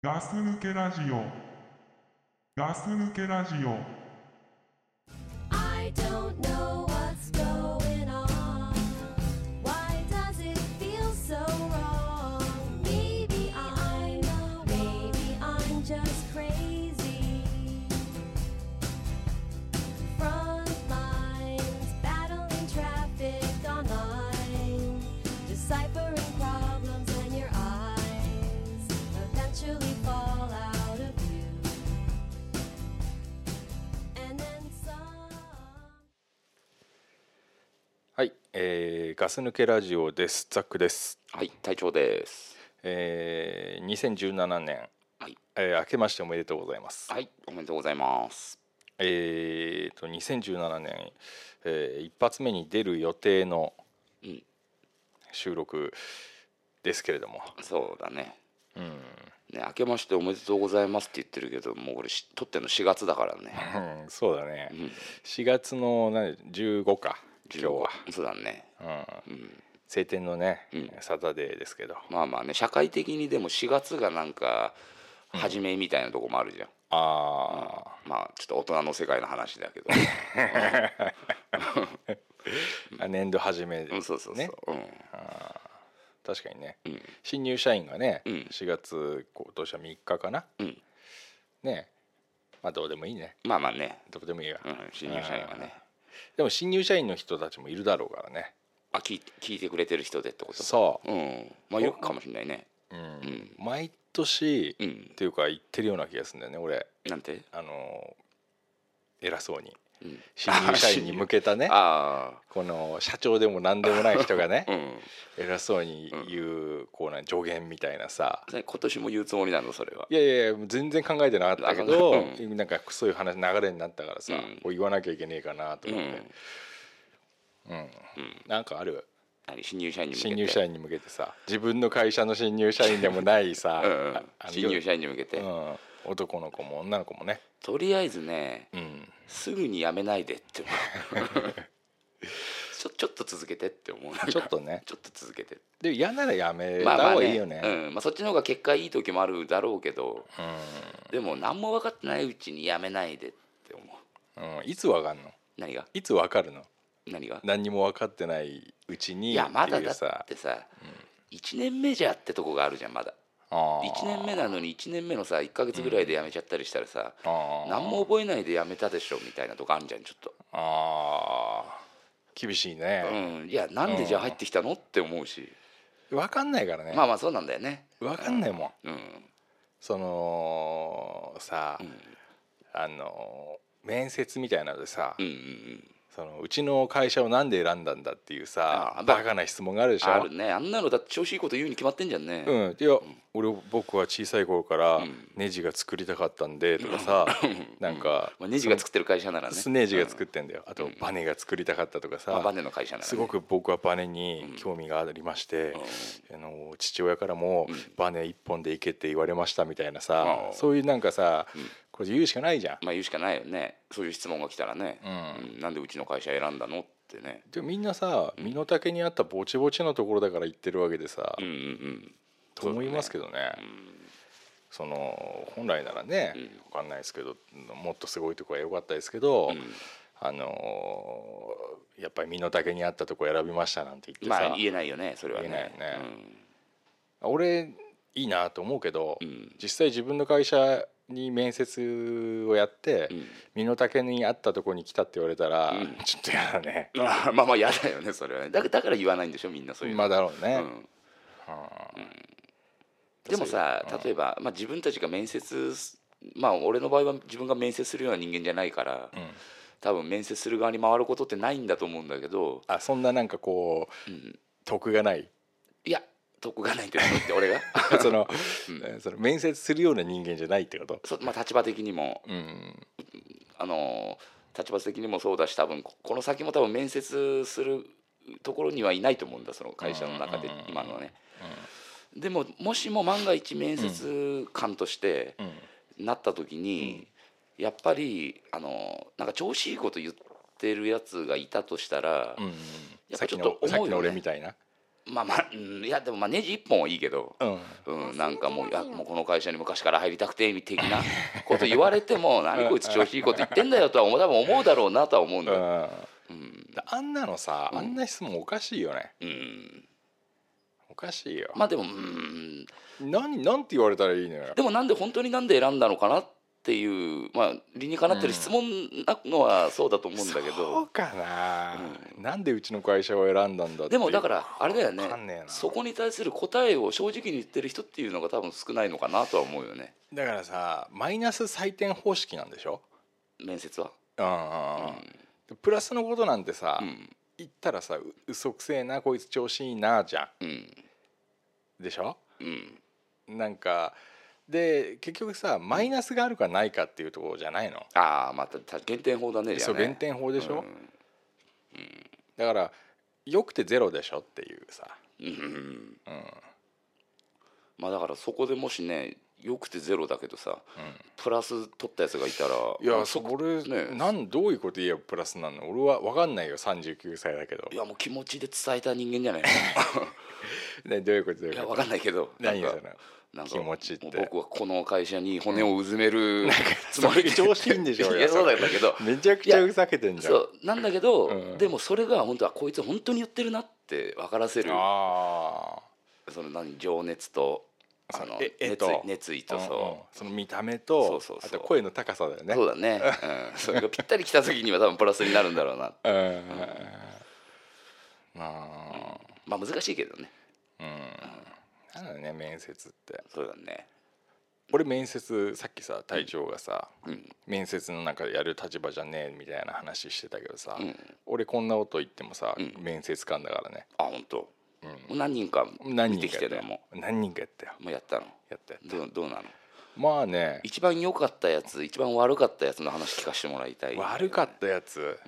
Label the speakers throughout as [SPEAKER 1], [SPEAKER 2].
[SPEAKER 1] ガス抜けラジオガス抜けラジオ
[SPEAKER 2] I don't know what's going on. Why does it feel so wrong? Maybe I'm maybe I'm just crazy. Front lines, battling traffic online, deciphering problems in your eyes, eventually fall out of view. And then some.
[SPEAKER 3] はい、えーガス抜けラジオです。ザックです。
[SPEAKER 4] はい、隊長です。
[SPEAKER 3] えー、2017年、
[SPEAKER 4] はい、
[SPEAKER 3] えー明けましておめでとうございます。
[SPEAKER 4] はい、おめでとうございます。
[SPEAKER 3] えーと2017年、えー一発目に出る予定の
[SPEAKER 4] うん
[SPEAKER 3] 収録ですけれども、
[SPEAKER 4] そうだね。
[SPEAKER 3] うん、
[SPEAKER 4] ね、明けましておめでとうございますって言ってるけど、もう俺し撮ってんの4月だか らね。
[SPEAKER 3] うんそうだね
[SPEAKER 4] う。ん、
[SPEAKER 3] 4月のな15か今日は、
[SPEAKER 4] そうだね。
[SPEAKER 3] うん、
[SPEAKER 4] うん、
[SPEAKER 3] 晴天のね、
[SPEAKER 4] うん
[SPEAKER 3] サタデーですけど、
[SPEAKER 4] まあまあね、社会的にでも4月がなんか初めみたいなとこもあるじゃん。
[SPEAKER 3] あー
[SPEAKER 4] まあちょっと大人の世界の話だ けど。
[SPEAKER 3] あ、年度初めですね。
[SPEAKER 4] うん、そうそうそう。
[SPEAKER 3] 確かにね、
[SPEAKER 4] うん
[SPEAKER 3] 新入社員がね、
[SPEAKER 4] うん
[SPEAKER 3] 4月今年は3日かな
[SPEAKER 4] うん、うん、
[SPEAKER 3] ねまあどうでもいいね
[SPEAKER 4] まあまあね。
[SPEAKER 3] どうでもいいわ、
[SPEAKER 4] うん、新入社員はね。
[SPEAKER 3] でも新入社員の人たちもいるだろうからね
[SPEAKER 4] あ、聞い聞いてくれてる人でってこと。。
[SPEAKER 3] そう
[SPEAKER 4] うん、まあよくかもしれないね。
[SPEAKER 3] う、うん
[SPEAKER 4] ん
[SPEAKER 3] 毎年、
[SPEAKER 4] う
[SPEAKER 3] っ
[SPEAKER 4] ん、
[SPEAKER 3] ていうか言ってるような気がするんだよね俺
[SPEAKER 4] なんて。
[SPEAKER 3] あの偉そうに
[SPEAKER 4] うん、
[SPEAKER 3] 新入社員に向けたね
[SPEAKER 4] ああ。
[SPEAKER 3] この社長でも何でもない人がね
[SPEAKER 4] うん、
[SPEAKER 3] 偉そうに言う、こうなん助言みたいなさ
[SPEAKER 4] それ今年も言うつもりなのそれはい
[SPEAKER 3] やいやいや全然考えてなかったけど、
[SPEAKER 4] う
[SPEAKER 3] なんかそういう話流れになったからさ、
[SPEAKER 4] うん
[SPEAKER 3] こう言わなきゃいけねえかなと
[SPEAKER 4] うん
[SPEAKER 3] 思って、うんなんかある
[SPEAKER 4] 何新入社員に向けて
[SPEAKER 3] 新入社員に向けてさ自分の会社の新入社員でもないさ
[SPEAKER 4] うん
[SPEAKER 3] ああの
[SPEAKER 4] 新入社員に向けて、
[SPEAKER 3] うん、男の子も女の子もね、
[SPEAKER 4] とりあえずね
[SPEAKER 3] うん、
[SPEAKER 4] すぐに辞めないでって ちょちょっと続けてって思うなんか
[SPEAKER 3] ちょっとね
[SPEAKER 4] ちょっと続けて
[SPEAKER 3] で嫌ならやめ
[SPEAKER 4] まあ
[SPEAKER 3] た
[SPEAKER 4] ま
[SPEAKER 3] 方
[SPEAKER 4] あ
[SPEAKER 3] が
[SPEAKER 4] ね
[SPEAKER 3] いいよね,、
[SPEAKER 4] うんまあ、そっちの方が結果いい時もあるだろうけどでも何も分かってないうちに辞めないでって思う
[SPEAKER 3] うんうんいつわかんの
[SPEAKER 4] 何が
[SPEAKER 3] いつわかるの
[SPEAKER 4] 何が
[SPEAKER 3] 何にも分かってないうちに
[SPEAKER 4] いやまだ
[SPEAKER 3] ってい
[SPEAKER 4] だ
[SPEAKER 3] う
[SPEAKER 4] っ
[SPEAKER 3] さ
[SPEAKER 4] てさ、一1年目じゃってとこがあるじゃんまだ
[SPEAKER 3] あー
[SPEAKER 4] 1年目なのに1年目のさ1か月ぐらいで辞めちゃったりしたらさ、
[SPEAKER 3] あー
[SPEAKER 4] 何も覚えないで辞めたでしょみたいなとこあるじゃんちょっと、
[SPEAKER 3] あー厳しいね、
[SPEAKER 4] うん、いやなんでじゃあ入ってきたのって思うし
[SPEAKER 3] 分かんないからね、
[SPEAKER 4] まあまあそうなんだよね
[SPEAKER 3] 分かんないもん、
[SPEAKER 4] うん
[SPEAKER 3] そのさ、
[SPEAKER 4] うん
[SPEAKER 3] あの面接みたいなのでさ、
[SPEAKER 4] うんうんうん
[SPEAKER 3] そのうちの会社をなんで選んだんだっていうさ
[SPEAKER 4] ああ
[SPEAKER 3] バカな質問があるでしょ
[SPEAKER 4] あるねあんなのだって調子いいこと言うに決まってんじゃんね、
[SPEAKER 3] うん、いや、俺僕は小さい頃から
[SPEAKER 4] ん
[SPEAKER 3] ネジが作りたかったんでとかさ、なんか、
[SPEAKER 4] まあ、ネジが作ってる会社ならね
[SPEAKER 3] スネージが作っ
[SPEAKER 4] うん
[SPEAKER 3] てんだよ、あとバネが作りたかったとかさ、
[SPEAKER 4] まあ、バネの会社なら、ね、
[SPEAKER 3] すごく僕はバネに興味がありまして、あの父親からもバネ一本で行けって言われましたみたいなさ、
[SPEAKER 4] うん
[SPEAKER 3] そういうなんかさ、これ言うしかないじゃん。
[SPEAKER 4] まあ言うしかないよねそういう質問が来たらね、
[SPEAKER 3] うん
[SPEAKER 4] うんなんでうちの会社選んだのってね
[SPEAKER 3] でもみんなさ身の丈に合ったぼちぼちのところだから言ってるわけでさ、
[SPEAKER 4] うんうんうん
[SPEAKER 3] と思いますけどねその本来ならね、分かんないですけどもっとすごいとこは良かったですけど、
[SPEAKER 4] ん
[SPEAKER 3] あのーやっぱり身の丈に合ったとこ選びましたなんて言って
[SPEAKER 4] ま
[SPEAKER 3] さ、
[SPEAKER 4] あ言えないよねそれはね
[SPEAKER 3] 言えないよね俺いいなと思うけど、
[SPEAKER 4] うん
[SPEAKER 3] 実際自分の会社に面接をやって、
[SPEAKER 4] うん
[SPEAKER 3] 身の丈に合ったとこに来たって言われたら、
[SPEAKER 4] うん
[SPEAKER 3] ちょっと嫌だね。
[SPEAKER 4] うんまあまあ嫌だよねそれはねだだから言わないんでしょみんなそういうの
[SPEAKER 3] まあだろうね。
[SPEAKER 4] うんでもさ例えば、まあ、自分たちが面接すまあ俺の場合は自分が面接するような人間じゃないから、
[SPEAKER 3] ん
[SPEAKER 4] 多分面接する側に回ることってないんだと思うんだけど、
[SPEAKER 3] あそんななんかこう
[SPEAKER 4] うん、
[SPEAKER 3] 得がない
[SPEAKER 4] いや得がないって何っ て俺が
[SPEAKER 3] その,、その面接するような人間じゃないってこと
[SPEAKER 4] そうまあ、立場的にも、
[SPEAKER 3] うん
[SPEAKER 4] あの立場的にもそうだし多分ここの先も多分面接するところにはいないと思うんだその会社の中で
[SPEAKER 3] うんうんうんうん
[SPEAKER 4] 今のはね。でももしも万が一面接官として、
[SPEAKER 3] うん
[SPEAKER 4] なった時に、やっぱりあのなんか調子いいこと言ってるやつがいたとしたら、
[SPEAKER 3] うん
[SPEAKER 4] やっぱ
[SPEAKER 3] さっき
[SPEAKER 4] ちょっ
[SPEAKER 3] の
[SPEAKER 4] と思うよね
[SPEAKER 3] さっきの俺みたいな
[SPEAKER 4] まあまあ、うん、いやでもまあネジ一本はいいけど、
[SPEAKER 3] うん
[SPEAKER 4] うん、なんかもういやもうこの会社に昔から入りたくて的 なこと言われても何こいつ調子いいこと言ってんだよとは多分思うだろうなとは思うんだよ、
[SPEAKER 3] うん
[SPEAKER 4] うん
[SPEAKER 3] あんなのさ
[SPEAKER 4] うん
[SPEAKER 3] あんな質問おかしいよね、
[SPEAKER 4] うん、
[SPEAKER 3] おかしいよ、
[SPEAKER 4] まあでもうん
[SPEAKER 3] 何なんて言われたらいいのよ
[SPEAKER 4] でもなんで本当になんで選んだのかなっていう、まあ、理にかなってる質問なのはそうだと思うんだけ
[SPEAKER 3] そ
[SPEAKER 4] ど、
[SPEAKER 3] うかな、なんでうちの会社を選んだんだって
[SPEAKER 4] でもだからあれだよね
[SPEAKER 3] わかんねえな
[SPEAKER 4] そこに対する答えを正直に言ってる人っていうのが多分少ないのかなとは思うよね
[SPEAKER 3] だからさマイナス採点方式なんでしょ
[SPEAKER 4] 面接は。
[SPEAKER 3] うん
[SPEAKER 4] うん
[SPEAKER 3] うんうんプラスのことなんてさ、
[SPEAKER 4] うん
[SPEAKER 3] 言ったらさう嘘くせえなこいつ調子いいなじゃ
[SPEAKER 4] うん
[SPEAKER 3] んでしょ
[SPEAKER 4] うん
[SPEAKER 3] なんかで結局さマイナスがあるかないかっていうところじゃないの、
[SPEAKER 4] ああまたた減点法だねじゃ
[SPEAKER 3] そ
[SPEAKER 4] あ
[SPEAKER 3] う
[SPEAKER 4] ね
[SPEAKER 3] 減点法でしょ、
[SPEAKER 4] うん
[SPEAKER 3] だからよくてゼロでしょっていうさ、
[SPEAKER 4] うん
[SPEAKER 3] うん
[SPEAKER 4] まあだからそこでもしねよくてゼロだけどさプラス取ったやつがいたら
[SPEAKER 3] いや
[SPEAKER 4] あ
[SPEAKER 3] そ
[SPEAKER 4] こ
[SPEAKER 3] これ、
[SPEAKER 4] ね
[SPEAKER 3] なんどういうこと言えばプラスなの俺は分かんないよ39歳だけど
[SPEAKER 4] いやもう気持ちで伝えた人間じゃ ない
[SPEAKER 3] ねどういうことどう
[SPEAKER 4] い
[SPEAKER 3] いう
[SPEAKER 4] や
[SPEAKER 3] こ
[SPEAKER 4] わ
[SPEAKER 3] と
[SPEAKER 4] かんないけど
[SPEAKER 3] 何
[SPEAKER 4] な
[SPEAKER 3] よ
[SPEAKER 4] ん
[SPEAKER 3] そ
[SPEAKER 4] か
[SPEAKER 3] れ
[SPEAKER 4] なんか
[SPEAKER 3] 気持ちって
[SPEAKER 4] もう僕はこの会社に骨をうずめる、つも
[SPEAKER 3] そ
[SPEAKER 4] り
[SPEAKER 3] れ調子いいんでしょうよ
[SPEAKER 4] いやそうなんだけど
[SPEAKER 3] めちゃくちゃふざけてんじゃん
[SPEAKER 4] そうなんだけど、
[SPEAKER 3] うん
[SPEAKER 4] でもそれが本当はこいつ本当に言ってるなって分からせる
[SPEAKER 3] あ
[SPEAKER 4] その何情熱と
[SPEAKER 3] そう
[SPEAKER 4] あの
[SPEAKER 3] ええっ
[SPEAKER 4] 熱
[SPEAKER 3] と
[SPEAKER 4] 意熱意
[SPEAKER 3] あ、
[SPEAKER 4] とそう、
[SPEAKER 3] うんうんその見た目
[SPEAKER 4] そ
[SPEAKER 3] と
[SPEAKER 4] うそうそう
[SPEAKER 3] あと声の高さだよね
[SPEAKER 4] そうだ ね、うん、それがぴったり来た時には多分プラスになるんだろうな
[SPEAKER 3] うんまあ
[SPEAKER 4] まあ難しいけどね
[SPEAKER 3] うんなんだね面接って
[SPEAKER 4] そうだね
[SPEAKER 3] 俺面接さっきさ隊長がさ、
[SPEAKER 4] うん
[SPEAKER 3] 面接の中でやる立場じゃねえみたいな話してたけどさ、
[SPEAKER 4] うん
[SPEAKER 3] 俺こんなこと言ってもさ、
[SPEAKER 4] うん
[SPEAKER 3] 面接官だからね、
[SPEAKER 4] あ本当
[SPEAKER 3] う
[SPEAKER 4] 何人か
[SPEAKER 3] ん、何
[SPEAKER 4] 見
[SPEAKER 3] 人
[SPEAKER 4] て
[SPEAKER 3] か
[SPEAKER 4] き
[SPEAKER 3] や
[SPEAKER 4] て
[SPEAKER 3] った
[SPEAKER 4] る
[SPEAKER 3] よ
[SPEAKER 4] よも
[SPEAKER 3] 何人かやったよ
[SPEAKER 4] うもうやったの
[SPEAKER 3] やったやった
[SPEAKER 4] どうどうなの
[SPEAKER 3] まあね
[SPEAKER 4] 一番良かったやつ一番悪かったやつの話聞かせてもらいたい
[SPEAKER 3] 悪かったやつ、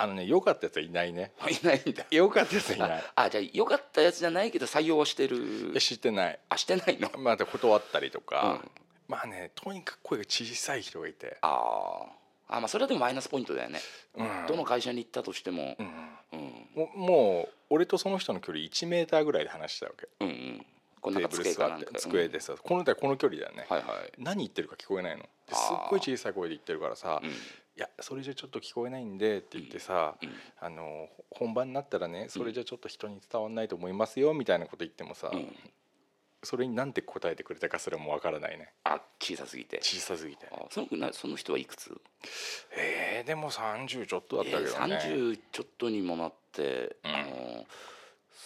[SPEAKER 3] あのね良かったやつはいないね
[SPEAKER 4] たいないんだ
[SPEAKER 3] 良かったやつはいない
[SPEAKER 4] ああじゃあ良かったやつじゃないけど採用はしてる
[SPEAKER 3] え知ってない
[SPEAKER 4] あしてないの
[SPEAKER 3] まあで断ったりとか、
[SPEAKER 4] うん
[SPEAKER 3] まあねとにかく声が小さい人がいて
[SPEAKER 4] あーあまあそれはでもマイナスポイントだよね、
[SPEAKER 3] うん
[SPEAKER 4] どの会社に行ったとしても
[SPEAKER 3] うん
[SPEAKER 4] うん
[SPEAKER 3] ももう俺とその人の距離1メーターぐらいで話してたわけ
[SPEAKER 4] うんうんこん
[SPEAKER 3] テ
[SPEAKER 4] な
[SPEAKER 3] ー
[SPEAKER 4] んか
[SPEAKER 3] ブル
[SPEAKER 4] 机
[SPEAKER 3] 座
[SPEAKER 4] かな
[SPEAKER 3] っ
[SPEAKER 4] ん
[SPEAKER 3] て
[SPEAKER 4] か
[SPEAKER 3] 机でさこの人はこの距離だよね、
[SPEAKER 4] うんはいはい
[SPEAKER 3] 何言ってるか聞こえないのです
[SPEAKER 4] あー
[SPEAKER 3] っごい小さい声で言ってるからさ「
[SPEAKER 4] うん
[SPEAKER 3] いやそれじゃちょっと聞こえないんで」って言ってさ、
[SPEAKER 4] うんうん
[SPEAKER 3] あの本番になったらねそれじゃちょっと人に伝わんないと思いますよみたいなこと言ってもさ、
[SPEAKER 4] うん
[SPEAKER 3] それになんて答えてくれたかすらもわからないね
[SPEAKER 4] あ小さすぎて
[SPEAKER 3] 小さすぎて
[SPEAKER 4] あそのなその人はいくつ
[SPEAKER 3] えー、でも30ちょっとだったけどね、
[SPEAKER 4] えー30ちょっとにもなって、
[SPEAKER 3] うん
[SPEAKER 4] あの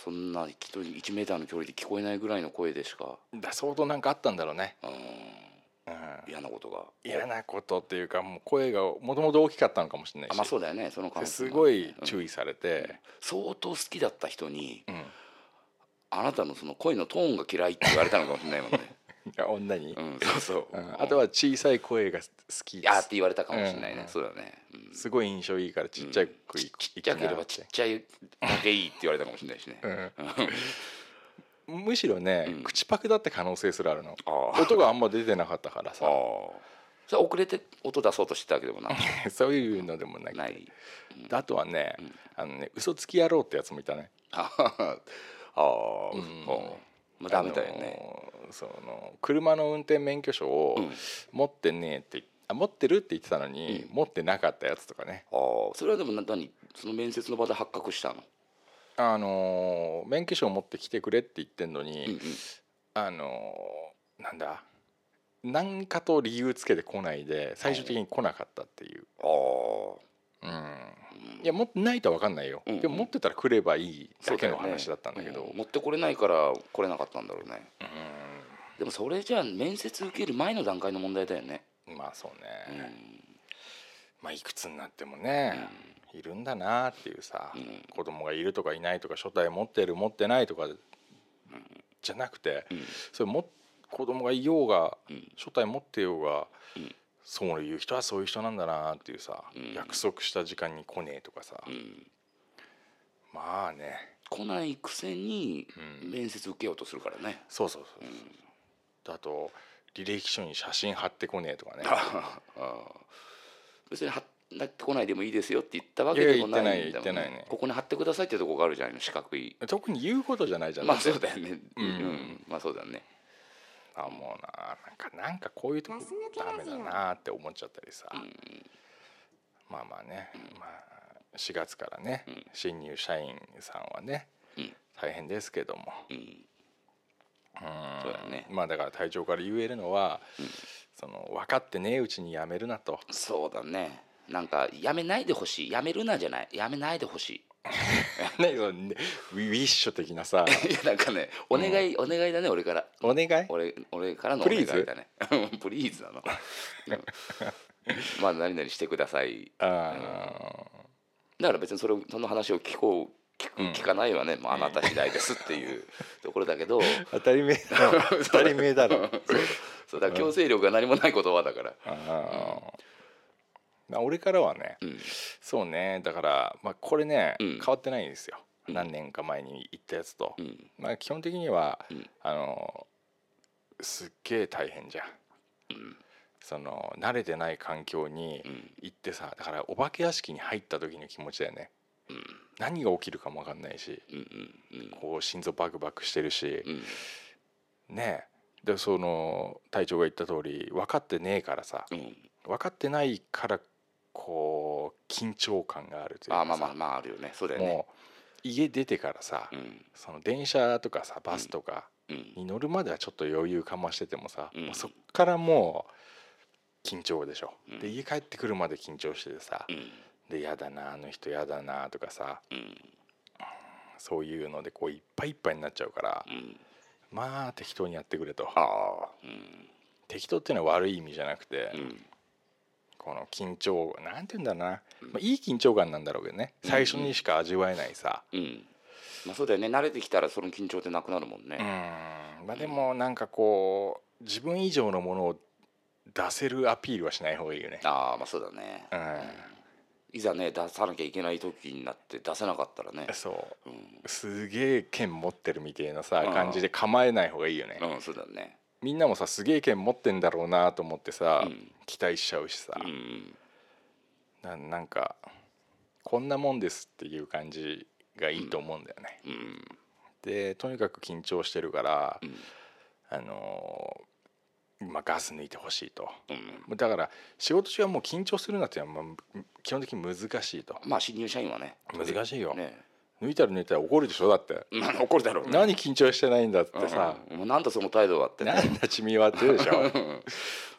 [SPEAKER 4] そんな人に1メーターの距離で聞こえないぐらいの声でしか、
[SPEAKER 3] だ相当なんかあったんだろうね、
[SPEAKER 4] うん、
[SPEAKER 3] うん、
[SPEAKER 4] 嫌なことが
[SPEAKER 3] 嫌なことっていうかもう声がもともと大きかったのかもしれない
[SPEAKER 4] あ
[SPEAKER 3] し、
[SPEAKER 4] まあそうだよねその可能性
[SPEAKER 3] す
[SPEAKER 4] も
[SPEAKER 3] ごい注
[SPEAKER 4] うん
[SPEAKER 3] 意されて、
[SPEAKER 4] 相当好きだった人に
[SPEAKER 3] うん
[SPEAKER 4] あなたのその声のトーンが嫌いって言われたのかもしれないもんね、
[SPEAKER 3] いや女に、
[SPEAKER 4] うん、そうそう、
[SPEAKER 3] うんあとは小さい声が好き
[SPEAKER 4] あーって言われたかもしれないね、
[SPEAKER 3] うん
[SPEAKER 4] そうだね、うん
[SPEAKER 3] すごい印象いいからちっちゃくい
[SPEAKER 4] ちっちゃければちっちゃいだけいいって言われたかもしれないしね、
[SPEAKER 3] うんむしろね、
[SPEAKER 4] うん
[SPEAKER 3] 口パクだって可能性すらあるの
[SPEAKER 4] あー
[SPEAKER 3] 音があんま出てなかったから
[SPEAKER 4] あ
[SPEAKER 3] さ
[SPEAKER 4] ーそれ遅れて音出そうとしてたわけでも な
[SPEAKER 3] そういうのでもなくて
[SPEAKER 4] ない
[SPEAKER 3] であとはね、あのね嘘つき野郎ってやつもいたね
[SPEAKER 4] ああああ、
[SPEAKER 3] うん
[SPEAKER 4] まあ、ダメだよね。
[SPEAKER 3] あのーその車の運転免許証を
[SPEAKER 4] うん
[SPEAKER 3] 持ってねえって、あ持ってるって言ってたのに、持ってなかったやつとかね
[SPEAKER 4] ああ、それはでもな何その面接の場で発覚したの。
[SPEAKER 3] あのー免許証持ってきてくれって言ってんのに、
[SPEAKER 4] うんうん
[SPEAKER 3] あのーなんだ何かと理由つけてこないで最終的に来なかったっていう、
[SPEAKER 4] ああ、
[SPEAKER 3] うん、いや持ってないとは分かんないよ、
[SPEAKER 4] うんうん
[SPEAKER 3] でも持ってたら来ればいい
[SPEAKER 4] そ
[SPEAKER 3] だ
[SPEAKER 4] うだ
[SPEAKER 3] け
[SPEAKER 4] よ
[SPEAKER 3] の
[SPEAKER 4] ね
[SPEAKER 3] 話だったんだけど
[SPEAKER 4] う持ってこれないから来れなかったんだろうね。でもそれじゃあ面接受ける前の段階の問題だよね。
[SPEAKER 3] うんまあそう
[SPEAKER 4] うん
[SPEAKER 3] ね、まあいくつになってもね、いるんだなっていうさ、
[SPEAKER 4] ん
[SPEAKER 3] 子供がいるとかいないとか初代持ってる持ってないとかじゃなくて、
[SPEAKER 4] うん
[SPEAKER 3] それも子供がいようが、
[SPEAKER 4] うん
[SPEAKER 3] 初代持ってようが、
[SPEAKER 4] うん
[SPEAKER 3] そういう人はそういう人なんだなっていうさ、
[SPEAKER 4] うん
[SPEAKER 3] 約束した時間に来ねえとかさ、
[SPEAKER 4] うん
[SPEAKER 3] まあね
[SPEAKER 4] 来ないくせに
[SPEAKER 3] うん
[SPEAKER 4] 面接受けようとするからね。
[SPEAKER 3] そうそうそうそう、だと履歴書に写真貼ってこねえとかね
[SPEAKER 4] ああ別にはなってこないでもいいですよって言ったわけ
[SPEAKER 3] いやい
[SPEAKER 4] で
[SPEAKER 3] や
[SPEAKER 4] もないんだも
[SPEAKER 3] 言
[SPEAKER 4] ん、
[SPEAKER 3] ってない言ってないね
[SPEAKER 4] ここに貼ってくださいってとこがあるじゃないの四角い
[SPEAKER 3] 特に言うことじゃないじゃん
[SPEAKER 4] まあそうだよね
[SPEAKER 3] う
[SPEAKER 4] うんん、まあそうだね
[SPEAKER 3] あもうななんかなんかこういうとこダメだなって思っちゃったりさ、まあまあね、まあ、4月からね、
[SPEAKER 4] ん
[SPEAKER 3] 新入社員さんはね、
[SPEAKER 4] うん
[SPEAKER 3] 大変ですけども、
[SPEAKER 4] うん
[SPEAKER 3] うん
[SPEAKER 4] そうだね
[SPEAKER 3] まあだから隊長から言えるのは、その分かってねえうちに辞めるなと
[SPEAKER 4] そうだねなんかやめないでほしいやめるなじゃないやめないでほしい
[SPEAKER 3] 何そのねウィウィッシュ的なさ
[SPEAKER 4] いやなんかねお願い、お願いだね俺から
[SPEAKER 3] お願い
[SPEAKER 4] 俺俺からのお
[SPEAKER 3] プリ
[SPEAKER 4] 願
[SPEAKER 3] ーズ
[SPEAKER 4] いだね プリーズなの、うんまあ何々してください
[SPEAKER 3] あ
[SPEAKER 4] だから別にそれをその話を聞こう聞く
[SPEAKER 3] うん
[SPEAKER 4] 聞かないはね、もうあなた次第ですっていうところだ けど
[SPEAKER 3] ー当たり前だ ろ当たり前だろ
[SPEAKER 4] そうだから強制力が何もない言葉だから、
[SPEAKER 3] あーまあ俺からはね、
[SPEAKER 4] うん
[SPEAKER 3] そうねだから、まあ、これね、
[SPEAKER 4] うん
[SPEAKER 3] 変わってないんですよ、
[SPEAKER 4] うん
[SPEAKER 3] 何年か前に言ったやつと、
[SPEAKER 4] うん
[SPEAKER 3] まあ、基本的には、
[SPEAKER 4] ん
[SPEAKER 3] あのすっげえ大変じゃん、その慣れてない環境に
[SPEAKER 4] うん
[SPEAKER 3] 行ってさだからお化け屋敷に入った時の気持ちだよね、何が起きるかも分かんないし
[SPEAKER 4] うんうんうん
[SPEAKER 3] こう心臓バクバクしてるし、
[SPEAKER 4] うん
[SPEAKER 3] ねえでその隊長が言った通り分かってねえからさ、
[SPEAKER 4] うん、
[SPEAKER 3] 分かってないからこう緊張感があるというか
[SPEAKER 4] あ
[SPEAKER 3] さ
[SPEAKER 4] あまあまあまああるよねそうだよね
[SPEAKER 3] もう家出てからさ、
[SPEAKER 4] うん
[SPEAKER 3] その電車とかさバスとか
[SPEAKER 4] うん
[SPEAKER 3] に乗るまではちょっと余裕かましててもさ、
[SPEAKER 4] うん
[SPEAKER 3] もうそっからもう緊張でしょ、
[SPEAKER 4] うん
[SPEAKER 3] で家帰ってくるまで緊張しててさ、
[SPEAKER 4] うん
[SPEAKER 3] でやだなあの人やだなとかさ
[SPEAKER 4] うん
[SPEAKER 3] そういうのでこういっぱいいっぱいになっちゃうから、
[SPEAKER 4] うん
[SPEAKER 3] まあ適当にやってくれと
[SPEAKER 4] ああうん
[SPEAKER 3] 適当っていうのは悪い意味じゃなくて、
[SPEAKER 4] うん
[SPEAKER 3] この緊張なんて言うんだろうな、まあ、いい緊張感なんだろうけどね最初にしか味わえないさ、
[SPEAKER 4] うんまあそうだよね慣れてきたらその緊張ってなくなるもん
[SPEAKER 3] う
[SPEAKER 4] ね、
[SPEAKER 3] んまあ、でもなんかこう自分以上のものを出せるアピールはしない方がいいよね。
[SPEAKER 4] ああまあそうだね、
[SPEAKER 3] う
[SPEAKER 4] いざね出さなきゃいけない時になって出せなかったらね
[SPEAKER 3] ん、そう
[SPEAKER 4] うん、
[SPEAKER 3] すげえ剣持ってるみたいなさ
[SPEAKER 4] うん
[SPEAKER 3] 感じで構えない方がいいよね。
[SPEAKER 4] うん、そうだね
[SPEAKER 3] みんなもさすげえ剣持ってんだろうなと思ってさ、
[SPEAKER 4] うん
[SPEAKER 3] 期待しちゃうしさ、
[SPEAKER 4] うん
[SPEAKER 3] ななんかこんなもんですっていう感じがいいと思うんだよね。
[SPEAKER 4] うん
[SPEAKER 3] でとにかく緊張してるから、
[SPEAKER 4] ん
[SPEAKER 3] あのーまあ、ガス抜いてほしいと
[SPEAKER 4] うん
[SPEAKER 3] だから仕事中はもう緊張するなっていうのは、まあ、基本的に難しいと
[SPEAKER 4] まあ新入社員はね
[SPEAKER 3] 難しいよ、
[SPEAKER 4] ね
[SPEAKER 3] 抜いたら抜いたら怒るでしょだって、
[SPEAKER 4] まあ怒るだろうね
[SPEAKER 3] 何緊張してないんだってさ、
[SPEAKER 4] うんもうなんだその態度 はってね
[SPEAKER 3] なんだ君はって言うでしょ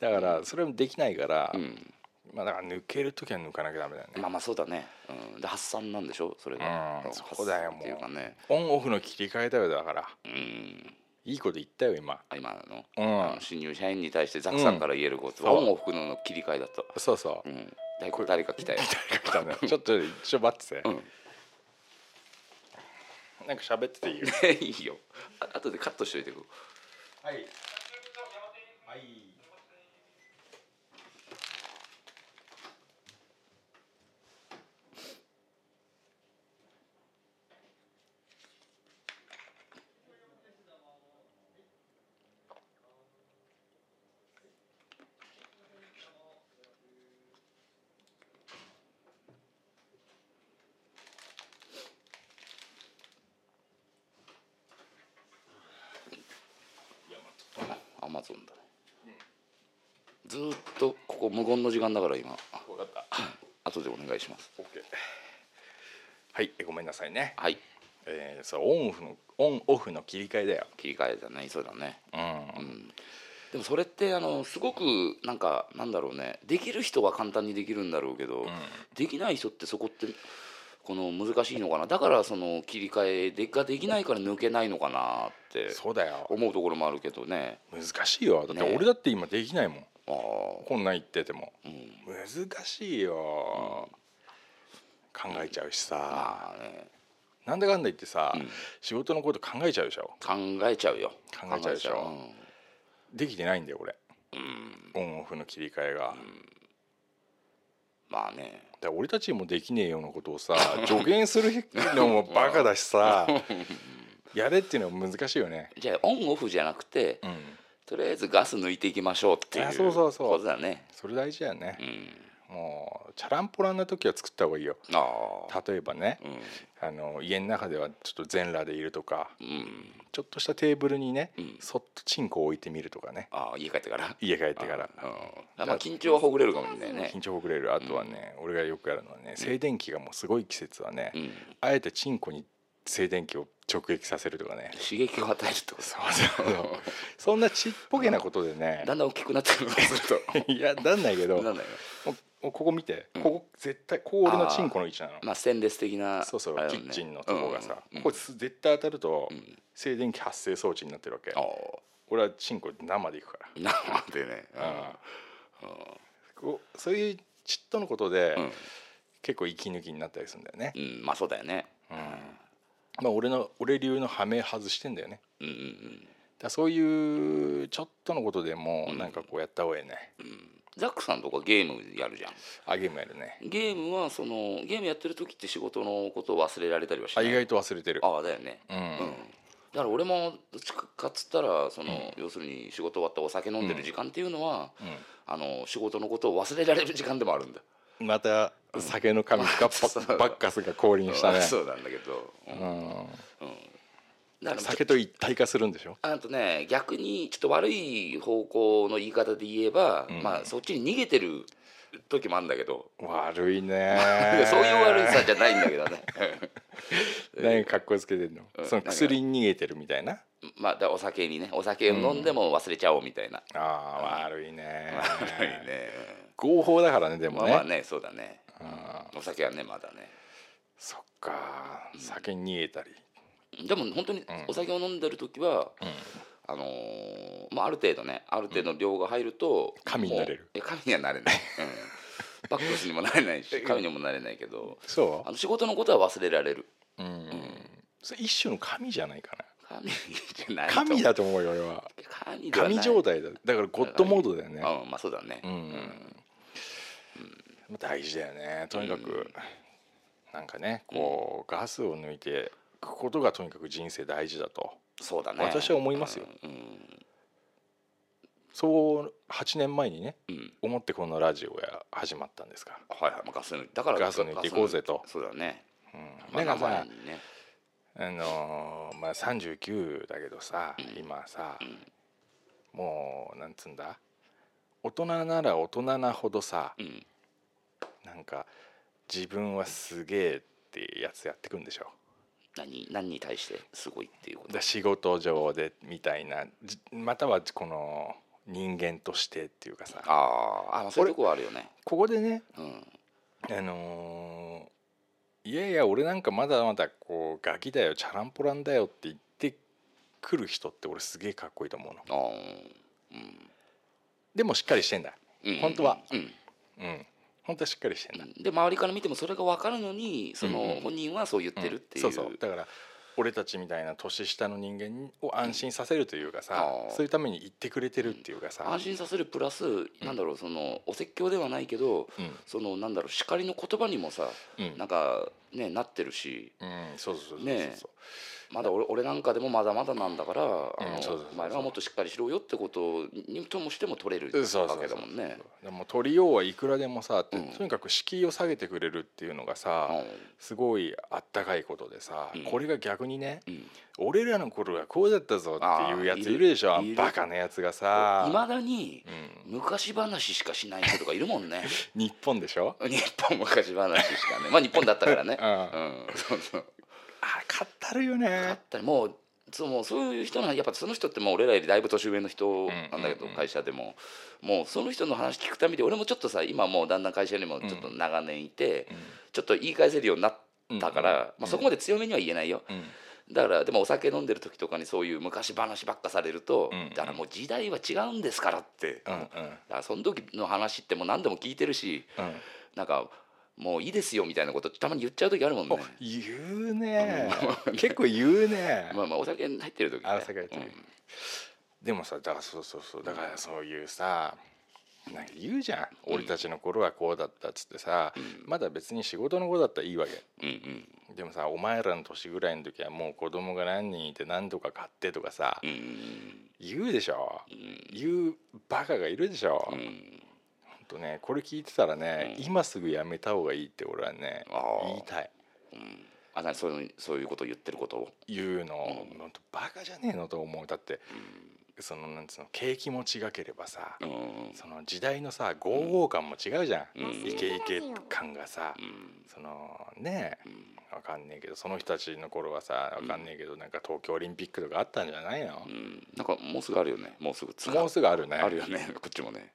[SPEAKER 3] だからそれもできないから、
[SPEAKER 4] うん
[SPEAKER 3] まあ、だから抜ける時は抜かなきゃダメだよね、
[SPEAKER 4] まあまあそうだね、うん、で発散なんでしょそれが、
[SPEAKER 3] うん
[SPEAKER 4] ん
[SPEAKER 3] そうだよ
[SPEAKER 4] 発散っていうかね
[SPEAKER 3] オンオフの切り替えだよだから
[SPEAKER 4] うん
[SPEAKER 3] いいこと言ったよ今
[SPEAKER 4] あ今の,、
[SPEAKER 3] うん
[SPEAKER 4] あの新入社員に対してザクさんから言えることは、
[SPEAKER 3] うん
[SPEAKER 4] オンオフの切り替えだと、
[SPEAKER 3] そうそう
[SPEAKER 4] う、ん、誰か誰か来たよ、
[SPEAKER 3] 来たねちょっとちょ待ってて、
[SPEAKER 4] うん、
[SPEAKER 3] なんか喋ってていいよ
[SPEAKER 4] いいよあ後でカットしといてく
[SPEAKER 3] はい。はい。
[SPEAKER 4] アマゾンだねずーっとここ無言の時間だから今
[SPEAKER 3] わかった。
[SPEAKER 4] 後でお願いします
[SPEAKER 3] オッケー。はい、えごめんなさいね。
[SPEAKER 4] はい
[SPEAKER 3] えー、そうオンオフのオンオフの切り替えだよ。
[SPEAKER 4] 切り替えだねそうだね
[SPEAKER 3] うん。
[SPEAKER 4] でもそれってあのすごくなんかなんだろうねできる人は簡単にできるんだろうけど、できない人ってそこってこの難しいのかなだからその切り替えでができないから抜けないのかなって
[SPEAKER 3] そうだよ。
[SPEAKER 4] 思うところもあるけどね
[SPEAKER 3] 難しいよ。だっ
[SPEAKER 4] ね
[SPEAKER 3] て
[SPEAKER 4] え
[SPEAKER 3] 俺だって今できないもん。
[SPEAKER 4] ああ
[SPEAKER 3] こんなん言ってても
[SPEAKER 4] うん
[SPEAKER 3] 難しいよ。考えちゃうしさ、
[SPEAKER 4] まあね
[SPEAKER 3] なんだかんだ言ってさ、
[SPEAKER 4] うん
[SPEAKER 3] 仕事のこと考えちゃうでしょ
[SPEAKER 4] 考えちゃうよ
[SPEAKER 3] 考えちゃうでしょ
[SPEAKER 4] 考え
[SPEAKER 3] できてないんだよ俺
[SPEAKER 4] ちゃううんうん
[SPEAKER 3] オンオフの切り替えが、だか
[SPEAKER 4] まあね
[SPEAKER 3] ら俺たちもできねえようなことを さ助言するのもバカだしさやれっていうのは難しいよね
[SPEAKER 4] じゃあオンオフじゃなくて、
[SPEAKER 3] うん、
[SPEAKER 4] とりあえずガス抜いていきましょうってい
[SPEAKER 3] あ
[SPEAKER 4] う
[SPEAKER 3] そうそうそう
[SPEAKER 4] ことだね
[SPEAKER 3] それ大事だよね
[SPEAKER 4] う、ん
[SPEAKER 3] うもうチャランポランな時は作った方がいいよ
[SPEAKER 4] ああ
[SPEAKER 3] 例えばね
[SPEAKER 4] うん
[SPEAKER 3] あの家の中ではちょっと全裸でいるとか
[SPEAKER 4] うん
[SPEAKER 3] ちょっとしたテーブルにね、
[SPEAKER 4] うん
[SPEAKER 3] そっとチンコを置いてみるとかね
[SPEAKER 4] ああ家帰ってから
[SPEAKER 3] 家帰ってから
[SPEAKER 4] うんあまあ緊張はほぐれるかもしれないね
[SPEAKER 3] 緊張ほぐれるあとはね、俺がよくやるのはね静電気がもうすごい季節はね、
[SPEAKER 4] うん
[SPEAKER 3] あえてチンコに静電気を直撃させると かね
[SPEAKER 4] 刺激を与えるってこと
[SPEAKER 3] そうそうそうそんなちっぽけなことでね
[SPEAKER 4] だんだん大きくなってくるとす る
[SPEAKER 3] いやなんないけ
[SPEAKER 4] と
[SPEAKER 3] ど
[SPEAKER 4] な
[SPEAKER 3] も
[SPEAKER 4] んだよ
[SPEAKER 3] うここ見て
[SPEAKER 4] うん
[SPEAKER 3] ここ絶対ここ俺のチンコの位置なの、
[SPEAKER 4] まあステンレス的な
[SPEAKER 3] そうそう、
[SPEAKER 4] あれだ
[SPEAKER 3] キ
[SPEAKER 4] もん
[SPEAKER 3] ッ
[SPEAKER 4] ね
[SPEAKER 3] チンのとこがさ、
[SPEAKER 4] うんうん
[SPEAKER 3] これ絶対当たると
[SPEAKER 4] うん
[SPEAKER 3] 静電気発生装置になってるわけ、
[SPEAKER 4] ああ
[SPEAKER 3] 俺はチンコ生でいくか
[SPEAKER 4] 生でね
[SPEAKER 3] ら、うんこうそういうちっとのことで、
[SPEAKER 4] うん
[SPEAKER 3] 結構息抜きになったりするんだよね、
[SPEAKER 4] うんうんまあそうだよね
[SPEAKER 3] うんまあ俺の俺流のハメ外してんだよね
[SPEAKER 4] うんうん
[SPEAKER 3] だからそういうちょっとのことでも
[SPEAKER 4] うん
[SPEAKER 3] なんかこうやった方がいいね、
[SPEAKER 4] ザックさんとかゲームやるじゃん
[SPEAKER 3] あゲームやるね
[SPEAKER 4] ゲームはそのゲームやってる時って仕事のことを忘れられたりはし
[SPEAKER 3] あ
[SPEAKER 4] ない
[SPEAKER 3] 意外と忘れてる
[SPEAKER 4] ああだよね
[SPEAKER 3] うん、
[SPEAKER 4] うんだから俺もどっちかっつったらその、要するに仕事終わったお酒飲んでる時間っていうのは、あの仕事のことを忘れられる時間でもあるんだ
[SPEAKER 3] うんまた酒の神フカッパバッカスが降臨したね
[SPEAKER 4] そうなんだけど、うん
[SPEAKER 3] うん
[SPEAKER 4] だから
[SPEAKER 3] 酒と一体化するんでしょ
[SPEAKER 4] あとね逆にちょっと悪い方向の言い方で言えば、
[SPEAKER 3] ん
[SPEAKER 4] まあそっちに逃げてる時もあるんだけど、
[SPEAKER 3] 悪いね
[SPEAKER 4] そういう悪さじゃないんだけどね
[SPEAKER 3] 何かかっこつけてんの、
[SPEAKER 4] うん
[SPEAKER 3] その薬に逃げてるみたいな
[SPEAKER 4] まあだからお酒にねお酒を飲んでも忘れちゃおうみたいな、
[SPEAKER 3] あー悪い ね
[SPEAKER 4] 悪いね
[SPEAKER 3] 合法だからねで
[SPEAKER 4] ま
[SPEAKER 3] も
[SPEAKER 4] あ
[SPEAKER 3] ね,、
[SPEAKER 4] まあねそうだね
[SPEAKER 3] あ
[SPEAKER 4] お酒はねまだね
[SPEAKER 3] そっか酒に逃げたり、
[SPEAKER 4] でも本当に
[SPEAKER 3] ん
[SPEAKER 4] お酒を飲んでる時は、あのーまあある程度ねある程度の量が入ると、
[SPEAKER 3] 神になれる
[SPEAKER 4] もういや神にはなれない、うん、バックスにもなれないし神にもなれないけど
[SPEAKER 3] そ
[SPEAKER 4] あの仕事のことは忘れられる
[SPEAKER 3] ううんそれ一種の神じゃないかな
[SPEAKER 4] 神じゃないと
[SPEAKER 3] 神だと思うよ俺は
[SPEAKER 4] 神ではない
[SPEAKER 3] 神状態だだからゴッドモードだよね
[SPEAKER 4] うんまあそうだね、
[SPEAKER 3] うん、大事だよねとにかく、
[SPEAKER 4] うん
[SPEAKER 3] なんかねこう、ガスを抜いていくことがとにかく人生大事だと
[SPEAKER 4] そうだね
[SPEAKER 3] 私は思いますよ
[SPEAKER 4] うんうん
[SPEAKER 3] そう8年前にね
[SPEAKER 4] うん
[SPEAKER 3] 思ってこのラジオが始まったんですか
[SPEAKER 4] はいはい、まあ、ガス抜いだから
[SPEAKER 3] ガス抜いていこうぜと
[SPEAKER 4] ガス抜いてそうだね
[SPEAKER 3] ら、うん、なんか
[SPEAKER 4] まあ
[SPEAKER 3] さ
[SPEAKER 4] 生にね
[SPEAKER 3] あのーまあ、39だけどさ、今さ、もうなんつうんだ大人なら大人なほどさ
[SPEAKER 4] うん
[SPEAKER 3] なんか自分はすげえってやつやってくんでしょ
[SPEAKER 4] 何何に対してすごいっていうこと
[SPEAKER 3] だ仕事上でみたいなじまたはこの人間としてっていうかさ
[SPEAKER 4] あーあまあそういうとこはあるよね
[SPEAKER 3] ここでね
[SPEAKER 4] うん
[SPEAKER 3] あのーいやいや俺なんかまだまだこうガキだよチャランポランだよって言ってくる人って俺すげえかっこいいと思うの
[SPEAKER 4] あーうん
[SPEAKER 3] でもしっかりしてんだ
[SPEAKER 4] うん
[SPEAKER 3] 本当は
[SPEAKER 4] うん
[SPEAKER 3] うん本当はしっかりしてんだ、
[SPEAKER 4] で周りから見てもそれが分かるのにそ
[SPEAKER 3] うんう
[SPEAKER 4] の
[SPEAKER 3] ん
[SPEAKER 4] 本人はそう言ってるっていう、
[SPEAKER 3] そうそうだから俺たちみたいな年下の人間を安心させるというかさ、
[SPEAKER 4] うん
[SPEAKER 3] そういうために言ってくれてるっていうかさ、
[SPEAKER 4] 安心させるプラス、なんだろうそのお説教ではないけど、
[SPEAKER 3] うん
[SPEAKER 4] そのなんだろう叱りの言葉にもさ、
[SPEAKER 3] うん
[SPEAKER 4] なんかねなってるし
[SPEAKER 3] うんそうそうそうそうそう、
[SPEAKER 4] ねえまだ俺俺なんかでもまだまだなんだから、あの
[SPEAKER 3] そうそうそうそう
[SPEAKER 4] お前らはもっとしっかりしろよってことにともしても取れる
[SPEAKER 3] そうそうそ
[SPEAKER 4] わ
[SPEAKER 3] う
[SPEAKER 4] けだもんね。
[SPEAKER 3] でも取りようはいくらでもさ、
[SPEAKER 4] うん
[SPEAKER 3] とにかく敷居を下げてくれるっていうのがさ、すごいあったかいことでさ、
[SPEAKER 4] うん
[SPEAKER 3] これが逆にね、
[SPEAKER 4] うん
[SPEAKER 3] 俺らの頃はこうだったぞっていうやついるでしょ
[SPEAKER 4] あ
[SPEAKER 3] あ
[SPEAKER 4] ーいる
[SPEAKER 3] バカなやつがさ
[SPEAKER 4] いまだに
[SPEAKER 3] うん、
[SPEAKER 4] 昔話しかしない人とかいるもんね
[SPEAKER 3] 日本でしょ、
[SPEAKER 4] 日本昔話しかねまあ日本だったからね
[SPEAKER 3] うん
[SPEAKER 4] うん、そう そう
[SPEAKER 3] あかったるよ
[SPEAKER 4] あ
[SPEAKER 3] ね
[SPEAKER 4] ったりもうそうもうそういう人なやっぱその人ってもう俺らよりだいぶ年上の人なんだけど、
[SPEAKER 3] うんうんうん
[SPEAKER 4] 会社でももうその人の話聞くために俺もちょっとさ今もうだんだん会社にもちょっと長年いて、ちょっと言い返せるようになったから、
[SPEAKER 3] うんうん
[SPEAKER 4] まあ、そこまで強めには言えないよ、
[SPEAKER 3] うん
[SPEAKER 4] だからでもお酒飲んでる時とかにそういう昔話ばっかされると、
[SPEAKER 3] うんうん
[SPEAKER 4] だからもう時代は違うんですからっ
[SPEAKER 3] う
[SPEAKER 4] て、
[SPEAKER 3] ん
[SPEAKER 4] だからその時の話ってもう何でも聞いてるし
[SPEAKER 3] うんうん
[SPEAKER 4] なんかもういいですよみたいなことたまに言っちゃう時あるもんね
[SPEAKER 3] お。言うね結構言うね
[SPEAKER 4] まあまあお酒入ってる時、ね、
[SPEAKER 3] あお酒入ってる時
[SPEAKER 4] うん
[SPEAKER 3] でもさだからそうそうそうだからそういうさなんか言うじゃん俺たちの頃はこうだったっつってさ、まだ別に仕事の子だったらいいわけ
[SPEAKER 4] うんうん
[SPEAKER 3] でもさお前らの年ぐらいの時はもう子供が何人いて何とか買ってとかさ、
[SPEAKER 4] うん
[SPEAKER 3] 言うでしょ、言うバカがいるでしょ、
[SPEAKER 4] うんう
[SPEAKER 3] ほん
[SPEAKER 4] ん
[SPEAKER 3] ととねこれ聞いてたらね、
[SPEAKER 4] うん
[SPEAKER 3] 今すぐやめた方がいいって俺はね
[SPEAKER 4] あー
[SPEAKER 3] 言いたい
[SPEAKER 4] うん、あなにそういうそういうことを言ってることを、
[SPEAKER 3] 言うの、ほ
[SPEAKER 4] うん
[SPEAKER 3] ん、とバカじゃねえのと思うだってそのなんつうの景気も違ければさ、
[SPEAKER 4] うん
[SPEAKER 3] その時代のさ豪豪感も違うじゃん、
[SPEAKER 4] うん
[SPEAKER 3] イケイケ感がさ、
[SPEAKER 4] うん
[SPEAKER 3] そのね
[SPEAKER 4] うん
[SPEAKER 3] わかんねえけどその人たちの頃はさわかんねえけど、なんか東京オリンピックとかあったんじゃないの
[SPEAKER 4] う、ん、なんかもうすぐあるよねもうすぐつ
[SPEAKER 3] もうすぐあるね
[SPEAKER 4] あるよねこっちもね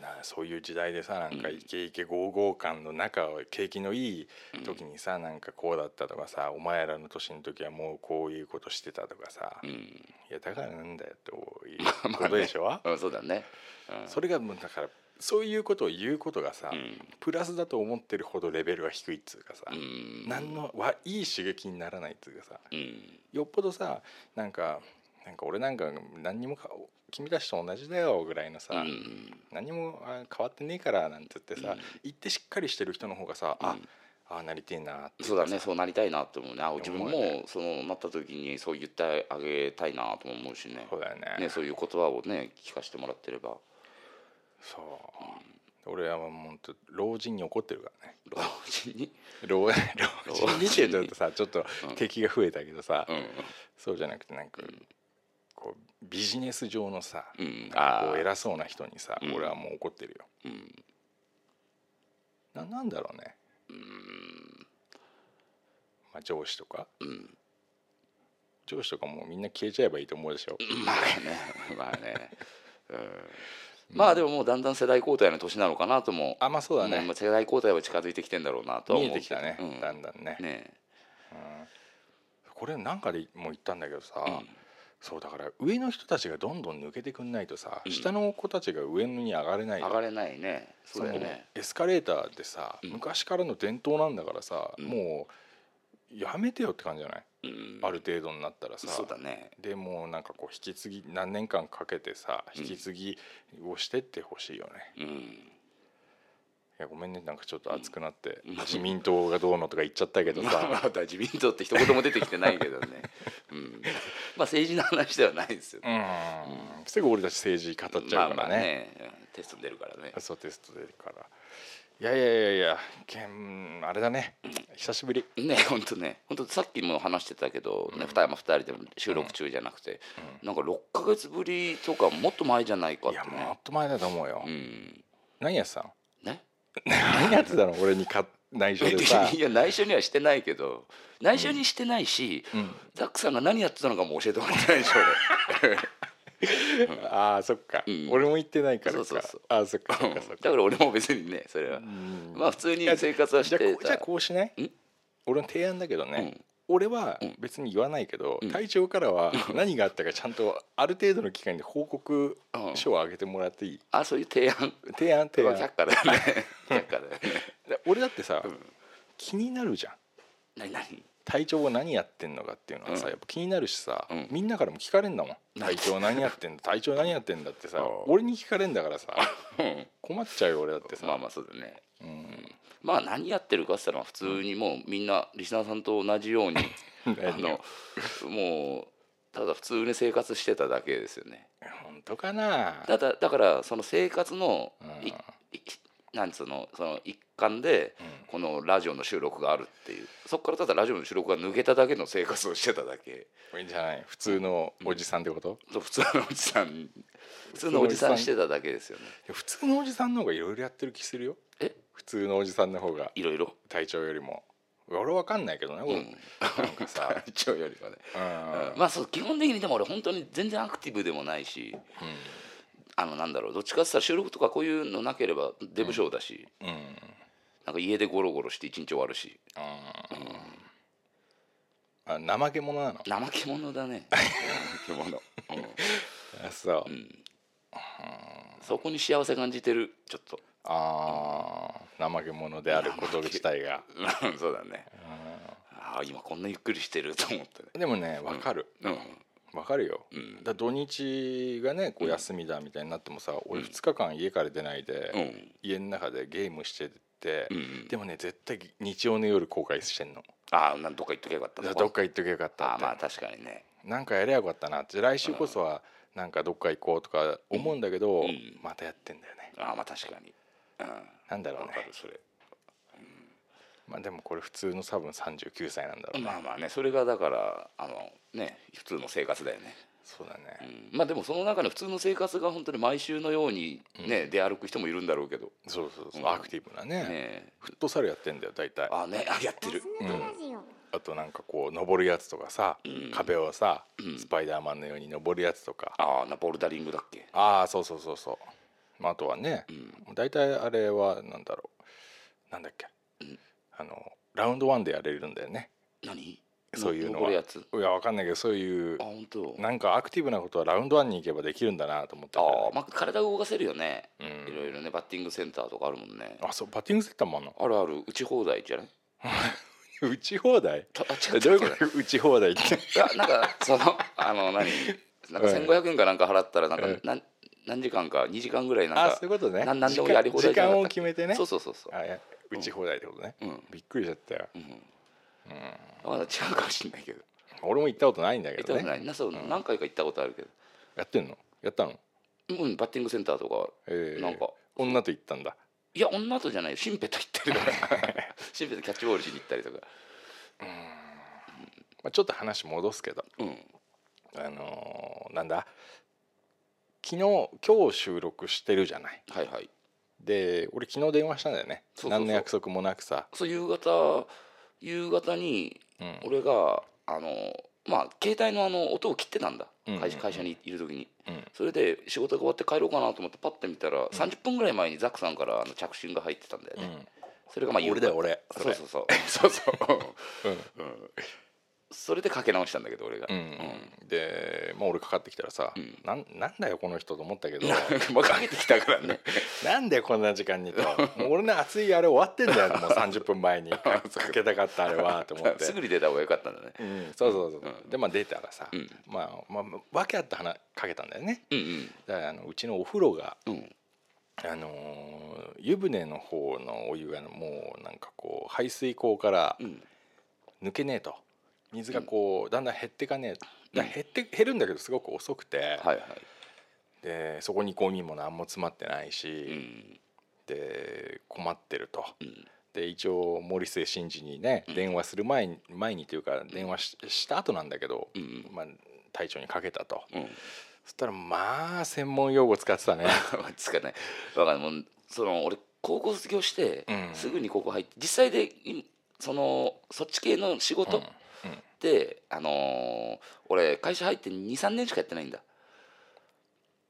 [SPEAKER 3] なそういう時代でさなんか
[SPEAKER 4] うん
[SPEAKER 3] イケイケ豪豪感の中を景気のいい時にさなんかこうだったとかさお前らの年の時はもうこういうことしてたとかさ、
[SPEAKER 4] う
[SPEAKER 3] い
[SPEAKER 4] ん、
[SPEAKER 3] やだからなんだよって
[SPEAKER 4] まあ
[SPEAKER 3] ことでしょ、
[SPEAKER 4] うん、そうだね、うん、
[SPEAKER 3] それがもうだからそういうことを言うことがさ、
[SPEAKER 4] うん
[SPEAKER 3] プラスだと思ってるほどレベルは低いっつうかさ、
[SPEAKER 4] うん
[SPEAKER 3] なんのわいい刺激にならないっつうかさ
[SPEAKER 4] うん
[SPEAKER 3] よっぽどさなんかなんか俺なんか何にもか君たちと同じだよぐらいのさ、
[SPEAKER 4] うん
[SPEAKER 3] 何もあ変わってねえからなんて言ってさ、
[SPEAKER 4] うん
[SPEAKER 3] 言ってしっかりしてる人の方がさ、
[SPEAKER 4] う
[SPEAKER 3] あ
[SPEAKER 4] ん
[SPEAKER 3] あなりてえなって
[SPEAKER 4] そうだねそうなりたいなって思うねあ自分
[SPEAKER 3] 思うよね
[SPEAKER 4] もそのなった時にそう言ってあげたいなとも思うしね
[SPEAKER 3] そうだよね
[SPEAKER 4] ねそういう言葉をね聞かせてもらってれば
[SPEAKER 3] そう、俺はもうほんと老人に怒ってるからね
[SPEAKER 4] 老人に、
[SPEAKER 3] 老老人にって
[SPEAKER 4] 老人に
[SPEAKER 3] ちょっとさちょっと
[SPEAKER 4] うん
[SPEAKER 3] 敵が増えたけどさ、
[SPEAKER 4] うん
[SPEAKER 3] そうじゃなくてなんか、こうビジネス上のさ、
[SPEAKER 4] うん
[SPEAKER 3] なんかこ
[SPEAKER 4] あ
[SPEAKER 3] う
[SPEAKER 4] ー
[SPEAKER 3] 偉そうな人にさ、
[SPEAKER 4] うん
[SPEAKER 3] 俺はもう怒ってるよ
[SPEAKER 4] うん、
[SPEAKER 3] ななんだろうねまあ上司とか、
[SPEAKER 4] ん
[SPEAKER 3] 上司とかもうみんな消えちゃえばいいと思うでしょ、
[SPEAKER 4] まあねまあね、うん、まあでももうだんだん世代交代の年なのかなとも
[SPEAKER 3] あまあそうだね、
[SPEAKER 4] もう世代交代は近づいてきてんだろうなとは
[SPEAKER 3] 見え
[SPEAKER 4] 思う
[SPEAKER 3] てきたね、
[SPEAKER 4] うん
[SPEAKER 3] だんだんね
[SPEAKER 4] ね
[SPEAKER 3] これなんかでも言ったんだけどさ、
[SPEAKER 4] うん
[SPEAKER 3] そうだから上の人たちがどんどん抜けてくんないとさ、
[SPEAKER 4] うん
[SPEAKER 3] 下の子たちが上に上がれないよ
[SPEAKER 4] 上がれないねそうだよね
[SPEAKER 3] そのエスカレーターってさ、
[SPEAKER 4] うん
[SPEAKER 3] 昔からの伝統なんだからさ、
[SPEAKER 4] うん
[SPEAKER 3] もうやめてよって感じじゃない、
[SPEAKER 4] うん
[SPEAKER 3] ある程度になったらさ
[SPEAKER 4] そうだね
[SPEAKER 3] でもうなんかこう引き継ぎ何年間かけてさ
[SPEAKER 4] うん
[SPEAKER 3] 引き継ぎをしてってほしいよね、
[SPEAKER 4] うん
[SPEAKER 3] いやごめんねなんかちょっと熱くなって、
[SPEAKER 4] うん
[SPEAKER 3] 自民党がどうのとか言っちゃったけど
[SPEAKER 4] まあま
[SPEAKER 3] さ、
[SPEAKER 4] だ自民党って一言も出てきてないけどね、うん、まあ政治の話ではないですよ、
[SPEAKER 3] うんすぐ俺たち政治語っちゃうから
[SPEAKER 4] まあまあ
[SPEAKER 3] ね
[SPEAKER 4] ねうんテスト出るからね
[SPEAKER 3] そうテスト出るからいやいやいやいやけんあれだね久しぶり
[SPEAKER 4] ね本当ね本当さっきも話してたけど、ね二山二人でも収録中じゃなくて、なんか六ヶ月ぶりとかもっと前じゃないかっ
[SPEAKER 3] い
[SPEAKER 4] て
[SPEAKER 3] やも
[SPEAKER 4] ね
[SPEAKER 3] っと前だと思うよ、
[SPEAKER 4] うん
[SPEAKER 3] 何やってたの
[SPEAKER 4] ね
[SPEAKER 3] 何やってたの俺にか内緒でさ
[SPEAKER 4] いや内緒にはしてないけど内緒にしてないし、
[SPEAKER 3] うん
[SPEAKER 4] ザックさんが何やってたのかも教えてもらってないでしょ
[SPEAKER 3] あーそっか、
[SPEAKER 4] うん
[SPEAKER 3] 俺も行ってないからか
[SPEAKER 4] そうそうそう
[SPEAKER 3] あーそっかそっ
[SPEAKER 4] 俺
[SPEAKER 3] かそっ
[SPEAKER 4] だ
[SPEAKER 3] か
[SPEAKER 4] から俺も別にねそれは、
[SPEAKER 3] うん
[SPEAKER 4] まあ普通に生活はし
[SPEAKER 3] じ
[SPEAKER 4] て
[SPEAKER 3] ゃあこうじゃあ
[SPEAKER 4] た
[SPEAKER 3] こうしない
[SPEAKER 4] ん
[SPEAKER 3] 俺の提案だけど
[SPEAKER 4] う
[SPEAKER 3] ね、
[SPEAKER 4] ん
[SPEAKER 3] 俺は
[SPEAKER 4] うん
[SPEAKER 3] 別に言わないけど、
[SPEAKER 4] うん
[SPEAKER 3] 隊長からは何があったかちゃんとある程度の期間で報告
[SPEAKER 4] うん
[SPEAKER 3] 書をあげてもらっていい、
[SPEAKER 4] あそういう提案
[SPEAKER 3] 提案提
[SPEAKER 4] まあ
[SPEAKER 3] 案
[SPEAKER 4] 却下だよね却下だよね
[SPEAKER 3] 俺だってさ、
[SPEAKER 4] うん
[SPEAKER 3] 気になるじゃん
[SPEAKER 4] 何何
[SPEAKER 3] 隊長が何やってんのかっていうのはさ、
[SPEAKER 4] うん
[SPEAKER 3] やっぱ気になるしさ、
[SPEAKER 4] うん
[SPEAKER 3] みんなからも聞かれんだもん
[SPEAKER 4] な
[SPEAKER 3] 隊長何やってんだ隊長何やってんだって さ
[SPEAKER 4] うん
[SPEAKER 3] 俺に聞かれんだからさ
[SPEAKER 4] うん
[SPEAKER 3] 困っちゃうよ俺だってさ、
[SPEAKER 4] まあまあそうだね
[SPEAKER 3] うん、
[SPEAKER 4] まあ何やってるかって言ったら普通にもうみんなリスナーさんと同じよ うにあのもうただ普通に生活してただけですよね
[SPEAKER 3] 本当かな
[SPEAKER 4] ただだからその生活の
[SPEAKER 3] うん
[SPEAKER 4] いいなんつうのその一環で
[SPEAKER 3] うん
[SPEAKER 4] このラジオの収録があるっていうそこからただラジオの収録が抜けただけの生活をしてただけ
[SPEAKER 3] じゃない普通のおじさんってこと、
[SPEAKER 4] そう普通のおじさん普通のおじさんしてただけですよね
[SPEAKER 3] 普通のおじさんの方がいろいろやってる気するよ
[SPEAKER 4] え
[SPEAKER 3] 普通のおじさんの方が
[SPEAKER 4] いろいろ
[SPEAKER 3] 隊長よりも俺わかんないけどね、
[SPEAKER 4] う
[SPEAKER 3] 俺
[SPEAKER 4] ん
[SPEAKER 3] なんか さ、
[SPEAKER 4] 一応よりはね
[SPEAKER 3] うん
[SPEAKER 4] うんまあそう基本的にでも俺本当に全然アクティブでもないしあのなんだろうどっちかって言ったら収録とかこういうのなければデブショーだし、
[SPEAKER 3] うんうん
[SPEAKER 4] なんか家でゴロゴロして一日終わるし
[SPEAKER 3] あ怠け者なの
[SPEAKER 4] 怠け者だね怠け者、うん
[SPEAKER 3] あそう、
[SPEAKER 4] そこに幸せ感じてるちょっと
[SPEAKER 3] ああ怠け者であること自体が
[SPEAKER 4] うんそうだねああ今こんなゆっくりしてると思ってね
[SPEAKER 3] でもねわかる
[SPEAKER 4] うん
[SPEAKER 3] わかるよ、
[SPEAKER 4] うん
[SPEAKER 3] だ土日がねこう休みだみたいになってもさ、俺2日間家から出ないで、
[SPEAKER 4] うん
[SPEAKER 3] 家の中でゲームしてて、
[SPEAKER 4] うん
[SPEAKER 3] でもね絶対日曜の夜後悔してんの
[SPEAKER 4] ああなんどっか行っときゃよかった
[SPEAKER 3] だからどっか行っときゃよかったっ
[SPEAKER 4] ああ
[SPEAKER 3] て、
[SPEAKER 4] まあ確かにね
[SPEAKER 3] なんかやりゃよかったなって来週こそはなんかどっか行こうとか思うんだけど、
[SPEAKER 4] うん
[SPEAKER 3] またやってんだよね
[SPEAKER 4] ああまあ確かに
[SPEAKER 3] なんだろうね
[SPEAKER 4] わかるそれ
[SPEAKER 3] まあでもこれ普通の多分39歳なんだろうな、
[SPEAKER 4] まあまあねそれがだからあのね普通の生活だよね、
[SPEAKER 3] そうだ
[SPEAKER 4] う
[SPEAKER 3] ね、
[SPEAKER 4] んまあでもその中の普通の生活が本当に毎週のようにね、出歩く人もいるんだろうけどね
[SPEAKER 3] そうそうそう、
[SPEAKER 4] うん
[SPEAKER 3] アクティブなね
[SPEAKER 4] え
[SPEAKER 3] フットサルやってんだよ大体あ
[SPEAKER 4] あねあやってる、
[SPEAKER 3] あとなんかこう登るやつとかさ、
[SPEAKER 4] ん
[SPEAKER 3] 壁をさ、
[SPEAKER 4] うん
[SPEAKER 3] スパイダーマンのように登るやつとか、
[SPEAKER 4] ああなボルダリングだっけ
[SPEAKER 3] ああそうそうそうそう、まあ、あとはね、大体あれはなんだろうなんだっけ、あのラウンドワンでやれるんだよね
[SPEAKER 4] 何
[SPEAKER 3] そういうのは
[SPEAKER 4] 登るやつ
[SPEAKER 3] いやわかんないけどそういう
[SPEAKER 4] あ本当
[SPEAKER 3] なんかアクティブなことはラウンドワンに行けばできるんだなと思って
[SPEAKER 4] あ
[SPEAKER 3] んだ
[SPEAKER 4] あ
[SPEAKER 3] よね
[SPEAKER 4] まあ体を動かせるよね、
[SPEAKER 3] うん
[SPEAKER 4] いろいろねバッティングセンターとかあるもんね
[SPEAKER 3] あそうバッティングセンターもあんの
[SPEAKER 4] あるある打ち放題じゃない
[SPEAKER 3] 打ち放題
[SPEAKER 4] たあ違
[SPEAKER 3] え
[SPEAKER 4] う
[SPEAKER 3] どういう
[SPEAKER 4] 違
[SPEAKER 3] うこと打ち放題って
[SPEAKER 4] いやなんかその あの何なんか
[SPEAKER 3] うん
[SPEAKER 4] 1500円かなんか払ったらなんか、
[SPEAKER 3] うん
[SPEAKER 4] なん何時間か2時間ぐらいなん
[SPEAKER 3] あ
[SPEAKER 4] か
[SPEAKER 3] そういうことね
[SPEAKER 4] ななんでもやり放題
[SPEAKER 3] 時
[SPEAKER 4] じゃ
[SPEAKER 3] 間
[SPEAKER 4] なか
[SPEAKER 3] を
[SPEAKER 4] った
[SPEAKER 3] 決めてね
[SPEAKER 4] そうそうそうそう
[SPEAKER 3] あいや打ち放題ってことね、
[SPEAKER 4] うん
[SPEAKER 3] びっくりしちゃったよ
[SPEAKER 4] まだ違うかもしれないけど
[SPEAKER 3] 俺も行ったことないんだ
[SPEAKER 4] 行
[SPEAKER 3] け
[SPEAKER 4] った
[SPEAKER 3] どね
[SPEAKER 4] ことないなそう何回か行ったことあるけど
[SPEAKER 3] やってんのやったの、
[SPEAKER 4] うんバッティングセンターとか
[SPEAKER 3] えー
[SPEAKER 4] なんか
[SPEAKER 3] 女と行ったんだ
[SPEAKER 4] いや女とじゃないよシンペと行ったりと かシンペとキャッチボールしに行ったりとか
[SPEAKER 3] まあ、ちょっと話戻すけど
[SPEAKER 4] うん
[SPEAKER 3] あのーなんだ昨日今日収録してるじゃない
[SPEAKER 4] はいはい
[SPEAKER 3] で俺昨日電話したんだよね
[SPEAKER 4] そうそうそう
[SPEAKER 3] 何の約束もなくさ、
[SPEAKER 4] そう夕方夕方に
[SPEAKER 3] うん
[SPEAKER 4] 俺があのまあ携帯のあの音を切ってたんだ
[SPEAKER 3] うんうんうん
[SPEAKER 4] 会社会社にいる時に
[SPEAKER 3] うん
[SPEAKER 4] それで仕事が終わって帰ろうかなと思ってパッて見たら30分ぐらい前にザックさんからあの着信が入ってたんだよ
[SPEAKER 3] う
[SPEAKER 4] ね
[SPEAKER 3] ん、
[SPEAKER 4] それがまあ夕方
[SPEAKER 3] 俺だよ俺そ
[SPEAKER 4] そう
[SPEAKER 3] れ
[SPEAKER 4] そ
[SPEAKER 3] そ
[SPEAKER 4] うそう
[SPEAKER 3] うそう
[SPEAKER 4] それでかけ直したんだけど俺が
[SPEAKER 3] うん、で、まあ、俺かかってきたらさ、
[SPEAKER 4] うん
[SPEAKER 3] なんなんだよこの人と思ったけど
[SPEAKER 4] まあかけてきたから ね
[SPEAKER 3] なんでこんな時間 にともう俺の熱いあれ終わってんだよもう30分前にかけたかったあれはと思って
[SPEAKER 4] すぐに出た方が良かったんだね
[SPEAKER 3] うん、そうそうそう、でまあ出たらさ、
[SPEAKER 4] うん
[SPEAKER 3] まあ、まあ訳あった話かけたんだよね
[SPEAKER 4] うん
[SPEAKER 3] だからあのうちのお風呂が、
[SPEAKER 4] うんうん
[SPEAKER 3] あのー湯船の方のお湯がもうなんかこう排水口から
[SPEAKER 4] うん
[SPEAKER 3] 抜けねえと水がこう、だんだん減ってかねえだ
[SPEAKER 4] うん
[SPEAKER 3] 減って減るんだけどすごく遅くて、
[SPEAKER 4] はいはい
[SPEAKER 3] でそこにゴミも何も詰まってないうし、
[SPEAKER 4] ん
[SPEAKER 3] で困ってると。
[SPEAKER 4] うん
[SPEAKER 3] で一応森末慎二にね電話する前に前にというか電話しした後なんだけど、
[SPEAKER 4] うん
[SPEAKER 3] まあ、隊長にかけたと、
[SPEAKER 4] うん
[SPEAKER 3] そしたらまあ専門用語使ってたね
[SPEAKER 4] つかないわかんないもうその俺高校卒業して、
[SPEAKER 3] うん
[SPEAKER 4] すぐに高校入って実際でいそのそっち系の仕事って、あのー俺会社入って23年しかやってないんだ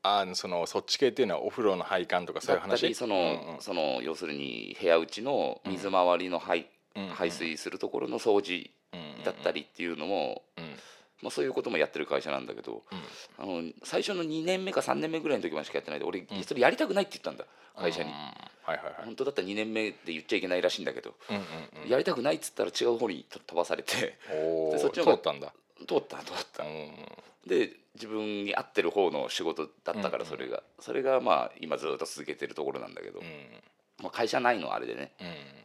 [SPEAKER 3] あのそのそっち系っていうのはお風呂の配管とかそういう
[SPEAKER 4] だった
[SPEAKER 3] 話
[SPEAKER 4] りその、その要するに部屋打ちの水回りの排,、
[SPEAKER 3] うんうん
[SPEAKER 4] 排水するところの掃除だった
[SPEAKER 3] り、
[SPEAKER 4] りっていうのも、
[SPEAKER 3] うんうん
[SPEAKER 4] まあ、そういうこともやってる会社なんだけど、あの最初の2年目か3年目ぐらいの時までしかやってないで俺、
[SPEAKER 3] ん
[SPEAKER 4] それやりたくないって言ったんだ会社に、
[SPEAKER 3] うんはいはいはい
[SPEAKER 4] 本当だったら2年目で言っちゃいけないらしいんだけど、
[SPEAKER 3] うん
[SPEAKER 4] やりたくないっつったら違う方にと飛ばされて
[SPEAKER 3] う んうんお
[SPEAKER 4] で
[SPEAKER 3] ー
[SPEAKER 4] そっちの
[SPEAKER 3] 通
[SPEAKER 4] 方が
[SPEAKER 3] ったんだ、
[SPEAKER 4] 通った通った
[SPEAKER 3] う
[SPEAKER 4] で自分に合ってる方の仕事だったか
[SPEAKER 3] うんう
[SPEAKER 4] ら
[SPEAKER 3] ん
[SPEAKER 4] それが、それがまあ今ずっと続けてるところなんだけど、
[SPEAKER 3] ん
[SPEAKER 4] まあ、会社ないのはあれでね、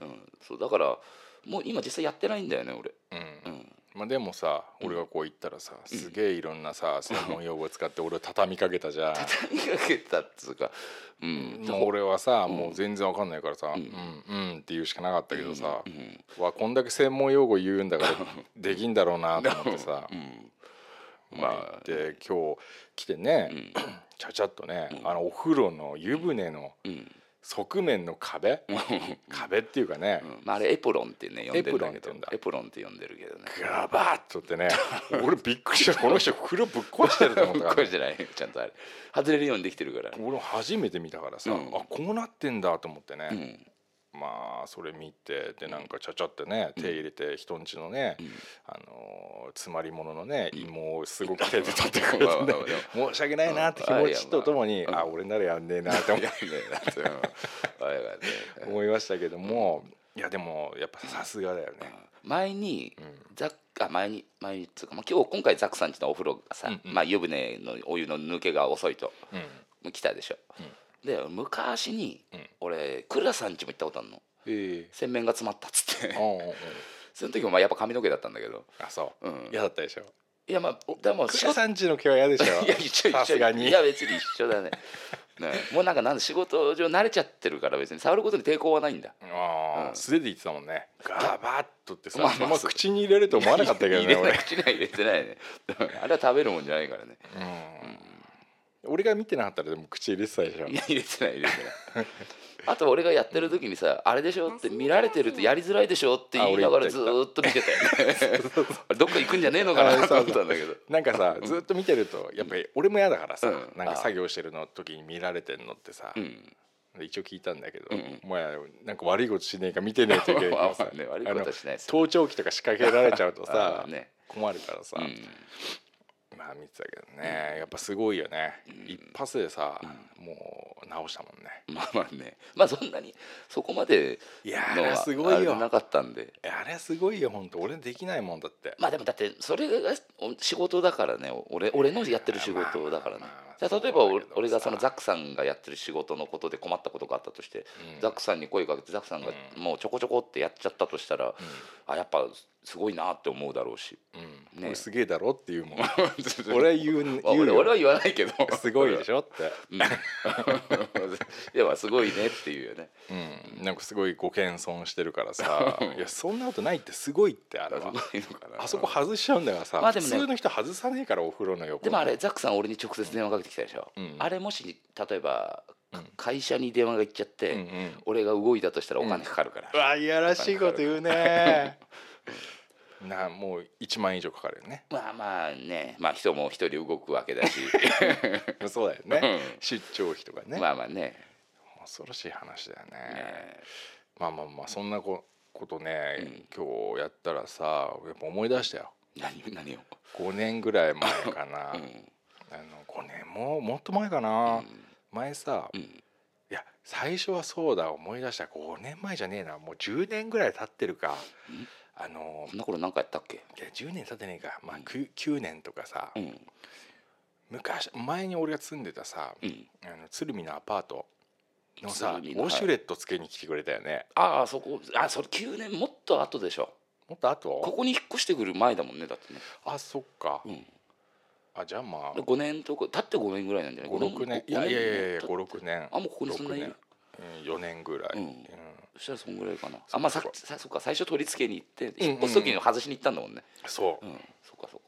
[SPEAKER 3] うん
[SPEAKER 4] うん、そうだからもう今実際やってないんだよね俺、
[SPEAKER 3] うんう
[SPEAKER 4] うんん、
[SPEAKER 3] まあ、でもさ俺がこう言ったらさ、すげえいろんなさ専門用語使って俺を畳みかけたじゃん
[SPEAKER 4] 畳みかけたっつうか、うん、
[SPEAKER 3] もう俺はさ、もう全然わかんないからさ「うんうん」って言うしかなかったけどさ、わこんだけ専門用語言うんだからできんだろうなと思って さ、まあで今日来てね、ちゃちゃっとね、あのお風呂の湯船の
[SPEAKER 4] ん
[SPEAKER 3] 側面の壁、壁っていうかね、
[SPEAKER 4] うんまあ、あれエプロンってね呼んでるんだ
[SPEAKER 3] エプロンって
[SPEAKER 4] けど
[SPEAKER 3] 言うんだ
[SPEAKER 4] エプロンって呼んでるけどね
[SPEAKER 3] ガバッとってね俺びっくりしたこの人風呂ぶっ壊してると思ったか
[SPEAKER 4] これ
[SPEAKER 3] ら。
[SPEAKER 4] じゃないちゃんとあれ外れるようにできてるから、
[SPEAKER 3] 俺初めて見たからさ、
[SPEAKER 4] うん
[SPEAKER 3] あこうなってんだと思ってね、
[SPEAKER 4] うん、
[SPEAKER 3] まあそれ見てでなんかちゃちゃってね手入れて人んちのね、あのー詰まり物のね芋をすごく手で取ってくれてね申し訳ないなって気持ちとともに、
[SPEAKER 4] うん
[SPEAKER 3] あ俺ならやんねえなって思
[SPEAKER 4] いやいやいやそれはあれはね
[SPEAKER 3] 思いましたけども、いやでもやっぱさすがだよね。
[SPEAKER 4] 前にザックあ前に前にっつうか、まあ、今日今回ザックさんちのお風呂がさ、
[SPEAKER 3] うんうん
[SPEAKER 4] まあ、湯船のお湯の抜けが遅いと
[SPEAKER 3] うん
[SPEAKER 4] 来たでしょ、で昔に
[SPEAKER 3] ん
[SPEAKER 4] 俺倉さんちも行ったことあるの
[SPEAKER 3] え
[SPEAKER 4] 洗面が詰まったっつ
[SPEAKER 3] え
[SPEAKER 4] って
[SPEAKER 3] うんうんうん
[SPEAKER 4] その時もまあやっぱ髪の毛だったんだけど
[SPEAKER 3] あそう
[SPEAKER 4] うん
[SPEAKER 3] 嫌、だったでしょ。
[SPEAKER 4] いやまあでも
[SPEAKER 3] クシさんちの毛は嫌でしょ
[SPEAKER 4] いや一緒
[SPEAKER 3] さ
[SPEAKER 4] 一
[SPEAKER 3] すが
[SPEAKER 4] 緒
[SPEAKER 3] に
[SPEAKER 4] いや別に一緒だね ねもうなんかなんだ仕事上慣れちゃってるから別に触ることに抵抗はないんだ
[SPEAKER 3] あ
[SPEAKER 4] う
[SPEAKER 3] あ
[SPEAKER 4] ん
[SPEAKER 3] 素手で言ってたもんねガバッとってさ、
[SPEAKER 4] まあまあ
[SPEAKER 3] そのまま口に入れると思わなかったけど
[SPEAKER 4] 入
[SPEAKER 3] ね
[SPEAKER 4] れな
[SPEAKER 3] 俺
[SPEAKER 4] い、口には入れてないね あれは食べるもんじゃないからね
[SPEAKER 3] うん、俺が見てなかったらでも口入れてたでしょ
[SPEAKER 4] いや入れてない入れてないあと俺がやってる時にさ「あれでしょ?」って見られてるとやりづらいでしょって言いながらずーっと見てたよ ねあれどっか行くんじゃねえのかなと思ったんだけど
[SPEAKER 3] なんかさずっと見てるとやっぱり俺も嫌だからさ、
[SPEAKER 4] うん
[SPEAKER 3] なんか作業してるの時に見られてんのってさ、
[SPEAKER 4] うん
[SPEAKER 3] 一応聞いたんだけど、
[SPEAKER 4] うんうん
[SPEAKER 3] もうやなんか悪いことしねえか見てねえといけないからさ
[SPEAKER 4] まあまあね悪いことはしないです
[SPEAKER 3] あの盗聴器とか仕掛けられちゃうと
[SPEAKER 4] まあま
[SPEAKER 3] さ
[SPEAKER 4] あ、ね
[SPEAKER 3] 困るからさ、
[SPEAKER 4] うん
[SPEAKER 3] まあ見てたけどねやっぱすごいよね、一発でさ、もう直したもんね
[SPEAKER 4] まあまあねまあそんなにそこまで
[SPEAKER 3] いやー
[SPEAKER 4] のは
[SPEAKER 3] すごいよ
[SPEAKER 4] あれなかったんで
[SPEAKER 3] あれすごいよ本当俺できないもんだって
[SPEAKER 4] まあでもだってそれがお仕事だからね俺俺のやってる仕事だからね
[SPEAKER 3] まあまあまあ
[SPEAKER 4] じゃあ例えば
[SPEAKER 3] そうだけ
[SPEAKER 4] 俺
[SPEAKER 3] どさ
[SPEAKER 4] 俺がそのザックさんがやってる仕事のことで困ったことがあったとして、
[SPEAKER 3] うん
[SPEAKER 4] ザックさんに声かけてザックさんが
[SPEAKER 3] う
[SPEAKER 4] もうちょこちょこってやっちゃったとしたら、あやっぱすごいなって思うだろう し
[SPEAKER 3] うん、
[SPEAKER 4] ね
[SPEAKER 3] 俺すげえだろって いうもん俺は言う言う
[SPEAKER 4] まあ俺
[SPEAKER 3] よ
[SPEAKER 4] 俺は言わないけど
[SPEAKER 3] すごいでしょって、
[SPEAKER 4] うん でもすごいねっていうよね
[SPEAKER 3] うん、なんかすごいご謙遜してるから さいやそんなことないってすごいってあれ
[SPEAKER 4] すご
[SPEAKER 3] はい
[SPEAKER 4] のかな
[SPEAKER 3] あそこ外しちゃうんだからさ、
[SPEAKER 4] まあでもね
[SPEAKER 3] 普通の人外さねえからお風呂の横
[SPEAKER 4] でもあれザックさん俺に直接電話かけてきたでしょ、
[SPEAKER 3] うん
[SPEAKER 4] あれもし例えば、
[SPEAKER 3] うん
[SPEAKER 4] 会社に電話がいっちゃって、
[SPEAKER 3] うんうん
[SPEAKER 4] 俺が動いたとしたらお金かかるから、
[SPEAKER 3] うわいやらしいこと言うね なあもう1万円以上かかるよね
[SPEAKER 4] まあまあねまあ人も一人動くわけ だし
[SPEAKER 3] そうだよね
[SPEAKER 4] うん
[SPEAKER 3] 出張費とかね、
[SPEAKER 4] まあまあね
[SPEAKER 3] 恐ろしい話だよね
[SPEAKER 4] ね
[SPEAKER 3] まあまあまあそんなこことね、
[SPEAKER 4] うん
[SPEAKER 3] 今日やったらさやっぱ思い出したよ
[SPEAKER 4] 何何を、
[SPEAKER 3] 5年ぐらい前かな、
[SPEAKER 4] うん
[SPEAKER 3] あの5年ももっと前かな、前さ、
[SPEAKER 4] うん
[SPEAKER 3] いや最初はそうだ思い出した5年前じゃねえなもう10年ぐらい経ってるか、あの
[SPEAKER 4] こんな頃何かやったっけ、
[SPEAKER 3] いや10年経ってねえか、まあ
[SPEAKER 4] うん
[SPEAKER 3] 9, 9年とかさ、
[SPEAKER 4] うん
[SPEAKER 3] 昔前に俺が住んでたさ、
[SPEAKER 4] うん、
[SPEAKER 3] あの鶴見のアパートのさウ
[SPEAKER 4] 鶴見の
[SPEAKER 3] ォシュレットつけに来てくれたよね
[SPEAKER 4] ああそこあそれ9年もっと後でしょ
[SPEAKER 3] もっと
[SPEAKER 4] こ
[SPEAKER 3] 後
[SPEAKER 4] こに引っ越してくる前だもんねだってね、
[SPEAKER 3] あそっか、
[SPEAKER 4] うん、
[SPEAKER 3] あじゃあまあ
[SPEAKER 4] 5年とか経って5年ぐらいなんじゃない
[SPEAKER 3] 56年いやいやいやいや56年
[SPEAKER 4] あもうここにそんなにいる
[SPEAKER 3] 4年ぐらい、
[SPEAKER 4] うん
[SPEAKER 3] うん
[SPEAKER 4] そしたらそんぐらいかな
[SPEAKER 3] そ
[SPEAKER 4] あ
[SPEAKER 3] う
[SPEAKER 4] まあ
[SPEAKER 3] そ
[SPEAKER 4] さ
[SPEAKER 3] うか
[SPEAKER 4] さそうか最初取り付けに行って
[SPEAKER 3] うん
[SPEAKER 4] 引っ越す時に外しに行ったんだもんね
[SPEAKER 3] そう
[SPEAKER 4] うん、そうかそうか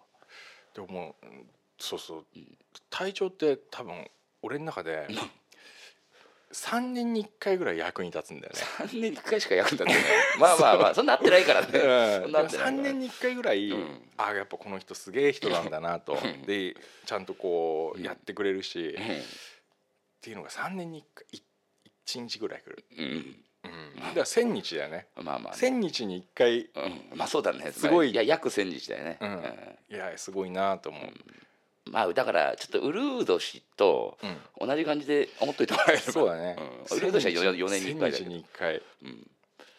[SPEAKER 3] でももううんそうそう、
[SPEAKER 4] ん
[SPEAKER 3] 体調って多分俺の中で3年に1回ぐらい役に立つんだよね
[SPEAKER 4] 3年に1回しか役に立ってないまあまあまあそんな合ってないからねそんな合ってないから
[SPEAKER 3] 3年に1回ぐらい、
[SPEAKER 4] うん
[SPEAKER 3] ああやっぱこの人すげえ人なんだなと
[SPEAKER 4] うん
[SPEAKER 3] でちゃんとこう
[SPEAKER 4] うん
[SPEAKER 3] やってくれるし、
[SPEAKER 4] う
[SPEAKER 3] っ
[SPEAKER 4] ん
[SPEAKER 3] ていうのが3年に1回1日ぐらい来る、
[SPEAKER 4] うん
[SPEAKER 3] うん、だから1,000日だよね
[SPEAKER 4] まあまあ、
[SPEAKER 3] 1,000日に1回い
[SPEAKER 4] うん、まあそうだね
[SPEAKER 3] すごい
[SPEAKER 4] いや約1000日だよね、
[SPEAKER 3] うんやすごいなと思う、
[SPEAKER 4] うんまあだからちょっとウルード氏と
[SPEAKER 3] うん
[SPEAKER 4] 同じ感じで思っといてもらえれば
[SPEAKER 3] そうだね、
[SPEAKER 4] うんウルード氏は 4, 年に1回
[SPEAKER 3] 1,000
[SPEAKER 4] だけ
[SPEAKER 3] 日
[SPEAKER 4] ど、
[SPEAKER 3] に1回
[SPEAKER 4] うん、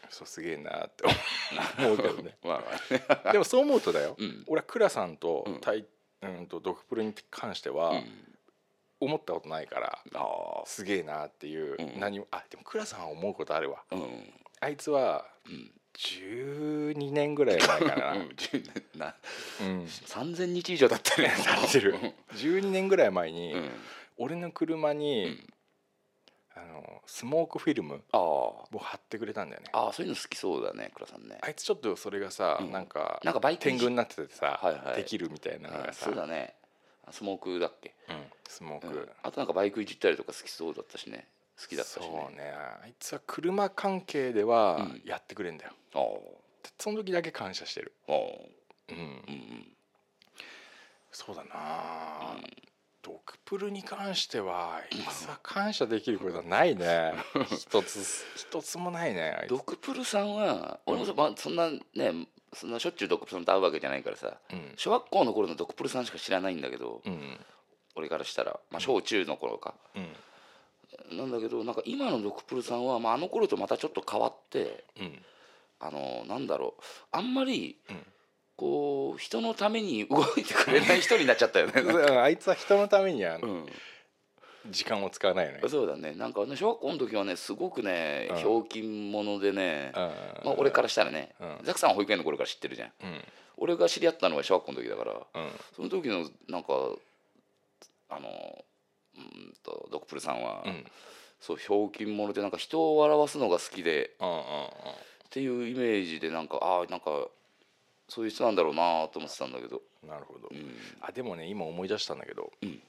[SPEAKER 3] そうすげえなって 思う思うけどね
[SPEAKER 4] まあまあね
[SPEAKER 3] でもそう思うとだよ、
[SPEAKER 4] うん
[SPEAKER 3] 俺はクラさんと
[SPEAKER 4] うん
[SPEAKER 3] タイ、うん、とドクプルに関しては
[SPEAKER 4] うん
[SPEAKER 3] 思ったことないから、
[SPEAKER 4] ああ
[SPEAKER 3] すげえなっていう、
[SPEAKER 4] うん
[SPEAKER 3] 何もあでもクラさんは思うことあるわ
[SPEAKER 4] うん
[SPEAKER 3] あいつは
[SPEAKER 4] うん
[SPEAKER 3] 12年ぐらい前かな、
[SPEAKER 4] うん10年な
[SPEAKER 3] うん、
[SPEAKER 4] 3000日以上経ってるね
[SPEAKER 3] 経ってる12年ぐらい前に、
[SPEAKER 4] うん
[SPEAKER 3] 俺の車に、
[SPEAKER 4] うん
[SPEAKER 3] あのスモークフィルム
[SPEAKER 4] あー
[SPEAKER 3] を貼ってくれたんだよねあ
[SPEAKER 4] あーそういうの好きそうだね倉さんね
[SPEAKER 3] いつちょっとそれがさ、
[SPEAKER 4] うん
[SPEAKER 3] なんか
[SPEAKER 4] なんかバイク
[SPEAKER 3] 天
[SPEAKER 4] に
[SPEAKER 3] 狗になっててさ、
[SPEAKER 4] はいはい
[SPEAKER 3] できるみたいなの
[SPEAKER 4] あ
[SPEAKER 3] が
[SPEAKER 4] ー
[SPEAKER 3] さ
[SPEAKER 4] そうだねあスモークだっけ、
[SPEAKER 3] うん、スモー
[SPEAKER 4] う
[SPEAKER 3] ク、
[SPEAKER 4] ん、あとなんかバイクいじったりとか好きそうだったしね好きだったしね
[SPEAKER 3] そうねあいつは車関係では
[SPEAKER 4] うん
[SPEAKER 3] やってくれんだよ、
[SPEAKER 4] ああ
[SPEAKER 3] その時だけ感謝してる
[SPEAKER 4] ああ
[SPEAKER 3] うん、
[SPEAKER 4] うんうん
[SPEAKER 3] そうだな、ドクプルに関してはあいつは感謝できることはない ね一つ一つもないねあいつ
[SPEAKER 4] ドクプルさんは俺もそ,、まあ、そんなねそんなしょっちゅうドクプルさんと会うわけじゃないからさ
[SPEAKER 3] うん
[SPEAKER 4] 小学校の頃のドクプルさんしか知らないんだけど、
[SPEAKER 3] うん
[SPEAKER 4] 俺からしたら、まあ、小中の頃か、
[SPEAKER 3] うん
[SPEAKER 4] なんだけどなんか今のドクプルさんは、まあ、あの頃とまたちょっと変わって
[SPEAKER 3] うん
[SPEAKER 4] あのなんだろうあんまり
[SPEAKER 3] うん、
[SPEAKER 4] こう人のために動いてくれない人になっちゃったよね
[SPEAKER 3] そ うあいつは人のためには
[SPEAKER 4] うん、
[SPEAKER 3] 時間を使わないよね。
[SPEAKER 4] そうだねなんかね小学校の時はねすごくね
[SPEAKER 3] うん
[SPEAKER 4] ひょうきん者でね、
[SPEAKER 3] うん
[SPEAKER 4] まあ、俺からしたらね、
[SPEAKER 3] うん
[SPEAKER 4] ザクさんは保育園の頃から知ってるじゃん
[SPEAKER 3] うん
[SPEAKER 4] 俺が知り合ったのは小学校の時だから
[SPEAKER 3] うん
[SPEAKER 4] その時のなんかあのうーんとドクプルさんは、
[SPEAKER 3] うん
[SPEAKER 4] そうひょうきん者でなんか人を笑わすのが好きで
[SPEAKER 3] うんうん
[SPEAKER 4] っていうイメージでなんかああなんかそういう人なんだろうなと思ってたんだけど、
[SPEAKER 3] うんなるほど
[SPEAKER 4] う。ん、
[SPEAKER 3] あでもね今思い出したんだけど
[SPEAKER 4] うん、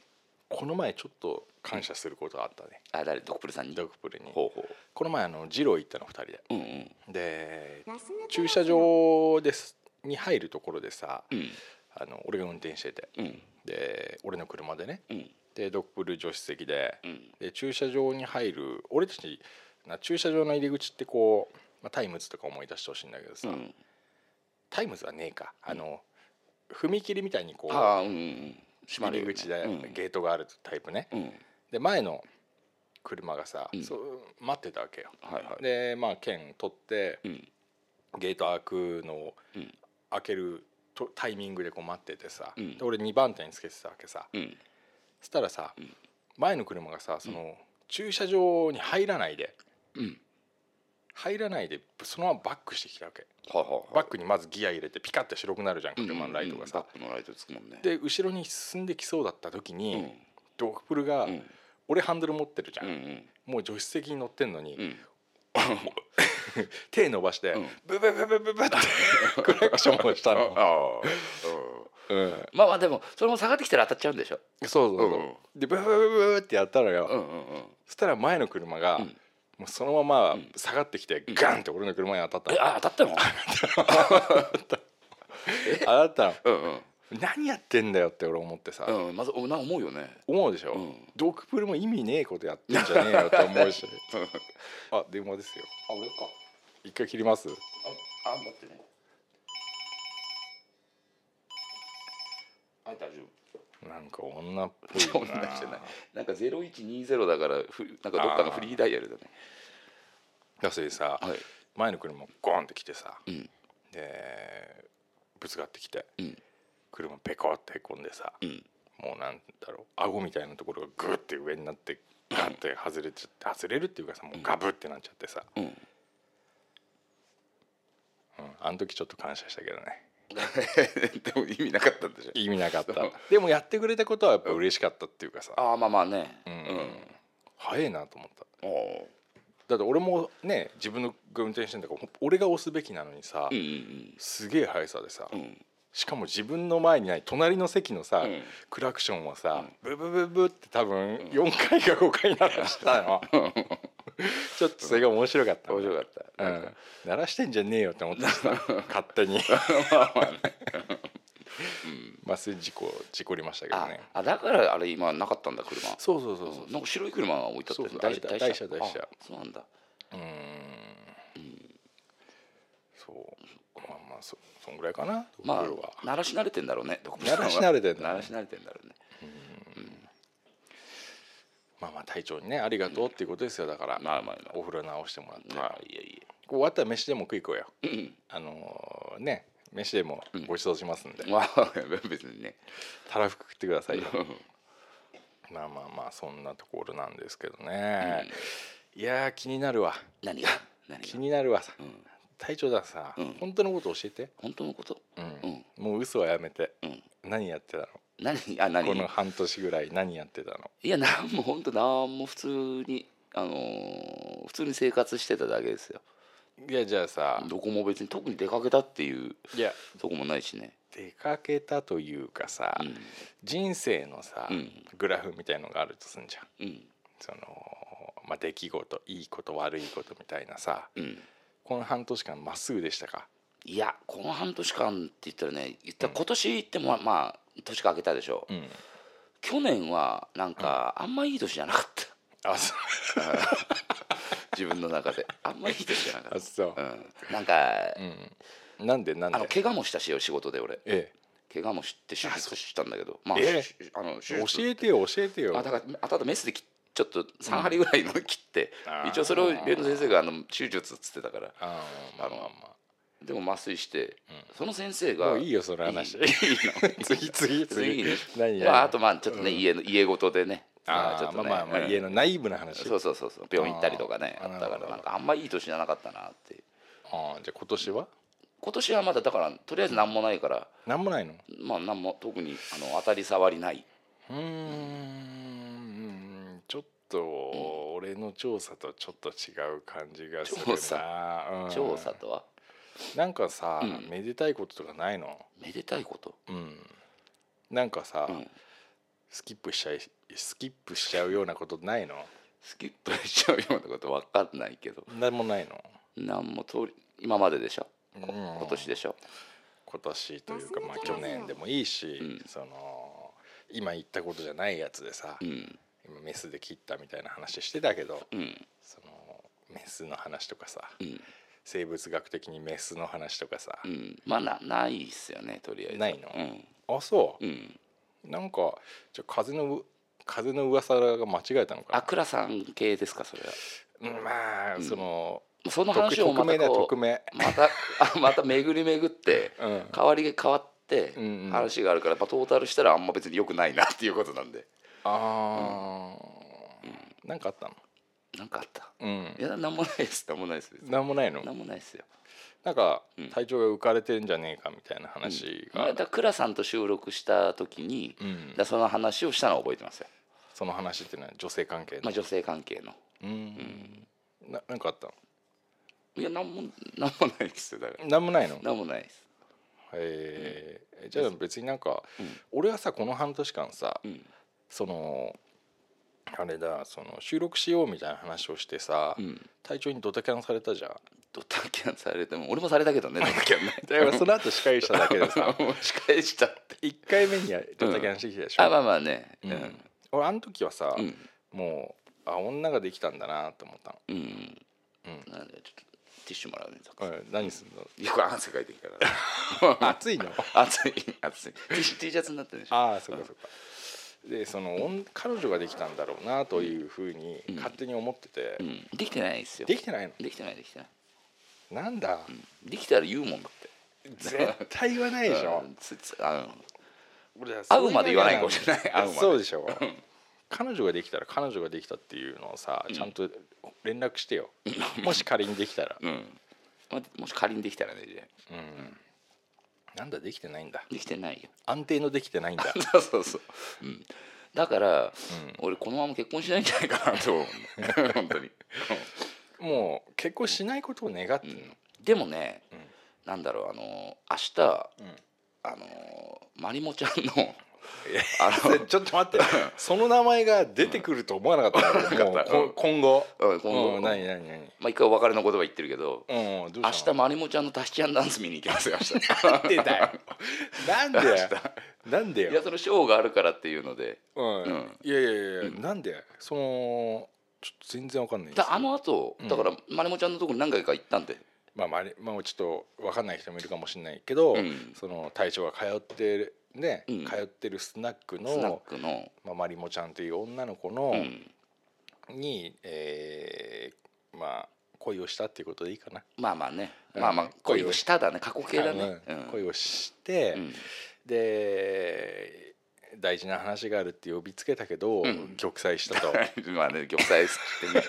[SPEAKER 3] この前ちょっと感謝することがあったね。
[SPEAKER 4] あ誰ドクプルさんに
[SPEAKER 3] ダクプルに。
[SPEAKER 4] ほうほ
[SPEAKER 3] この前あのジロー行ったの二人で。
[SPEAKER 4] ううんうん
[SPEAKER 3] で駐車場ですに入るところでさ、
[SPEAKER 4] うん
[SPEAKER 3] あの俺が運転してて
[SPEAKER 4] うん
[SPEAKER 3] で俺の車でね
[SPEAKER 4] うん
[SPEAKER 3] でドップル助手席で,、
[SPEAKER 4] うん
[SPEAKER 3] で駐車場に入る俺たちな駐車場の入り口ってこう、まあ、タイムズとか思い出してほしいんだけどさ、
[SPEAKER 4] うん
[SPEAKER 3] タイムズはねえかあの、踏切みたいにこう
[SPEAKER 4] ああうんうんうん閉ま
[SPEAKER 3] 入
[SPEAKER 4] るよ
[SPEAKER 3] り
[SPEAKER 4] ね
[SPEAKER 3] 口で
[SPEAKER 4] うん
[SPEAKER 3] ゲートがあるタイプね、
[SPEAKER 4] うん
[SPEAKER 3] で前の車がさ、
[SPEAKER 4] うん
[SPEAKER 3] そう待ってたわけよ。
[SPEAKER 4] はいはい
[SPEAKER 3] でまあ券取って、
[SPEAKER 4] うん
[SPEAKER 3] ゲート開くのを
[SPEAKER 4] うん
[SPEAKER 3] 開けるとタイミングでこう待っててさ、
[SPEAKER 4] うん
[SPEAKER 3] で俺2番手につけてたわけさ
[SPEAKER 4] うん
[SPEAKER 3] そしたらさ、
[SPEAKER 4] ん
[SPEAKER 3] 前の車がさその駐車場に入らないで
[SPEAKER 4] うん
[SPEAKER 3] 入らないでそのままバックしてきたわけ
[SPEAKER 4] はいはいはい
[SPEAKER 3] バックにまずギア入れてピカッて白くなるじゃん
[SPEAKER 4] うんうんうん
[SPEAKER 3] 車のライトがさ、
[SPEAKER 4] バックのライトつくもんね
[SPEAKER 3] で後ろに進んできそうだった時に、
[SPEAKER 4] うん
[SPEAKER 3] ドクプルが、
[SPEAKER 4] うん
[SPEAKER 3] 俺ハンドル持ってるじゃ、
[SPEAKER 4] うんん
[SPEAKER 3] もう助手席に乗ってんのに、
[SPEAKER 4] うん
[SPEAKER 3] 手伸ばして、
[SPEAKER 4] うん
[SPEAKER 3] ブブブブブブってクラクションをしたの、 う
[SPEAKER 4] ああ
[SPEAKER 3] ん、
[SPEAKER 4] まあまあでもそれも下がってきたら当たっちゃうんでしょ
[SPEAKER 3] そうそうそう、
[SPEAKER 4] うん
[SPEAKER 3] でブーブーブーブーってやったのよ、
[SPEAKER 4] うんうんうん
[SPEAKER 3] そしたら前の車が、
[SPEAKER 4] うん
[SPEAKER 3] もうそのまま下がってきて、ガンって俺の車に当たっ
[SPEAKER 4] え
[SPEAKER 3] たの、
[SPEAKER 4] あ当たったの
[SPEAKER 3] 当たったの
[SPEAKER 4] うんうん
[SPEAKER 3] 何やってんだよって俺思ってさ、
[SPEAKER 4] うんまずおな思うよね
[SPEAKER 3] 思うでしょ、
[SPEAKER 4] うん
[SPEAKER 3] ドクプルも意味ねえことやってんじゃねえよって思 うしあ電話ですよ
[SPEAKER 4] あ俺か
[SPEAKER 3] 一回切ります
[SPEAKER 4] ああ待ってねあ大丈夫
[SPEAKER 3] なんか女っぽいな
[SPEAKER 4] そんなしてないなんか0120だからふなんかどっかのフリーダイヤルだね
[SPEAKER 3] だそれでさ、
[SPEAKER 4] はい
[SPEAKER 3] 前の車ゴーンって来てさ、
[SPEAKER 4] ん
[SPEAKER 3] でぶつかってきて、
[SPEAKER 4] うん
[SPEAKER 3] 車ペコってへこんでさ、
[SPEAKER 4] うん
[SPEAKER 3] もうなんだろう顎みたいなところがグッて上になってガンって外れちゃって外れるっていうかさもうガブってなっちゃってさ、
[SPEAKER 4] うん
[SPEAKER 3] うん、あの時ちょっと感謝したけどね
[SPEAKER 4] でも意味なかったんでしょ
[SPEAKER 3] 意味なかったでもやってくれたことはやっぱ嬉しかったっていうかさ、
[SPEAKER 4] ああまあまあね
[SPEAKER 3] うん早いなと思った
[SPEAKER 4] うんお
[SPEAKER 3] だって俺もね自分の運転してんだからほ俺が押すべきなのにさ、
[SPEAKER 4] うんうん
[SPEAKER 3] すげえ速さでさ、
[SPEAKER 4] うんうん
[SPEAKER 3] しかも自分の前にない隣の席のさ、
[SPEAKER 4] うん
[SPEAKER 3] クラクションをさ、ブブブブって多分4回か5回鳴らしたの、 ちょっとそれが面白かった、
[SPEAKER 4] 面白かった
[SPEAKER 3] う
[SPEAKER 4] なんんか、
[SPEAKER 3] 鳴らしてんじゃねえよって思ってた勝手 にまあそれ事故事故りましたけど
[SPEAKER 4] あ
[SPEAKER 3] ね
[SPEAKER 4] あだからあれ今なかったんだ車
[SPEAKER 3] そうそうそうそう
[SPEAKER 4] なんか白い車が置いてあ
[SPEAKER 3] そうそう
[SPEAKER 4] った
[SPEAKER 3] あれ台車台車
[SPEAKER 4] あそうなんだ
[SPEAKER 3] うーんそうまあまあそそんぐらいかな
[SPEAKER 4] ま
[SPEAKER 3] ところは
[SPEAKER 4] あ慣らし慣れてんだろうね
[SPEAKER 3] 慣らし慣れてんだね
[SPEAKER 4] 慣らし慣れてんだろうね
[SPEAKER 3] まあまあ隊長にねありがとうっていうことですよだから、
[SPEAKER 4] まあまあまあ
[SPEAKER 3] お風呂直してもらって、
[SPEAKER 4] まあいやい
[SPEAKER 3] こう終わったら飯でも食い行こうよ
[SPEAKER 4] やうん
[SPEAKER 3] あのーね飯でもごちそうしますんで、
[SPEAKER 4] うんまあ 別にね
[SPEAKER 3] たらふく食ってくださいよ
[SPEAKER 4] うん
[SPEAKER 3] まあまあまあそんなところなんですけどね、いやー気になるわ
[SPEAKER 4] 何が何
[SPEAKER 3] 気
[SPEAKER 4] が
[SPEAKER 3] になるわさ、
[SPEAKER 4] ん
[SPEAKER 3] 隊長ださ、
[SPEAKER 4] うん
[SPEAKER 3] 本当のこと教えて、
[SPEAKER 4] 本当のことうん
[SPEAKER 3] もう嘘はやめて
[SPEAKER 4] うん
[SPEAKER 3] 何やってたの
[SPEAKER 4] 何あ何
[SPEAKER 3] この半年ぐらい何やってたの
[SPEAKER 4] いや何も本当何も普通にあのー普通に生活してただけですよ
[SPEAKER 3] いやじゃあさ、
[SPEAKER 4] どこも別に特に出かけたっていう
[SPEAKER 3] いや
[SPEAKER 4] とこもないしね
[SPEAKER 3] 出かけたというかさ、
[SPEAKER 4] うん
[SPEAKER 3] 人生のさ、
[SPEAKER 4] うん
[SPEAKER 3] グラフみたいのがあるとすんじゃん
[SPEAKER 4] うん
[SPEAKER 3] その、まあ、出来事いいこと悪いことみたいなさ
[SPEAKER 4] うん
[SPEAKER 3] この半年間まっすぐでしたか
[SPEAKER 4] いやこの半年間って言ったらね言ったら今年ってもまあ年が明けたでしょ、
[SPEAKER 3] ん
[SPEAKER 4] 去年はなんかあんまいい年じゃなかった
[SPEAKER 3] あそう
[SPEAKER 4] 自分の中であんまいい年じゃなか
[SPEAKER 3] あ
[SPEAKER 4] っ
[SPEAKER 3] そう
[SPEAKER 4] た、うん、なんか、
[SPEAKER 3] うんなんでなん
[SPEAKER 4] あの
[SPEAKER 3] で
[SPEAKER 4] 怪我もしたしよ仕事で俺
[SPEAKER 3] え
[SPEAKER 4] 怪我もして手術したんだけどまあ,、
[SPEAKER 3] ええ
[SPEAKER 4] あの手
[SPEAKER 3] え教
[SPEAKER 4] 術
[SPEAKER 3] えてよ教えてよ
[SPEAKER 4] あだからあただメスで切っちょっと3針ぐらいの切って、
[SPEAKER 3] あー
[SPEAKER 4] 一応それを病院の先生があの手術っつってたから
[SPEAKER 3] あーまあまあ
[SPEAKER 4] でも麻酔して、その先生
[SPEAKER 3] まあ
[SPEAKER 4] が
[SPEAKER 3] もういいよその話
[SPEAKER 4] いいいいの
[SPEAKER 3] 次次
[SPEAKER 4] 次
[SPEAKER 3] 次
[SPEAKER 4] に
[SPEAKER 3] 何
[SPEAKER 4] まあ、
[SPEAKER 3] や
[SPEAKER 4] あとまあちょっとね、家の家ごとでねが
[SPEAKER 3] あ
[SPEAKER 4] ちょっ
[SPEAKER 3] ーま
[SPEAKER 4] と
[SPEAKER 3] あ
[SPEAKER 4] ね
[SPEAKER 3] まあまあ
[SPEAKER 4] うん
[SPEAKER 3] 家の内部の話
[SPEAKER 4] そうそうそうそう病院行ったりとかね
[SPEAKER 3] あ
[SPEAKER 4] あ
[SPEAKER 3] ー
[SPEAKER 4] った
[SPEAKER 3] な
[SPEAKER 4] か
[SPEAKER 3] るほ
[SPEAKER 4] ら
[SPEAKER 3] ど
[SPEAKER 4] なんかあんまいい年じゃなかったなって
[SPEAKER 3] あーじゃあ今年は
[SPEAKER 4] 今年はまだだからとりあえず何もないから
[SPEAKER 3] なんもないの
[SPEAKER 4] まあ何も特にあの当たり障りないう
[SPEAKER 3] ーんちょっと俺の調査とちょっと違う感じがするな
[SPEAKER 4] 調
[SPEAKER 3] うん
[SPEAKER 4] 調査とは
[SPEAKER 3] なんかさ、
[SPEAKER 4] うん
[SPEAKER 3] めでたいこととかないの
[SPEAKER 4] めでたいこと
[SPEAKER 3] うんなんかさ、
[SPEAKER 4] うん
[SPEAKER 3] スキップしちゃいスキップしちゃうようなことないの
[SPEAKER 4] スキップしちゃうようなこと分かんないけど
[SPEAKER 3] なんもないの、
[SPEAKER 4] 何も通り今まででしょ
[SPEAKER 3] うん
[SPEAKER 4] 今年でしょ
[SPEAKER 3] 今年というかまあ去年でもいいし、
[SPEAKER 4] うん
[SPEAKER 3] その今言ったことじゃないやつでさ、
[SPEAKER 4] うん
[SPEAKER 3] 今メスで切ったみたいな話してたけど
[SPEAKER 4] うん
[SPEAKER 3] そのメスの話とかさ
[SPEAKER 4] うん
[SPEAKER 3] 生物学的にメスの話とかさ、
[SPEAKER 4] うんまあなないっすよねとりあえず
[SPEAKER 3] ないの
[SPEAKER 4] うん
[SPEAKER 3] あそう、
[SPEAKER 4] うん
[SPEAKER 3] なんかじゃあ風のう風の噂が間違えたのか
[SPEAKER 4] あ
[SPEAKER 3] な
[SPEAKER 4] くらさん系ですかそれは
[SPEAKER 3] うんまあ、
[SPEAKER 4] うん
[SPEAKER 3] その
[SPEAKER 4] その
[SPEAKER 3] 匿
[SPEAKER 4] 話をま
[SPEAKER 3] 匿名
[SPEAKER 4] た
[SPEAKER 3] だ
[SPEAKER 4] こ
[SPEAKER 3] 匿
[SPEAKER 4] う
[SPEAKER 3] 名
[SPEAKER 4] またあまた巡り巡って
[SPEAKER 3] うん
[SPEAKER 4] 変わりが変わって
[SPEAKER 3] うんうん
[SPEAKER 4] 話があるからやっぱトータルしたらあんま別に良くないなっていうことなんで
[SPEAKER 3] あーなんかあったの
[SPEAKER 4] なんかあった
[SPEAKER 3] うん
[SPEAKER 4] いやなんもないですなんもないです別に
[SPEAKER 3] なんもないの
[SPEAKER 4] なんもないですよ
[SPEAKER 3] なんか
[SPEAKER 4] うん
[SPEAKER 3] 体調が浮かれてんじゃねえかみたいな話
[SPEAKER 4] まあ
[SPEAKER 3] が
[SPEAKER 4] だから倉さんと収録した時に
[SPEAKER 3] うん、
[SPEAKER 4] だからその話をしたのを覚えてますよ、
[SPEAKER 3] その話っていうのは女性関係の、
[SPEAKER 4] まあ、女性関係の
[SPEAKER 3] うんななんかあったの
[SPEAKER 4] いやなんもなんもないですよだから
[SPEAKER 3] なんもないの
[SPEAKER 4] なんもないです
[SPEAKER 3] えーじゃあ別になんか、
[SPEAKER 4] うん
[SPEAKER 3] 俺はさこの半年間さ、
[SPEAKER 4] うん
[SPEAKER 3] そのあれだその収録しようみたいな話をしてさ、
[SPEAKER 4] うん
[SPEAKER 3] 体調にドタキャンされたじゃん
[SPEAKER 4] ドタキャンされても俺もされた けどねドタキャンね
[SPEAKER 3] だからその後司会しただけで さ
[SPEAKER 4] 押し返したって
[SPEAKER 3] 1回目にやドタキャンしてきたでしょ、
[SPEAKER 4] あまあまあねう
[SPEAKER 3] うん
[SPEAKER 4] ん
[SPEAKER 3] 俺あの時はさ、
[SPEAKER 4] うん
[SPEAKER 3] もうあ女ができたんだなと思った
[SPEAKER 4] うん、うん
[SPEAKER 3] う
[SPEAKER 4] なんでちょっとティッシュもらうねザク
[SPEAKER 3] の、うん、何すんの
[SPEAKER 4] いやこれ汗かいてるか ら
[SPEAKER 3] 暑いの
[SPEAKER 4] 暑い暑い T シャ T シャツになってるでしょ
[SPEAKER 3] ああそうかそうかでその女彼女ができたんだろうなというふうに
[SPEAKER 4] うん
[SPEAKER 3] 勝手に思ってて、
[SPEAKER 4] うん、できてないですよ
[SPEAKER 3] できてないの
[SPEAKER 4] できてないできてない
[SPEAKER 3] なんだ、
[SPEAKER 4] できたら言うもんだって
[SPEAKER 3] 絶対言わないでしょ
[SPEAKER 4] うんつつあの
[SPEAKER 3] 俺だから
[SPEAKER 4] 会うまで言わないかもしれない会うまで
[SPEAKER 3] そうでしょ彼女ができたら彼女ができたっていうのをさ
[SPEAKER 4] ん
[SPEAKER 3] ちゃんと連絡してよ、もし仮にできたら、
[SPEAKER 4] うんまもし仮にできたらねじゃ
[SPEAKER 3] う
[SPEAKER 4] あ
[SPEAKER 3] んなんだできてないんだ
[SPEAKER 4] できてないよ
[SPEAKER 3] 安定のできてないんだ
[SPEAKER 4] そうそうそう、うん、だから、俺このまま結婚しないんじゃないかなと思うね本当に、
[SPEAKER 3] もう結婚しないことを願って
[SPEAKER 4] うん
[SPEAKER 3] の、
[SPEAKER 4] でもね、
[SPEAKER 3] うん
[SPEAKER 4] なんだろうあの明日
[SPEAKER 3] うん
[SPEAKER 4] あのまりもちゃんのあ
[SPEAKER 3] それちょっと待 ってその名前が出てくると思わなかったな
[SPEAKER 4] 思わなかった
[SPEAKER 3] もうこ今後
[SPEAKER 4] の、うん、今度、
[SPEAKER 3] うん何何何
[SPEAKER 4] まあ一回お別れの言葉言ってるけど
[SPEAKER 3] うんどう
[SPEAKER 4] 明
[SPEAKER 3] し
[SPEAKER 4] 日
[SPEAKER 3] たの
[SPEAKER 4] まりもちゃんのタヒチアンダンス見に行きますよ 明日
[SPEAKER 3] 待ってたよなんでよなんでよ
[SPEAKER 4] いやそのショーがあるからっていうので
[SPEAKER 3] うん
[SPEAKER 4] うん
[SPEAKER 3] いやいやいや、
[SPEAKER 4] うん
[SPEAKER 3] なんでそのちょっと全然わかんないんです
[SPEAKER 4] だあ
[SPEAKER 3] よ
[SPEAKER 4] の後
[SPEAKER 3] うん
[SPEAKER 4] だからまりもちゃんのところに何回か行ったんで、
[SPEAKER 3] まあまあまあちょっとわかんない人もいるかもしれないけど、
[SPEAKER 4] うん
[SPEAKER 3] その隊長が通ってるね、
[SPEAKER 4] うん
[SPEAKER 3] 通ってるスナック
[SPEAKER 4] スナッ
[SPEAKER 3] の
[SPEAKER 4] クの、
[SPEAKER 3] まあ、マリモちゃんという女の子
[SPEAKER 4] う
[SPEAKER 3] の、
[SPEAKER 4] ん、
[SPEAKER 3] に、えーまあ恋をしたっていうことでいいかな。
[SPEAKER 4] まあまあね、
[SPEAKER 3] うん
[SPEAKER 4] まあまあ恋をしただね過去形だね、
[SPEAKER 3] うん
[SPEAKER 4] うん
[SPEAKER 3] 恋をして、
[SPEAKER 4] うん
[SPEAKER 3] で大事な話があるって呼びつけたけど、
[SPEAKER 4] うん
[SPEAKER 3] 玉砕した と。
[SPEAKER 4] まあね玉砕してね、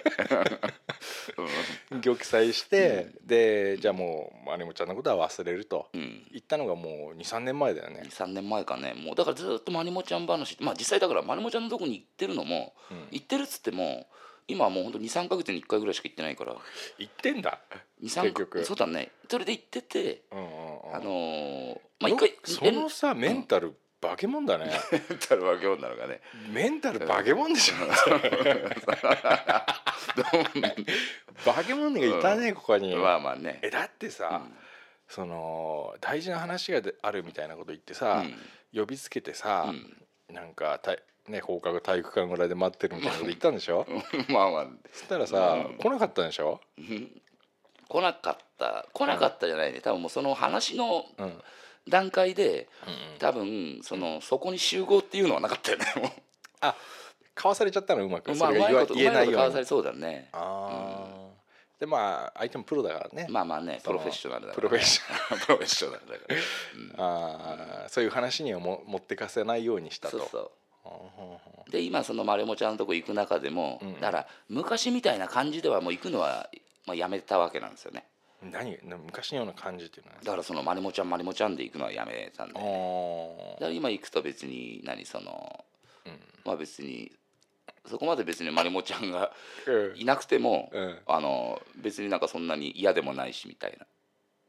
[SPEAKER 3] 玉砕して、でじゃあもうマリモちゃんのことは忘れると。
[SPEAKER 4] うんうん
[SPEAKER 3] 行ったのがもう23年前だよね、
[SPEAKER 4] 3年前かねもうだからずっとまりもちゃん話まあ実際だからまりもちゃんのとこに行ってるのも
[SPEAKER 3] うん
[SPEAKER 4] 行ってるっつっても今はもうほんと23か月に1回ぐらいしか行ってないから
[SPEAKER 3] 行ってんだ、
[SPEAKER 4] 23
[SPEAKER 3] 結局
[SPEAKER 4] そうだねそれで行ってて
[SPEAKER 3] うんうんうん
[SPEAKER 4] あのーまあ
[SPEAKER 3] よ
[SPEAKER 4] 一回
[SPEAKER 3] そのさメンタル化け物だね、
[SPEAKER 4] たるわけ女のがね
[SPEAKER 3] メンタル化け物で しょ、化け物がいたね、ここに、
[SPEAKER 4] まあまあね
[SPEAKER 3] えだってさ、その大事な話があるみたいなこと言ってさ、呼びつけてさ
[SPEAKER 4] う、ん
[SPEAKER 3] なんかたね放課後体育館ぐらいで待ってるみたいなこと言ったんでしょ、
[SPEAKER 4] うんまあまあ
[SPEAKER 3] そしたらさ、
[SPEAKER 4] うん
[SPEAKER 3] 来なかったんでしょ、
[SPEAKER 4] 来なかった来なかったじゃないね多分もうその話の
[SPEAKER 3] うんうん
[SPEAKER 4] 段階で
[SPEAKER 3] うん
[SPEAKER 4] 多分そのそこに集合っていうのはな かったよねもう
[SPEAKER 3] あかわされちゃったのうまく、
[SPEAKER 4] まあ、
[SPEAKER 3] そうれ
[SPEAKER 4] ま
[SPEAKER 3] が
[SPEAKER 4] い
[SPEAKER 3] 言わ
[SPEAKER 4] こと、う
[SPEAKER 3] 言え
[SPEAKER 4] ま
[SPEAKER 3] ない
[SPEAKER 4] こと
[SPEAKER 3] い
[SPEAKER 4] か
[SPEAKER 3] よ
[SPEAKER 4] わ
[SPEAKER 3] う
[SPEAKER 4] さ
[SPEAKER 3] に
[SPEAKER 4] れそうだね。
[SPEAKER 3] ああ、でまあ相手もプロだからね、
[SPEAKER 4] まあまあね、
[SPEAKER 3] そ
[SPEAKER 4] プ
[SPEAKER 3] の
[SPEAKER 4] ロフェッショナルだからね。
[SPEAKER 3] プロフェッショ
[SPEAKER 4] ナル。プロフェッショナルだから。
[SPEAKER 3] あーそういう話にはも持ってかせないようにした
[SPEAKER 4] そ
[SPEAKER 3] と
[SPEAKER 4] うそう。で今その丸もちゃんのとこ行く中でも、
[SPEAKER 3] うん
[SPEAKER 4] だから昔みたいな感じではもう行くのは、まあ、やめたわけなんですよね
[SPEAKER 3] 何な昔のような感じっていうのは
[SPEAKER 4] だからその丸もちゃん丸もちゃんで行くのはやめたんでだか
[SPEAKER 3] あ
[SPEAKER 4] ら今行くと別に何その
[SPEAKER 3] ーうん
[SPEAKER 4] まあ別にそこまで別に丸もちゃんが
[SPEAKER 3] うん
[SPEAKER 4] いなくても、
[SPEAKER 3] うん
[SPEAKER 4] あの別になんかそんなに嫌でもないしみたいな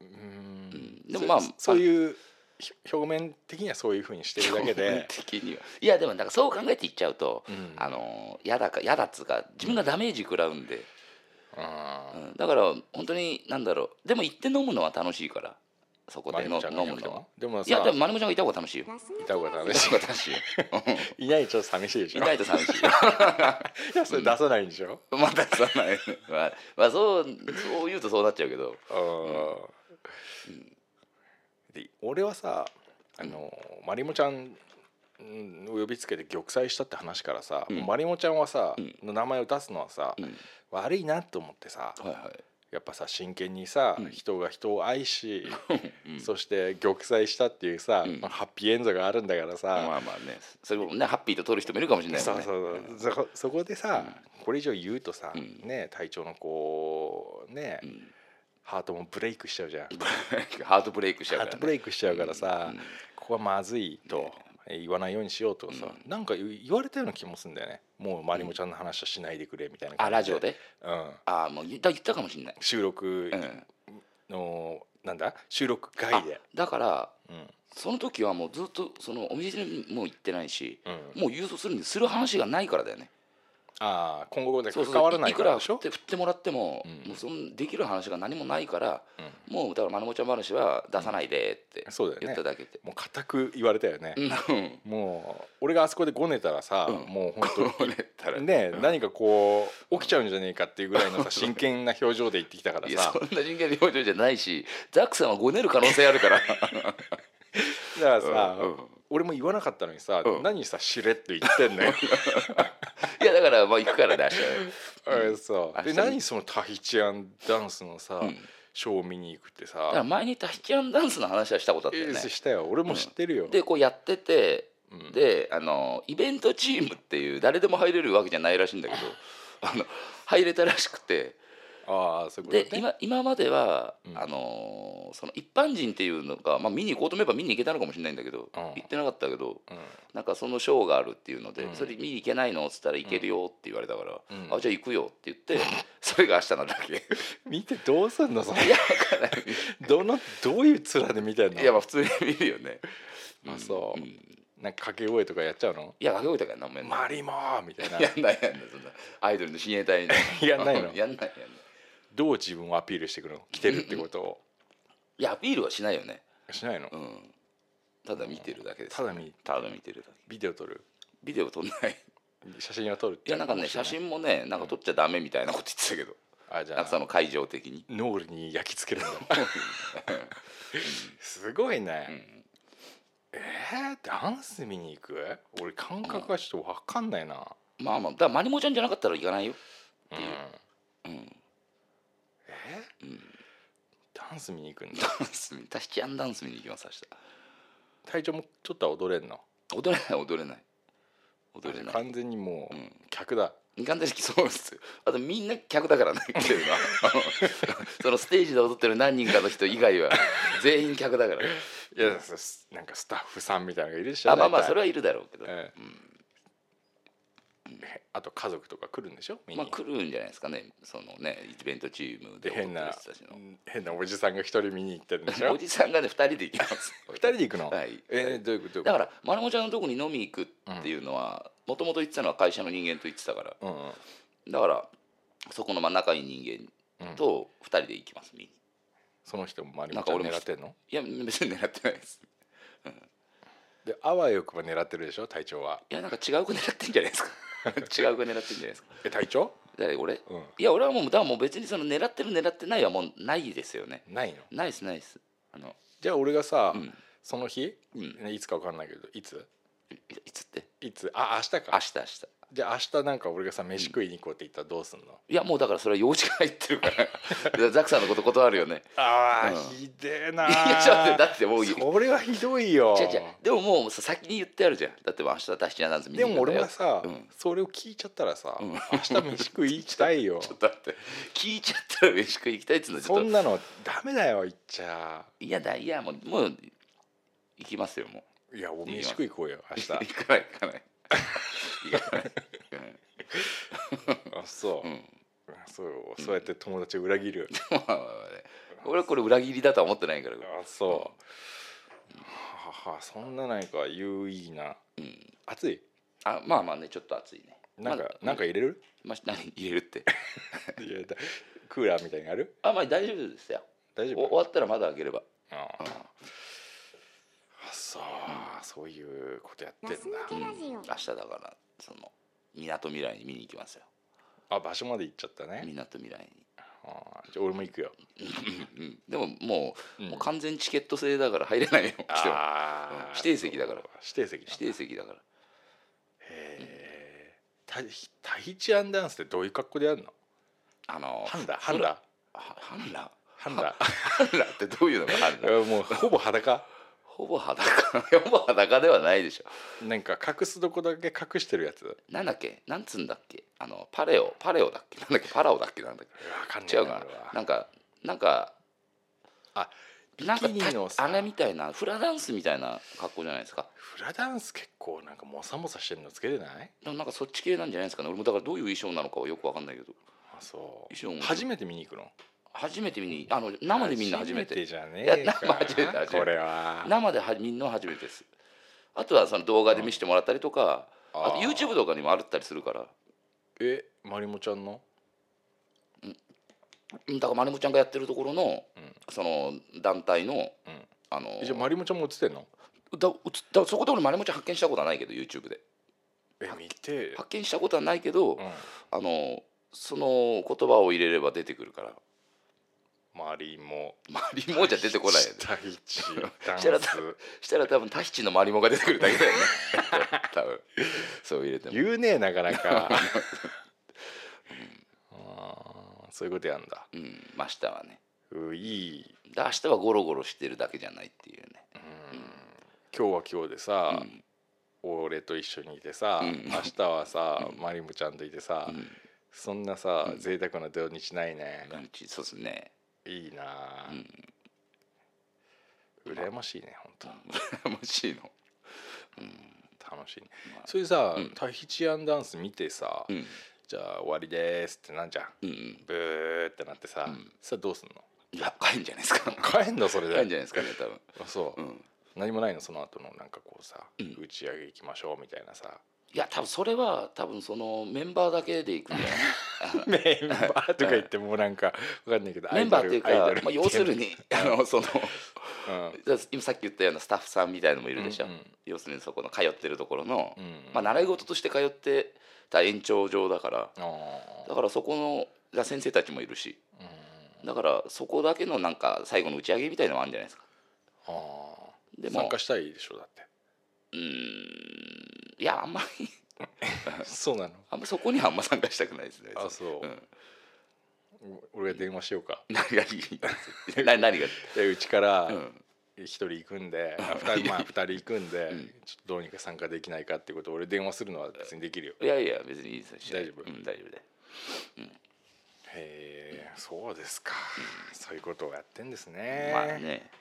[SPEAKER 3] うん
[SPEAKER 4] でもまあ
[SPEAKER 3] そそういうひ表面的にはそういうふうにしてるだけ
[SPEAKER 4] 基 本
[SPEAKER 3] で、
[SPEAKER 4] 的にはいやでもなんかそう考えていっちゃうと、
[SPEAKER 3] うん
[SPEAKER 4] あの嫌だか嫌だっつうか自分がダメージ食らうんで、
[SPEAKER 3] あ
[SPEAKER 4] うんだから本当に何だろうでも行って飲むのは楽しいからそこ
[SPEAKER 3] ー
[SPEAKER 4] で
[SPEAKER 3] 丸
[SPEAKER 4] の
[SPEAKER 3] 山ちゃんが
[SPEAKER 4] 飲
[SPEAKER 3] いな
[SPEAKER 4] む
[SPEAKER 3] くて
[SPEAKER 4] のは
[SPEAKER 3] もでも
[SPEAKER 4] いやで
[SPEAKER 3] さ
[SPEAKER 4] もまるもちゃんがいた方が楽しい よ
[SPEAKER 3] いた方が楽
[SPEAKER 4] いた
[SPEAKER 3] し
[SPEAKER 4] 方が楽しいよ
[SPEAKER 3] いいないとちょっと寂 しいでし
[SPEAKER 4] い
[SPEAKER 3] ょ
[SPEAKER 4] ないと寂しい
[SPEAKER 3] いやそれ出さないんでしょ、
[SPEAKER 4] またそんなまあ、まあ、そうそう言うとそうなっちゃうけど
[SPEAKER 3] あーで俺はさあのまりもちゃんうんを呼びつけて玉砕したって話からさ、
[SPEAKER 4] うん
[SPEAKER 3] まりもちゃんはさ、
[SPEAKER 4] うん
[SPEAKER 3] の名前を出すのはさ、
[SPEAKER 4] うん
[SPEAKER 3] 悪いなと思ってさ
[SPEAKER 4] はいは
[SPEAKER 3] やっぱさ真剣にさ、
[SPEAKER 4] うん
[SPEAKER 3] 人が人を愛し、
[SPEAKER 4] い、うん
[SPEAKER 3] そして玉砕したっていうさ、
[SPEAKER 4] うん
[SPEAKER 3] まあハッピーエンドがあるんだからさ、
[SPEAKER 4] まあまあねそれもねハッピーと取る人もいるかもしれないも
[SPEAKER 3] そ
[SPEAKER 4] ん
[SPEAKER 3] う
[SPEAKER 4] ね
[SPEAKER 3] そうそうそそこでさ、これ以上言うとさ、
[SPEAKER 4] うん
[SPEAKER 3] ね体調のこうね、ハートもブレイクしちゃうじゃん。
[SPEAKER 4] うん ハートブレイクしちゃう
[SPEAKER 3] ハ
[SPEAKER 4] か
[SPEAKER 3] ー
[SPEAKER 4] ら、
[SPEAKER 3] ト
[SPEAKER 4] ね、
[SPEAKER 3] ブレイクしちゃうからさ、
[SPEAKER 4] うん
[SPEAKER 3] ここはまずいと
[SPEAKER 4] ね
[SPEAKER 3] 言わないようにしようとかさ、なんか言われたような気もするんだよねもうまりもちゃんの話はしないでくれみたいな感
[SPEAKER 4] あ
[SPEAKER 3] じ
[SPEAKER 4] ラジオで
[SPEAKER 3] うん、
[SPEAKER 4] ああもう言った言ったかもしれない、
[SPEAKER 3] 収録
[SPEAKER 4] うん、
[SPEAKER 3] の、なんだ収録外で
[SPEAKER 4] あだから
[SPEAKER 3] うん
[SPEAKER 4] その時はもうずっとそのお店にも行ってないし、
[SPEAKER 3] うん
[SPEAKER 4] もう郵送するにする話がないからだよね
[SPEAKER 3] ああ今後で
[SPEAKER 4] そう
[SPEAKER 3] 関
[SPEAKER 4] そう
[SPEAKER 3] わらない
[SPEAKER 4] い
[SPEAKER 3] か
[SPEAKER 4] く
[SPEAKER 3] ら
[SPEAKER 4] ら
[SPEAKER 3] でし
[SPEAKER 4] 振っ
[SPEAKER 3] ょ
[SPEAKER 4] て振ってもらっても,、
[SPEAKER 3] うん
[SPEAKER 4] もうそのできる話が何もないから、
[SPEAKER 3] う
[SPEAKER 4] もうだからまなもちゃん話は出さないでって
[SPEAKER 3] そうだよね
[SPEAKER 4] 言っただけで、
[SPEAKER 3] もう固く言われたよね、
[SPEAKER 4] うん
[SPEAKER 3] もう俺があそこでごねたらさ、
[SPEAKER 4] うん
[SPEAKER 3] もう本
[SPEAKER 4] こうねった
[SPEAKER 3] 当
[SPEAKER 4] ら
[SPEAKER 3] にね、何かこう起きちゃうんじゃねえかっていうぐらい のさ真剣な表情で言ってきたから
[SPEAKER 4] いや
[SPEAKER 3] さ
[SPEAKER 4] そんな人間の表情じゃないしザックさんはごねる可能性あるから
[SPEAKER 3] だからさ、
[SPEAKER 4] うんうん
[SPEAKER 3] 俺も言わなかったのにさ、
[SPEAKER 4] うん
[SPEAKER 3] 何さしれっと言ってんの よ。
[SPEAKER 4] いやだからまあ行くからね
[SPEAKER 3] うんそう
[SPEAKER 4] あ
[SPEAKER 3] で
[SPEAKER 4] それ
[SPEAKER 3] 何そのタヒチアンダンスのさ、
[SPEAKER 4] うん
[SPEAKER 3] ショーを見に行くって
[SPEAKER 4] 明日だから
[SPEAKER 3] さ、
[SPEAKER 4] 前にタヒチアンダンスの話はしたことあった
[SPEAKER 3] え
[SPEAKER 4] よね
[SPEAKER 3] ーしたよ俺も知ってるよ。
[SPEAKER 4] でこうやってて
[SPEAKER 3] うん
[SPEAKER 4] であのイベントチームっていう誰でも入れるわけじゃないらしいんだけどあの入れたらしくて
[SPEAKER 3] ああそういうことね
[SPEAKER 4] で。今今までは、
[SPEAKER 3] うん
[SPEAKER 4] あのその一般人っていうのが、まあ、見に行こうと思えば見に行けたのかもしれないんだけど、
[SPEAKER 3] うん
[SPEAKER 4] 行ってなかったけど
[SPEAKER 3] うん
[SPEAKER 4] なんかそのショーがあるっていうので、
[SPEAKER 3] うん
[SPEAKER 4] それ見に行けないのっつったら行けるよって言われたから、
[SPEAKER 3] うん
[SPEAKER 4] あじゃあ行くよって言 ってそれが明日なんだっけ
[SPEAKER 3] 見てどうすんのそれ
[SPEAKER 4] いやわかんない
[SPEAKER 3] どのどういう面で見てんの
[SPEAKER 4] いやまあ普通に見るよね
[SPEAKER 3] あそう、
[SPEAKER 4] うん
[SPEAKER 3] なんか掛け声とかやっちゃうの
[SPEAKER 4] いや掛け声とかやんなお前
[SPEAKER 3] マリモーみたいな
[SPEAKER 4] やんないやんないそんなアイドルの親衛隊に
[SPEAKER 3] やんないの
[SPEAKER 4] やんないやんない
[SPEAKER 3] どう自分をアピールしてくるの来てるってことを
[SPEAKER 4] いやアピールはしないよね
[SPEAKER 3] しないの、
[SPEAKER 4] うんただ見てるだけです、
[SPEAKER 3] ただ見
[SPEAKER 4] ただ見てるだけ
[SPEAKER 3] ビデオ撮る
[SPEAKER 4] ビデオ撮んないい
[SPEAKER 3] 写真は撮るって
[SPEAKER 4] やなんかね
[SPEAKER 3] 面白
[SPEAKER 4] 写
[SPEAKER 3] い
[SPEAKER 4] 真もねなんか撮っちゃダメみたいなこと言ってたけど
[SPEAKER 3] あじ
[SPEAKER 4] なん
[SPEAKER 3] ゃ
[SPEAKER 4] かそ
[SPEAKER 3] あ
[SPEAKER 4] の会場的に
[SPEAKER 3] 脳裏に焼き付け るんだすごいね、えー、ダンス見に行く俺感覚がちょっと分かんないな、
[SPEAKER 4] まあまあだからマリモちゃんじゃなかったら行かないよ
[SPEAKER 3] うん
[SPEAKER 4] ん
[SPEAKER 3] えー
[SPEAKER 4] うん
[SPEAKER 3] ダンス見に行くん
[SPEAKER 4] ダ
[SPEAKER 3] だ
[SPEAKER 4] ンス見タヒチアンダンス見に行きます
[SPEAKER 3] 体調もちょっとは踊れんの
[SPEAKER 4] 明日踊れない踊れない踊れない
[SPEAKER 3] 完全にもう、
[SPEAKER 4] うん
[SPEAKER 3] 客だ
[SPEAKER 4] 完全にそうですよあとみんな客だからね来てるのは あのそのステージで踊ってる何人かの人以外は全員客だから
[SPEAKER 3] いやそすなんかスタッフさんみたいなのがいるでしょ
[SPEAKER 4] あまあまあ
[SPEAKER 3] 大体
[SPEAKER 4] それはいるだろうけど、
[SPEAKER 3] えええあと家族とか来るんでしょ見に
[SPEAKER 4] まあ来るんじゃないですかねそのねイベントチームで
[SPEAKER 3] で変
[SPEAKER 4] 踊っ
[SPEAKER 3] な
[SPEAKER 4] てる人たちの
[SPEAKER 3] 変なおじさんが一人見に行ってるんでしょ
[SPEAKER 4] おじさんがね2人で行きます
[SPEAKER 3] 二人で行くの、
[SPEAKER 4] はい
[SPEAKER 3] えーどういうこと
[SPEAKER 4] だからまなもちゃんのとこに飲みに行くっていうのはもともと言ってたのは会社の人間と言ってたから
[SPEAKER 3] うんうん
[SPEAKER 4] だからそこのまあ仲いい人間と2人で行きます見に
[SPEAKER 3] その人も周りも
[SPEAKER 4] なんか俺も
[SPEAKER 3] 狙ってんの
[SPEAKER 4] いや別に狙ってないです
[SPEAKER 3] であわよくば狙ってるでしょ隊長はい
[SPEAKER 4] やなんか違う子狙ってんじゃな いですか違う子狙ってんじゃないですか
[SPEAKER 3] え隊長
[SPEAKER 4] 誰俺
[SPEAKER 3] うん
[SPEAKER 4] いや俺はもうだからもう別にその狙ってる狙ってないはもうないですよね
[SPEAKER 3] ないの
[SPEAKER 4] ないですないですあの
[SPEAKER 3] じゃあ俺がさ、
[SPEAKER 4] うん
[SPEAKER 3] その日、
[SPEAKER 4] うん
[SPEAKER 3] ねいつかわかんないけどいつ
[SPEAKER 4] いいつって
[SPEAKER 3] いつあ明日か
[SPEAKER 4] 明日明日
[SPEAKER 3] じゃあ明日なんか俺がさ飯食いに行こうって言ったらどうすんの、
[SPEAKER 4] いやもうだからそれは用事が入ってるか らザックさんのこと断るよね
[SPEAKER 3] あ
[SPEAKER 4] うん
[SPEAKER 3] ーひでえなー
[SPEAKER 4] いやちょっと待ってだってもう
[SPEAKER 3] それはひどいよ
[SPEAKER 4] 違う違うでももうさ先に言ってあるじゃんだってもう明日私にアナウンス見に
[SPEAKER 3] で
[SPEAKER 4] 行くんだ
[SPEAKER 3] も
[SPEAKER 4] よ
[SPEAKER 3] 俺がさ、
[SPEAKER 4] うん
[SPEAKER 3] それを聞いちゃったらさ、
[SPEAKER 4] うん
[SPEAKER 3] 明日飯食い行きたいよ
[SPEAKER 4] ちょっと待って聞いちゃったら飯食い行きたいっつうのはちょ
[SPEAKER 3] そ
[SPEAKER 4] っ
[SPEAKER 3] ん
[SPEAKER 4] と
[SPEAKER 3] なのダメだよ言っちゃ
[SPEAKER 4] いやだいやもうもう行きますよもう
[SPEAKER 3] いやお飯食い行こうよ明日
[SPEAKER 4] 行か ない行かない行 かない行かない
[SPEAKER 3] あそう、
[SPEAKER 4] うん
[SPEAKER 3] そうそうやって友達を裏切る、
[SPEAKER 4] まあまあまあね 俺はこれ裏切りだとは思ってないから
[SPEAKER 3] あそう、ははそんななんか有意義な、暑い
[SPEAKER 4] あまあまあねちょっと暑いね
[SPEAKER 3] なんか、
[SPEAKER 4] まあ
[SPEAKER 3] なんか入れる、
[SPEAKER 4] まあ、何入れるって
[SPEAKER 3] いやだクーラーみたいにある
[SPEAKER 4] あまあ大丈夫ですよ
[SPEAKER 3] 大丈
[SPEAKER 4] お終
[SPEAKER 3] 夫
[SPEAKER 4] わったらまだ開ければ
[SPEAKER 3] あ
[SPEAKER 4] うん
[SPEAKER 3] あそう、そういうことやってんだ
[SPEAKER 4] 明日だからそのみなとみらいに見に行きますよ
[SPEAKER 3] あ場所まで行っちゃったね
[SPEAKER 4] みなとみらいに
[SPEAKER 3] あーじゃあ俺も行くよ
[SPEAKER 4] うんうんでももう,、
[SPEAKER 3] うん
[SPEAKER 4] もう完全チケット制だから入れないよ来ても
[SPEAKER 3] あー
[SPEAKER 4] うん指定席だから
[SPEAKER 3] 指定席なんだ
[SPEAKER 4] 指定席だから
[SPEAKER 3] へータタヒチアンダンスってどういう格好でやるの
[SPEAKER 4] あの
[SPEAKER 3] ハンダハ
[SPEAKER 4] それ
[SPEAKER 3] ンダ
[SPEAKER 4] はハンラ
[SPEAKER 3] ハンダ
[SPEAKER 4] ハンラってどういうのがハンラ
[SPEAKER 3] もうほぼ裸
[SPEAKER 4] ほぼ裸 ほぼ裸ではないでしょ
[SPEAKER 3] なんか隠すとこだけ隠してるやつわ
[SPEAKER 4] なんだっけなんつうんだっけあのパレオパレオだっけなんだっけパラオだっけなんだっ
[SPEAKER 3] かんね
[SPEAKER 4] け
[SPEAKER 3] え
[SPEAKER 4] 違う
[SPEAKER 3] な
[SPEAKER 4] か
[SPEAKER 3] 俺
[SPEAKER 4] なな
[SPEAKER 3] は
[SPEAKER 4] んかなんか
[SPEAKER 3] あ
[SPEAKER 4] なんか
[SPEAKER 3] ビキニのさ
[SPEAKER 4] あれみたいなフラダンスみたいな格好じゃないですか
[SPEAKER 3] フラダンス結構なんかモサモサしてるのつけてない
[SPEAKER 4] でもなんかそっち系なんじゃないですかね俺もだからどういう衣装なのかはよくわかんないけど
[SPEAKER 3] あそう
[SPEAKER 4] 衣装も
[SPEAKER 3] 初めて見に行くの
[SPEAKER 4] 初めて見にあの生でみんな初めて
[SPEAKER 3] じゃねえ
[SPEAKER 4] いや
[SPEAKER 3] か
[SPEAKER 4] 生初めて初めて
[SPEAKER 3] これは
[SPEAKER 4] 生ではみんな初めてですあとはその動画で見せてもらったりとかあと
[SPEAKER 3] あー
[SPEAKER 4] YouTube とかにもあるったりするから
[SPEAKER 3] えまりもちゃんの
[SPEAKER 4] うんだからまりもちゃんがやってるところの、
[SPEAKER 3] うん
[SPEAKER 4] その団体の、
[SPEAKER 3] うん
[SPEAKER 4] あの
[SPEAKER 3] えじゃあまりもちゃんも映ってんの
[SPEAKER 4] だうつだそこで俺まりもちゃん発見したことはないけど YouTube で
[SPEAKER 3] え見て
[SPEAKER 4] 発見したことはないけど、
[SPEAKER 3] うん
[SPEAKER 4] あのその言葉を入れれば出てくるから
[SPEAKER 3] まりも
[SPEAKER 4] まりもじゃ出てこないよね
[SPEAKER 3] タヒ チダン
[SPEAKER 4] 知らな
[SPEAKER 3] ス
[SPEAKER 4] かっしたら多分タヒチのまりもが出てくるだけだよね多分そう入れても
[SPEAKER 3] 言うねえなかな かあーそういうことやんだ
[SPEAKER 4] うんまあ明日はね
[SPEAKER 3] ういい、
[SPEAKER 4] だ明日はゴロゴロしてるだけじゃないっていうね
[SPEAKER 3] うん今日は今日でさ、
[SPEAKER 4] うん
[SPEAKER 3] 俺と一緒にいてさ、
[SPEAKER 4] うん
[SPEAKER 3] 明日はさ、
[SPEAKER 4] うん
[SPEAKER 3] マリムちゃんといてさ、
[SPEAKER 4] うん
[SPEAKER 3] そんなさ、
[SPEAKER 4] うん
[SPEAKER 3] 贅沢な土日ないね、
[SPEAKER 4] うちそうですね
[SPEAKER 3] いいなあ、
[SPEAKER 4] うん
[SPEAKER 3] 羨ましいね本
[SPEAKER 4] 羨ましいの
[SPEAKER 3] 当楽しいね、
[SPEAKER 4] まあ
[SPEAKER 3] それでさ、
[SPEAKER 4] うん
[SPEAKER 3] タヒチアンダンス見てさ、
[SPEAKER 4] うん
[SPEAKER 3] じゃあ終わりですってなんじゃん
[SPEAKER 4] うんうん
[SPEAKER 3] ブーってなってさ、
[SPEAKER 4] うん
[SPEAKER 3] さどうすんの
[SPEAKER 4] いや帰んじゃないですか
[SPEAKER 3] 帰んのそれで
[SPEAKER 4] 帰んじゃないですかね多分
[SPEAKER 3] あそう、
[SPEAKER 4] うん
[SPEAKER 3] 何もないのその後のなんかこうさ、
[SPEAKER 4] うん
[SPEAKER 3] 打ち上げ行きましょうみたいな さ
[SPEAKER 4] いや多分それは多分そのメンバーだけで行くんじゃない
[SPEAKER 3] メンバーとか言ってもうなんか わかんないけど
[SPEAKER 4] メンバーっていうか
[SPEAKER 3] アイドルアイドル
[SPEAKER 4] まあ、要するにあのその
[SPEAKER 3] うん
[SPEAKER 4] 今さっき言ったようなスタッフさんみたいのもいるでしょ、
[SPEAKER 3] うんうん
[SPEAKER 4] 要するにそこの通ってるところの、
[SPEAKER 3] うん
[SPEAKER 4] まあ、習い事として通ってた延長上だから
[SPEAKER 3] あー
[SPEAKER 4] だからそこのだから先生たちもいるし
[SPEAKER 3] うん
[SPEAKER 4] だからそこだけのなんか最後の打ち上げみたいのもあるんじゃないですか
[SPEAKER 3] あー
[SPEAKER 4] でも
[SPEAKER 3] 参加したいでしょだって
[SPEAKER 4] うーんいやあんまり
[SPEAKER 3] そうなの
[SPEAKER 4] あんまそこにはあんま参加したくないですね
[SPEAKER 3] あそう
[SPEAKER 4] うん、
[SPEAKER 3] 俺が電話しようか
[SPEAKER 4] 何がいいな何が
[SPEAKER 3] でうちから
[SPEAKER 4] うん
[SPEAKER 3] 一人行くんで、あ二人まあ二人行くんで、
[SPEAKER 4] うん
[SPEAKER 3] ちょっとどうにか参加できないかってこと俺電話するのは別にできるよ
[SPEAKER 4] いやいや別にいいですよ
[SPEAKER 3] 大丈夫
[SPEAKER 4] うん、大丈夫で
[SPEAKER 3] へえそうですか、そういうことをやってんですね
[SPEAKER 4] まあね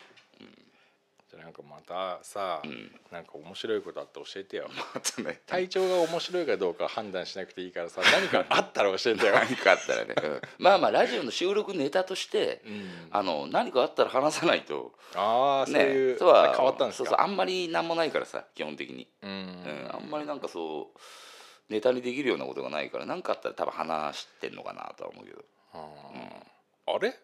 [SPEAKER 3] じゃあなんかまたさ、
[SPEAKER 4] ん
[SPEAKER 3] なんか面白いことあって教えてよ
[SPEAKER 4] あとね
[SPEAKER 3] 体調が面白いかどうか判断しなくていいから さ何かあったら教えてよ、
[SPEAKER 4] 何かあったらね、うんまあまあラジオの収録ネタとして、
[SPEAKER 3] うん、あ
[SPEAKER 4] あの何かあったら話さないと
[SPEAKER 3] あーそういう、
[SPEAKER 4] とは
[SPEAKER 3] 変わったんですか
[SPEAKER 4] そうそうあんまり何もないからさ基本的に、
[SPEAKER 3] うん
[SPEAKER 4] うんあんまりなんかそうネタにできるようなことがないから何かあったら多分話してんのかなとは思うけど
[SPEAKER 3] あれ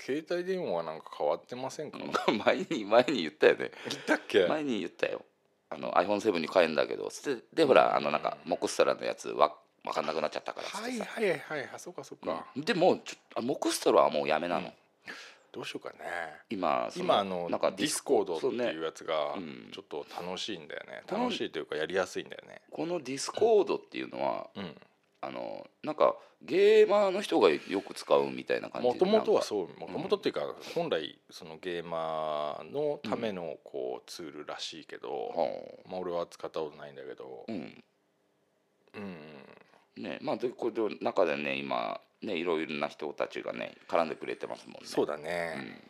[SPEAKER 3] 携帯電話なんか変わってませんか、言っ
[SPEAKER 4] うん前に前に言ったよね
[SPEAKER 3] たっけ
[SPEAKER 4] 前に言ったよあの iPhone7 に変えんだけどつってでほらあのなんかモクスタラのやつわ分かんなくなっちゃったからっつっ
[SPEAKER 3] は
[SPEAKER 4] て
[SPEAKER 3] い
[SPEAKER 4] さ、
[SPEAKER 3] はいはいはいあそうかそうか、
[SPEAKER 4] うんでもちょっとあモクスタラはもうやめなの、
[SPEAKER 3] どうしようかね
[SPEAKER 4] 今そ
[SPEAKER 3] 今あの
[SPEAKER 4] なんか
[SPEAKER 3] ディスコードって
[SPEAKER 4] そうね
[SPEAKER 3] いうやつが
[SPEAKER 4] うん
[SPEAKER 3] ちょっと楽しいんだよね、
[SPEAKER 4] うん
[SPEAKER 3] 楽しいというかやりやすいんだよね
[SPEAKER 4] このディスコードっていうのは、
[SPEAKER 3] うん
[SPEAKER 4] あのなんかゲーマーの人がよく使うみたいな感じ
[SPEAKER 3] もともとは
[SPEAKER 4] う
[SPEAKER 3] そうもともとっていうか本来そのゲーマーのためのこうツールらしいけど、まあ、俺は使ったことないんだけど
[SPEAKER 4] う、ん
[SPEAKER 3] うん、
[SPEAKER 4] ねまあでこれの中でね今ねいろいろな人たちがね絡んでくれてますもんね
[SPEAKER 3] そう
[SPEAKER 4] だ
[SPEAKER 3] だね、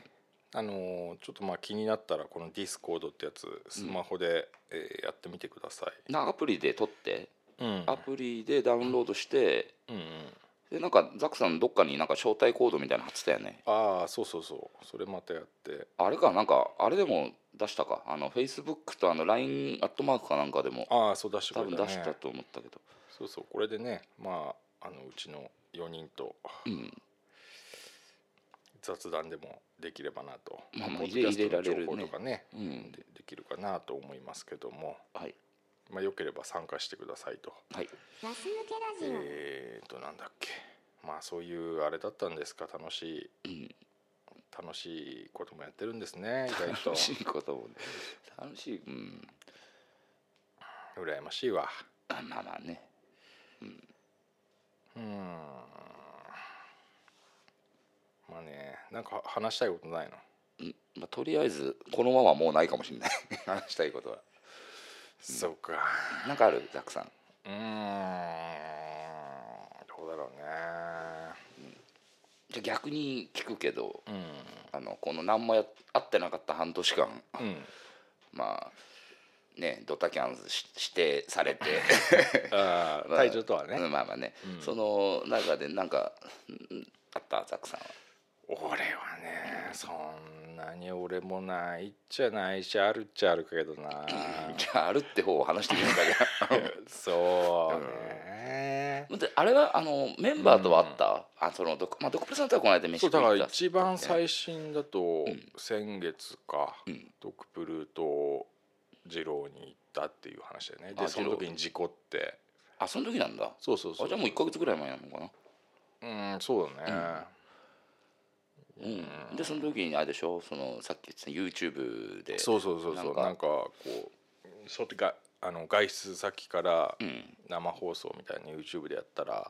[SPEAKER 3] あのーちょっとまあ気になったらこのディスコードってやつスマホで、えーやってみてください。
[SPEAKER 4] なアプリで撮って
[SPEAKER 3] うん
[SPEAKER 4] アプリでダウンロードして、
[SPEAKER 3] うんうん、
[SPEAKER 4] でなんかザクさんどっかになんか招待コードみたいなの貼ってたよね
[SPEAKER 3] ああそうそうそうそれまたやって
[SPEAKER 4] あれかなんかあれでも出したかあのフェイスブックとあの LINE アットマークかなんかでも
[SPEAKER 3] ああそう出してく
[SPEAKER 4] 多
[SPEAKER 3] れた、
[SPEAKER 4] 分
[SPEAKER 3] ね、
[SPEAKER 4] 出したと思ったけど、
[SPEAKER 3] そうそうこれでねまああのうちの4人と
[SPEAKER 4] うん、
[SPEAKER 3] 雑談でもできればなと、
[SPEAKER 4] まあまあ
[SPEAKER 3] ポッドキャストの
[SPEAKER 4] 入れ入れられるね
[SPEAKER 3] 情報とかね
[SPEAKER 4] うん
[SPEAKER 3] でできるかなと思いますけども、
[SPEAKER 4] はい
[SPEAKER 3] まあ、よければ参加してくださいと。
[SPEAKER 4] はい
[SPEAKER 2] ガス抜けラジオ
[SPEAKER 3] えー、となんだっけまあそういうあれだったんですか楽しい、
[SPEAKER 4] うん
[SPEAKER 3] 楽しいこともやってるんですね意外と
[SPEAKER 4] 楽し いこともね楽しいうん
[SPEAKER 3] 羨ましいわ
[SPEAKER 4] あまあまあね
[SPEAKER 3] うーんまあねなんか話したいことないの
[SPEAKER 4] うんまあ、とりあえずこのままもうないかもしれない 話したいことは
[SPEAKER 3] そうか
[SPEAKER 4] なんかあるザックさん
[SPEAKER 3] うーんどうだろ
[SPEAKER 4] じゃあ逆に聞くけど
[SPEAKER 3] うね
[SPEAKER 4] あのこの何もや会ってなかった半年間
[SPEAKER 3] うんうん
[SPEAKER 4] まあねドタキャンし指定されて
[SPEAKER 3] ああ
[SPEAKER 4] まあ
[SPEAKER 3] 体調とはね、
[SPEAKER 4] うんまあまあね、
[SPEAKER 3] ん
[SPEAKER 4] その中でなんかうんあったザックさんは
[SPEAKER 3] 俺はねそんなに俺もないっちゃないしあるっちゃあるけど な
[SPEAKER 4] じゃああるって方を話してみるんだけ
[SPEAKER 3] そうね、
[SPEAKER 4] ど であれはあのメンバーとはあった、あそのドク、まあ、ドクプレさんとはこの間飯
[SPEAKER 3] そう
[SPEAKER 4] 食
[SPEAKER 3] だ
[SPEAKER 4] い
[SPEAKER 3] から
[SPEAKER 4] 行ったっつって
[SPEAKER 3] 一
[SPEAKER 4] たっけ
[SPEAKER 3] 番最新だと
[SPEAKER 4] うん
[SPEAKER 3] 先月か、
[SPEAKER 4] うん
[SPEAKER 3] ドクプルと二郎に行ったっていう話だよね
[SPEAKER 4] あ
[SPEAKER 3] でその
[SPEAKER 4] 二郎
[SPEAKER 3] 時に事故って
[SPEAKER 4] あその時なんだ
[SPEAKER 3] そうそうそ
[SPEAKER 4] あ
[SPEAKER 3] う
[SPEAKER 4] じゃあもう1か月ぐらい前なのかな
[SPEAKER 3] うんそうだね、
[SPEAKER 4] うん、でその時にあれでしょそのさっき言ってた YouTube で
[SPEAKER 3] そうそうそうそうなんか
[SPEAKER 4] なんか
[SPEAKER 3] こうそれがあの外出先から
[SPEAKER 4] ん
[SPEAKER 3] 生放送みたいに YouTube でやったら、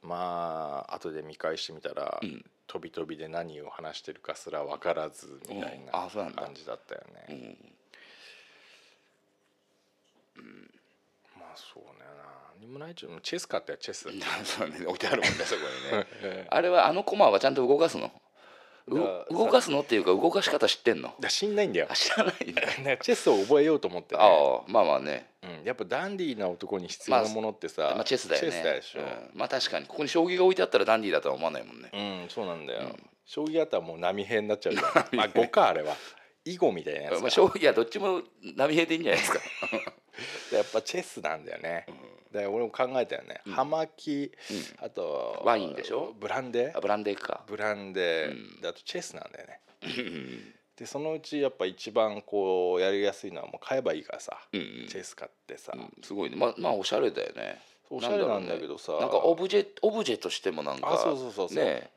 [SPEAKER 3] まあ後で見返してみたら、飛び飛びで何を話してるかすら分からずみたいな
[SPEAKER 4] うんあそうなんだ
[SPEAKER 3] 感じだったよね、
[SPEAKER 4] うん、
[SPEAKER 3] まあそうね何もないっちゅうのチェス買ってチェス
[SPEAKER 4] そうね置いてあるもんねそこにね あれはあのコマはちゃんと動かすのう
[SPEAKER 3] だから
[SPEAKER 4] 動かすのっていうか動かし方知ってんの
[SPEAKER 3] だ死んないん だよ
[SPEAKER 4] あ知らないんだ
[SPEAKER 3] なんかチェスを覚えようと思って、ね
[SPEAKER 4] ああまあまあね、
[SPEAKER 3] うん、やっぱダンディーな男に必要なものってさ、
[SPEAKER 4] まあ、チェスだよね
[SPEAKER 3] チェスだでしょ、
[SPEAKER 4] うんまあ確かにここに将棋が置いてあったらダンディーだとは思わないもんね
[SPEAKER 3] うん、そうなんだよ、将棋だったらもう波平になっち ゃうじゃんまあ5かあれは囲碁みたいなやつか
[SPEAKER 4] まあ、将棋はどっちも波平でいいんじゃないですか
[SPEAKER 3] やっぱチェスなんだよね、だから俺も考えたよね、葉巻あと
[SPEAKER 4] ワインでしょ
[SPEAKER 3] ブランデ
[SPEAKER 4] あブランデーか
[SPEAKER 3] ブランデ、であとチェスなんだよねでそのうちやっぱ一番こうやりやすいのはもう買えばいいからさ、
[SPEAKER 4] んうん
[SPEAKER 3] チェス買ってさ、
[SPEAKER 4] すごいねまあまあおしゃれだよね
[SPEAKER 3] おしゃれなんだけどさ
[SPEAKER 4] なんだろうねなんかオブジェオブジェとしてもなんか
[SPEAKER 3] あそうそうそうそう
[SPEAKER 4] ね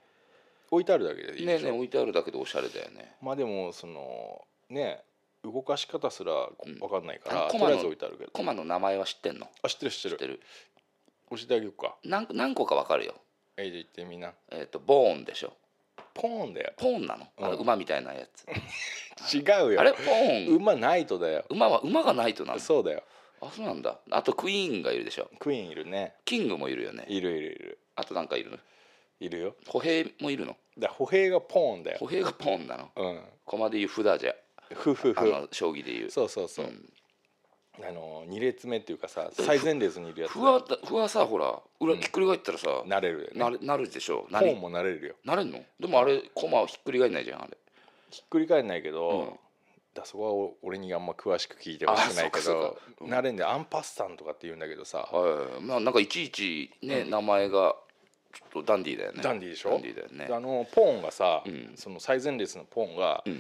[SPEAKER 3] 置いてあるだけでいい
[SPEAKER 4] ね
[SPEAKER 3] でしょ、
[SPEAKER 4] ね置いてあるだけでおしゃれだよね
[SPEAKER 3] まあでもそのね動かし方すら分かんないから、
[SPEAKER 4] あ
[SPEAKER 3] と
[SPEAKER 4] コ
[SPEAKER 3] り
[SPEAKER 4] マ
[SPEAKER 3] あ
[SPEAKER 4] の
[SPEAKER 3] えず置いてあるけど
[SPEAKER 4] コマの名前は知ってんの
[SPEAKER 3] あ知ってる知って
[SPEAKER 4] 知
[SPEAKER 3] る
[SPEAKER 4] ってる
[SPEAKER 3] 教えてあげようか
[SPEAKER 4] 何何個かわかるよ
[SPEAKER 3] えいで行ってみんな
[SPEAKER 4] えっ、とボーンでしょ
[SPEAKER 3] ポーンだよ
[SPEAKER 4] ポーンなのあの
[SPEAKER 3] うん
[SPEAKER 4] 馬みたいなやつ、
[SPEAKER 3] 違うよ
[SPEAKER 4] あれポーン
[SPEAKER 3] 馬ないとだよ
[SPEAKER 4] 馬は馬がないとなの
[SPEAKER 3] そうだよ
[SPEAKER 4] あそうなんだあとクイーンがいるでしょ
[SPEAKER 3] クイーンいるね
[SPEAKER 4] キングもいるよね
[SPEAKER 3] いるいるいる
[SPEAKER 4] あとなんかいるの
[SPEAKER 3] いるよ
[SPEAKER 4] 歩兵もいるの
[SPEAKER 3] だから歩兵がポーンだよ
[SPEAKER 4] 歩兵がポーンなの
[SPEAKER 3] うん
[SPEAKER 4] コマでいうフダじゃ
[SPEAKER 3] ふふ
[SPEAKER 4] あ
[SPEAKER 3] ふ
[SPEAKER 4] の将棋でいう
[SPEAKER 3] そうそうそう、
[SPEAKER 4] ん
[SPEAKER 3] あの二列目っていうかさ最前列にいるやつ
[SPEAKER 4] ふわだふわさほら裏ひっくり返ったらさ、
[SPEAKER 3] なれる
[SPEAKER 4] な
[SPEAKER 3] よね
[SPEAKER 4] るなるでしょ
[SPEAKER 3] ポ
[SPEAKER 4] なり
[SPEAKER 3] ーンもなれるよ
[SPEAKER 4] なれんのでもあれコマをひっくり返んないじゃんあれ
[SPEAKER 3] ひっくり返んないけど、
[SPEAKER 4] うん
[SPEAKER 3] だそこはお俺にあんま詳しく聞いてほしくないけ
[SPEAKER 4] あそう
[SPEAKER 3] ど
[SPEAKER 4] かそうかうん
[SPEAKER 3] なれんでアンパスタンとかって言うんだけどさ、
[SPEAKER 4] はい、まあなんかいちいちね、名前がちょっとダンディーだよね
[SPEAKER 3] ダンディーでしょ
[SPEAKER 4] ダンディーだよね
[SPEAKER 3] であのポーンがさ、
[SPEAKER 4] うん
[SPEAKER 3] その最前列のポーンが、
[SPEAKER 4] うん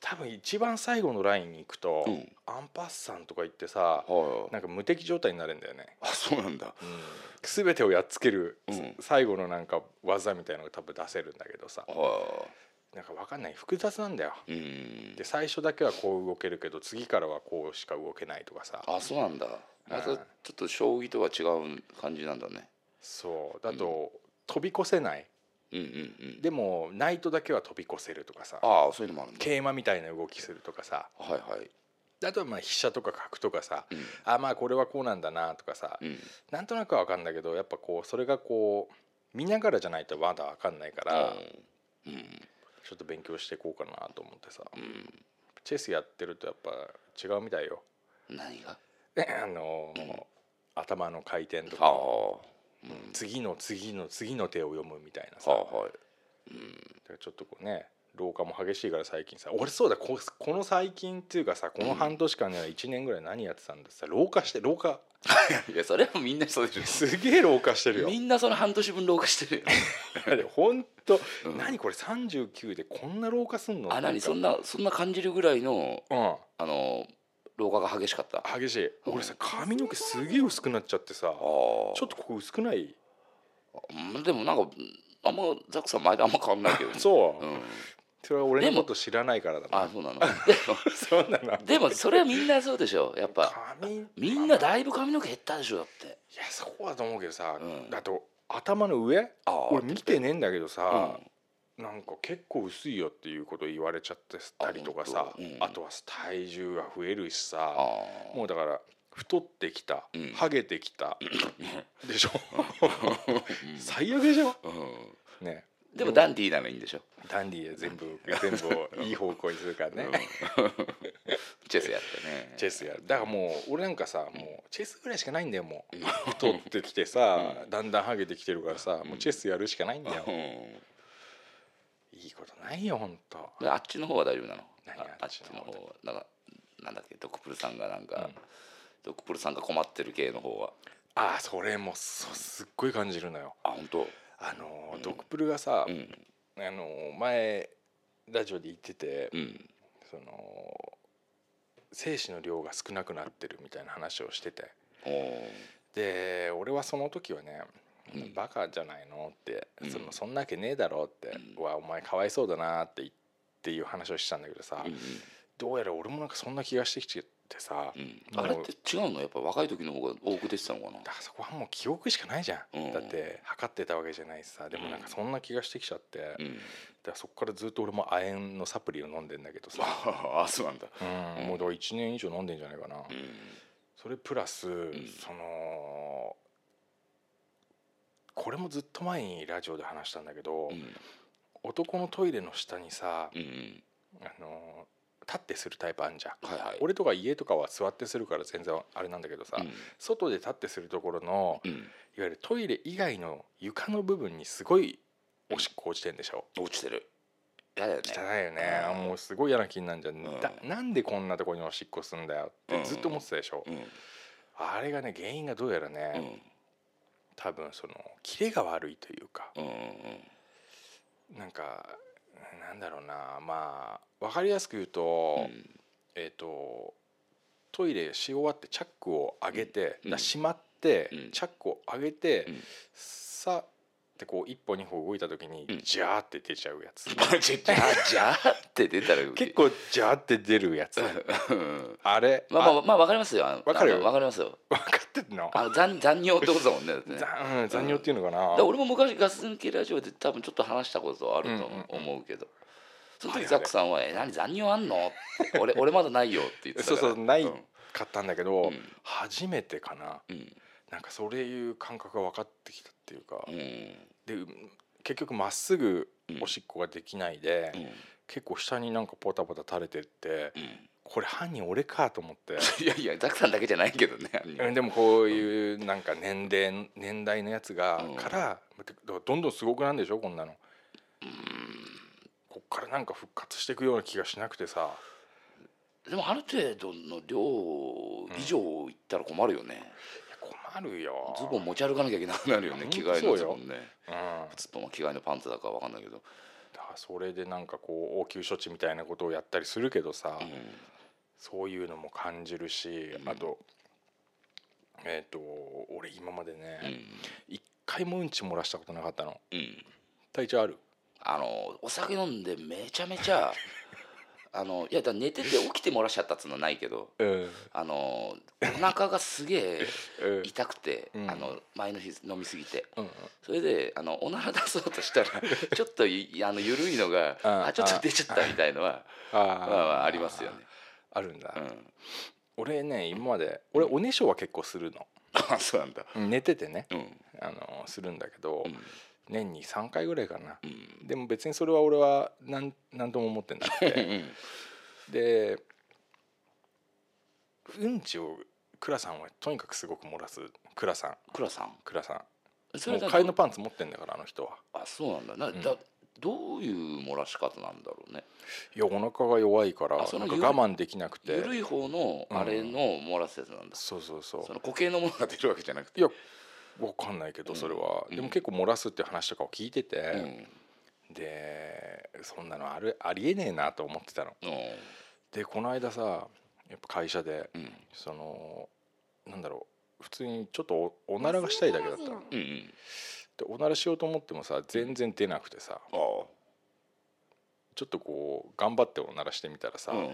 [SPEAKER 3] 多分一番最後のラインに行くと、
[SPEAKER 4] うん
[SPEAKER 3] アンパッサンとか言ってさ、
[SPEAKER 4] はい
[SPEAKER 3] なんか無敵状態になるんだよね、
[SPEAKER 4] あそうなんだ
[SPEAKER 3] 全てをやっつける、
[SPEAKER 4] うん
[SPEAKER 3] 最後のなんか技みたいのが多分出せるんだけどさ
[SPEAKER 4] は
[SPEAKER 3] なんか分かんない複雑なんだよ
[SPEAKER 4] うん
[SPEAKER 3] で最初だけはこう動けるけど次からはこうしか動けないとかさ
[SPEAKER 4] あそうなんだまたちょっと将棋とは違う感じなんだね
[SPEAKER 3] そうだと飛び越せない
[SPEAKER 4] うんうんうん
[SPEAKER 3] でもナイトだけは飛び越せるとかさ
[SPEAKER 4] ああそういうのもあるんだ
[SPEAKER 3] 桂馬みたいな動きするとかさ
[SPEAKER 4] はいはい
[SPEAKER 3] あとはまあ飛車とか角とかさ
[SPEAKER 4] うん
[SPEAKER 3] あまあこれはこうなんだなとかさ
[SPEAKER 4] うん
[SPEAKER 3] なんとなくは分かんだけどやっぱこうそれがこう見ながらじゃないとまだ分かんないから
[SPEAKER 4] うんうん
[SPEAKER 3] ちょっと勉強していこうかなと思ってさチェスやってるとやっぱ違うみたいよ
[SPEAKER 4] 何が
[SPEAKER 3] あのー頭の回転と
[SPEAKER 4] ああ
[SPEAKER 3] か次の次の次の手を読むみたいなさ
[SPEAKER 4] はい
[SPEAKER 3] だ
[SPEAKER 4] はい
[SPEAKER 3] からちょっとこうね老化も激しいから最近さ俺そうだここの最近っていうかさこの半年間や1年ぐらい何やってたんだってさ老化して老化
[SPEAKER 4] いやそれはみんなそうです
[SPEAKER 3] げえ老化してるよ
[SPEAKER 4] みんなその半年分老化してるよ
[SPEAKER 3] 本当、
[SPEAKER 4] うん
[SPEAKER 3] 何これ39でこんな老化すんの
[SPEAKER 4] あ何そん
[SPEAKER 3] な
[SPEAKER 4] なそんな感じるぐらいの
[SPEAKER 3] う
[SPEAKER 4] あの老化が激しかったあ
[SPEAKER 3] ん激しい俺さ髪の毛すげえ薄くなっちゃってさち
[SPEAKER 4] あ
[SPEAKER 3] ょ
[SPEAKER 4] ちょ
[SPEAKER 3] っとここ薄くない
[SPEAKER 4] っとでもなんかあんまザクさん前とあんま変わんないけどう、
[SPEAKER 3] そう、
[SPEAKER 4] ん、
[SPEAKER 3] それは俺
[SPEAKER 4] で
[SPEAKER 3] の
[SPEAKER 4] も
[SPEAKER 3] こと知らないからだな
[SPEAKER 4] あそうなのでも
[SPEAKER 3] そうなの
[SPEAKER 4] でもそれはみんなそうでしょやっぱ
[SPEAKER 3] 髪
[SPEAKER 4] みんなだいぶ髪の毛減ったでしょだって
[SPEAKER 3] いやそうだと思うけどさ、
[SPEAKER 4] うん
[SPEAKER 3] だと頭の上
[SPEAKER 4] ああ
[SPEAKER 3] 俺見てねえんだけど
[SPEAKER 4] う
[SPEAKER 3] さ
[SPEAKER 4] ん、
[SPEAKER 3] なんか結構薄いよっていうこと言われちゃってたりとかさ
[SPEAKER 4] あ
[SPEAKER 3] あ,、
[SPEAKER 4] 本当うん
[SPEAKER 3] とは体重が増えるし
[SPEAKER 4] あ
[SPEAKER 3] さ
[SPEAKER 4] あ
[SPEAKER 3] もうだから太ってきた、
[SPEAKER 4] うん
[SPEAKER 3] ハゲてきた、でしょ最悪でしょ
[SPEAKER 4] うん
[SPEAKER 3] ね
[SPEAKER 4] でもダンディーなのいいんでしょ
[SPEAKER 3] ダンディーで全 部全部をいい方向にするからね、
[SPEAKER 4] チェスやってね
[SPEAKER 3] チェスやるだからもう俺なんかさもうチェスぐらいしかないんだよもう太ってきてさ、だんだんハゲてきてるからさもうチェスやるしかないんだよ、
[SPEAKER 4] うん
[SPEAKER 3] いいことないよほんと
[SPEAKER 4] であっちの方は大丈夫なの
[SPEAKER 3] 何
[SPEAKER 4] ああ
[SPEAKER 3] あ
[SPEAKER 4] っ
[SPEAKER 3] っ
[SPEAKER 4] ち
[SPEAKER 3] ちの
[SPEAKER 4] の
[SPEAKER 3] 方
[SPEAKER 4] 方なんかなんだっけドクプルさんがなんか、
[SPEAKER 3] うん
[SPEAKER 4] ドクプルさんが困ってる系の方は
[SPEAKER 3] ああそれもそすっごい感じるのよ
[SPEAKER 4] あ本当
[SPEAKER 3] あのードクプルがさ、
[SPEAKER 4] うん
[SPEAKER 3] あのー前ラジオで言ってて、
[SPEAKER 4] うん
[SPEAKER 3] その精子の量が少なくなってるみたいな話をしてて
[SPEAKER 4] おー
[SPEAKER 3] で俺はその時はね
[SPEAKER 4] うん
[SPEAKER 3] バカじゃないのって、
[SPEAKER 4] うん
[SPEAKER 3] そのそんなわけねえだろって、うわお前かわいそうだなって言っていう話をしてたんだけどさ、
[SPEAKER 4] うん
[SPEAKER 3] どうやら俺もなんかそんな気がしてきてさ、
[SPEAKER 4] う
[SPEAKER 3] だ
[SPEAKER 4] んあれって違うのやっぱ若い時の方が多く出てたのかな
[SPEAKER 3] からそこはもう記憶しかないじゃん、
[SPEAKER 4] うん
[SPEAKER 3] だって測ってたわけじゃないしさでもなんかそんな気がしてきちゃって、だ
[SPEAKER 4] う
[SPEAKER 3] か
[SPEAKER 4] ん
[SPEAKER 3] らそこからずっと俺も亜鉛のサプリを飲んでんだけどさ、
[SPEAKER 4] あ そうなんだ
[SPEAKER 3] うんもうだから1年以上飲んでんじゃないかな、
[SPEAKER 4] うん
[SPEAKER 3] それプラス、そのこれもずっと前にラジオで話したんだけど、
[SPEAKER 4] うん
[SPEAKER 3] 男のトイレの下にさ、
[SPEAKER 4] うん
[SPEAKER 3] あの立ってするタイプあんじゃん、
[SPEAKER 4] はいはい
[SPEAKER 3] 俺とか家とかは座ってするから全然あれなんだけどさ、
[SPEAKER 4] うん
[SPEAKER 3] 外で立ってするところの
[SPEAKER 4] うん
[SPEAKER 3] いわゆるトイレ以外の床の部分にすごいおしっこ落ちてんでしょ、
[SPEAKER 4] 落ちてるやだよね
[SPEAKER 3] 汚いよね、
[SPEAKER 4] うん
[SPEAKER 3] あもうすごい嫌な気になるじゃん、
[SPEAKER 4] うん
[SPEAKER 3] だなんでこんなとこにおしっこすんだよってずっと思ってたでしょ、
[SPEAKER 4] うん
[SPEAKER 3] あれがね原因がどうやらね、多分そのキレが悪いというか
[SPEAKER 4] うんうんうん
[SPEAKER 3] なんかなんだろうなまあ分かりやすく言うと、えっ、とトイレし終わってチャックを上げて、
[SPEAKER 4] うん
[SPEAKER 3] だ閉まって、
[SPEAKER 4] うん
[SPEAKER 3] チャックを上げて、
[SPEAKER 4] うん
[SPEAKER 3] さってこう一歩二歩動いた時に、
[SPEAKER 4] うん
[SPEAKER 3] ジャーって出ちゃうや つ
[SPEAKER 4] じゃじゃって出たら
[SPEAKER 3] 結構ジャーって出るや つ
[SPEAKER 4] うん
[SPEAKER 3] あれ
[SPEAKER 4] まあまあまあわかりますよ。あの
[SPEAKER 3] わかる
[SPEAKER 4] あのわかりますよ。
[SPEAKER 3] 分かってんの
[SPEAKER 4] あの残残尿ってことだもんね。だってねだか
[SPEAKER 3] 残うん残尿っていうのかな、
[SPEAKER 4] ら俺も昔ガス抜きラジオで多分ちょっと話したことあると
[SPEAKER 3] うんうん
[SPEAKER 4] 思うけど、その
[SPEAKER 3] はい
[SPEAKER 4] 時
[SPEAKER 3] はい
[SPEAKER 4] ザックさんは「え何残尿あんの?」って「俺俺まだないよ」って言ってた
[SPEAKER 3] そ
[SPEAKER 4] か
[SPEAKER 3] う
[SPEAKER 4] ら。
[SPEAKER 3] そうない
[SPEAKER 4] うん
[SPEAKER 3] かったんだけど、
[SPEAKER 4] うん
[SPEAKER 3] 初めてかな
[SPEAKER 4] うん
[SPEAKER 3] なんかそういう感覚が分かってきたっていうか、
[SPEAKER 4] うん
[SPEAKER 3] で結局まっすぐ
[SPEAKER 4] うん
[SPEAKER 3] おしっこができないで、
[SPEAKER 4] うん
[SPEAKER 3] 結構下になんかポタポタ垂れてって、
[SPEAKER 4] うん
[SPEAKER 3] これ犯人俺かと思って、
[SPEAKER 4] いやいやザックさんだけじゃないけどね。
[SPEAKER 3] うん でもこういうなんか年齢年代のやつが、
[SPEAKER 4] うん
[SPEAKER 3] からどんどんすごくなんでしょこんなの。こっからなんか復活していくような気がしなくてさ
[SPEAKER 4] でもある程度の量以上いったら困るよね。
[SPEAKER 3] いや困るよ
[SPEAKER 4] ズボン持ち歩かなきゃいけなくなるよね。
[SPEAKER 3] 本当
[SPEAKER 4] 着替え
[SPEAKER 3] そ
[SPEAKER 4] の
[SPEAKER 3] うよ
[SPEAKER 4] ズボンね。
[SPEAKER 3] うん、だ
[SPEAKER 4] ズボンは着替えのパンツだかわかんないけど。
[SPEAKER 3] それでなんかこう応急処置みたいなことをやったりするけどさ、
[SPEAKER 4] うん
[SPEAKER 3] そういうのも感じるし、
[SPEAKER 4] うん
[SPEAKER 3] あとえっ、と俺今までね、
[SPEAKER 4] うん
[SPEAKER 3] 一回もうんち漏らしたことなかったの
[SPEAKER 4] うん
[SPEAKER 3] 体調ある
[SPEAKER 4] あのお酒飲んでめちゃめ ちゃあのいやだから寝てて起きてもらっしちゃったっつうのはないけど
[SPEAKER 3] うん
[SPEAKER 4] あのお腹がすげえ
[SPEAKER 3] うん
[SPEAKER 4] 痛くて、
[SPEAKER 3] うん
[SPEAKER 4] あの前の日飲みすぎて
[SPEAKER 3] うん
[SPEAKER 4] それであのおなら出そうと したらちょっといあの緩いのが
[SPEAKER 3] あ
[SPEAKER 4] あちょっと出ちゃったみたいのは
[SPEAKER 3] あ
[SPEAKER 4] まあ
[SPEAKER 3] ー
[SPEAKER 4] まあありますよね。
[SPEAKER 3] あるんだ、
[SPEAKER 4] うん、
[SPEAKER 3] 俺ね今まで俺おねしょは結構するの
[SPEAKER 4] あそうなんだ。
[SPEAKER 3] 寝ててね
[SPEAKER 4] うん
[SPEAKER 3] あのするんだけど、
[SPEAKER 4] うん
[SPEAKER 3] 年に3回ぐらいかな
[SPEAKER 4] う、ん
[SPEAKER 3] でも別にそれは俺はなんなんとも思ってなく
[SPEAKER 4] う
[SPEAKER 3] て
[SPEAKER 4] ん
[SPEAKER 3] でうんちを倉さんはとにかくすごく漏らす倉さん
[SPEAKER 4] 倉さん
[SPEAKER 3] 倉さ
[SPEAKER 4] そ
[SPEAKER 3] んも
[SPEAKER 4] れ
[SPEAKER 3] う
[SPEAKER 4] だ
[SPEAKER 3] 替えのパンツ持ってんだからあの人は
[SPEAKER 4] あそうなんだな、
[SPEAKER 3] ん
[SPEAKER 4] だどういう漏らし方なんだろうね
[SPEAKER 3] いやお腹が弱いからなん
[SPEAKER 4] あ
[SPEAKER 3] か
[SPEAKER 4] その
[SPEAKER 3] 我
[SPEAKER 4] 緩い
[SPEAKER 3] 慢できなくて
[SPEAKER 4] 緩い方のあれの漏らすやつなんだ、
[SPEAKER 3] そうそうそう
[SPEAKER 4] その固形のものが出るわけじゃなくて
[SPEAKER 3] いやわかんないけどそれは、
[SPEAKER 4] うん
[SPEAKER 3] でも結構漏らすっていう話とかを聞いて
[SPEAKER 4] う
[SPEAKER 3] て、
[SPEAKER 4] ん
[SPEAKER 3] でそんなのあるありえねえなと思ってたの
[SPEAKER 4] うん
[SPEAKER 3] でこの間さやっぱ会社で
[SPEAKER 4] うん
[SPEAKER 3] そのなんだろう普通にちょっとおおならがしたいだけだったので
[SPEAKER 4] うんうん
[SPEAKER 3] おならしようと思ってもさ全然出なくてさ
[SPEAKER 4] ああ
[SPEAKER 3] ちょっとこう頑張っておならしてみたらさ、
[SPEAKER 4] うんうん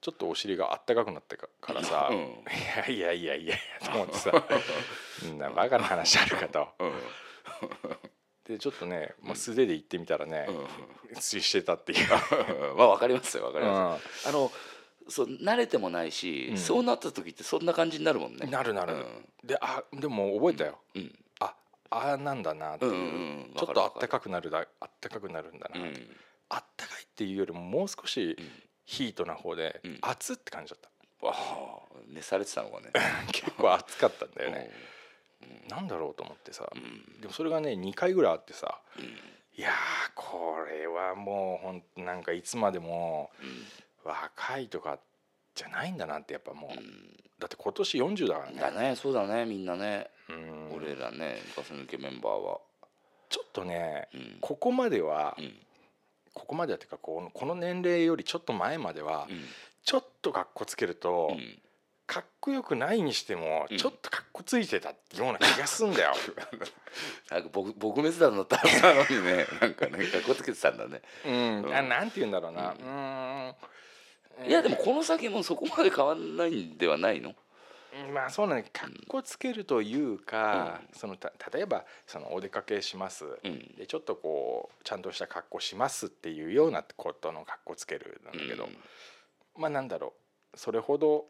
[SPEAKER 3] ちょっとお尻があったかくなってかからさ、
[SPEAKER 4] うん
[SPEAKER 3] いやいやいやい やと思ってさそんなバカな話あるかと。
[SPEAKER 4] うん
[SPEAKER 3] でちょっとね、まあ、素手で行ってみたらね、ついしてたっていう。
[SPEAKER 4] うんまあわかりますよわかりま
[SPEAKER 3] うん
[SPEAKER 4] す、あのそう慣れてもないし、
[SPEAKER 3] うん
[SPEAKER 4] そうなった時ってそんな感じになるもんね
[SPEAKER 3] なるなる、であでも覚えたよ、
[SPEAKER 4] うんうん
[SPEAKER 3] ああなんだなっていう,、
[SPEAKER 4] うんうんうん
[SPEAKER 3] ちょっとあ
[SPEAKER 4] わ
[SPEAKER 3] っ
[SPEAKER 4] かるわかる
[SPEAKER 3] たかくなるだあったかくなるんだな、
[SPEAKER 4] うん
[SPEAKER 3] あったかいっていうよりももう少しヒートな方で、
[SPEAKER 4] うん
[SPEAKER 3] 熱って感じだっ
[SPEAKER 4] わあ寝されてたのかね
[SPEAKER 3] た 結構熱かったんだよね、なんだろうと思ってさ、
[SPEAKER 4] うん
[SPEAKER 3] でもそれがね2回ぐらいあってさ、いやーこれはもうほんとなんかいつまでも若いとかじゃないんだなってやっぱもう、だって今年40だからね
[SPEAKER 4] だねそうだねみんなね、
[SPEAKER 3] うん
[SPEAKER 4] 俺らねガス抜けメンバーは
[SPEAKER 3] ちょっとね、
[SPEAKER 4] うん
[SPEAKER 3] ここまでは、
[SPEAKER 4] うん
[SPEAKER 3] ここまではっていうかこのこの年齢よりちょっと前までは、
[SPEAKER 4] うん
[SPEAKER 3] ちょっとかっこつけると、
[SPEAKER 4] うん
[SPEAKER 3] かっこよくないにしても、
[SPEAKER 4] うん
[SPEAKER 3] ちょっとかっこついてたような気がすん だよ
[SPEAKER 4] なんか僕撲滅団だったはずなのに ねなんかね格好つけてたんだね
[SPEAKER 3] うん、あ
[SPEAKER 4] うん
[SPEAKER 3] なんて言うんだろうなう
[SPEAKER 4] うん
[SPEAKER 3] ーん
[SPEAKER 4] いやでもこの先もそこまで変わんないんではないの
[SPEAKER 3] まあそうなんだかっこつけるというか、そのた例えばそのお出かけします、
[SPEAKER 4] うん
[SPEAKER 3] でちょっとこうちゃんとした格好しますっていうようなことの格好つけるなんだけど、まあなんだろうそれほど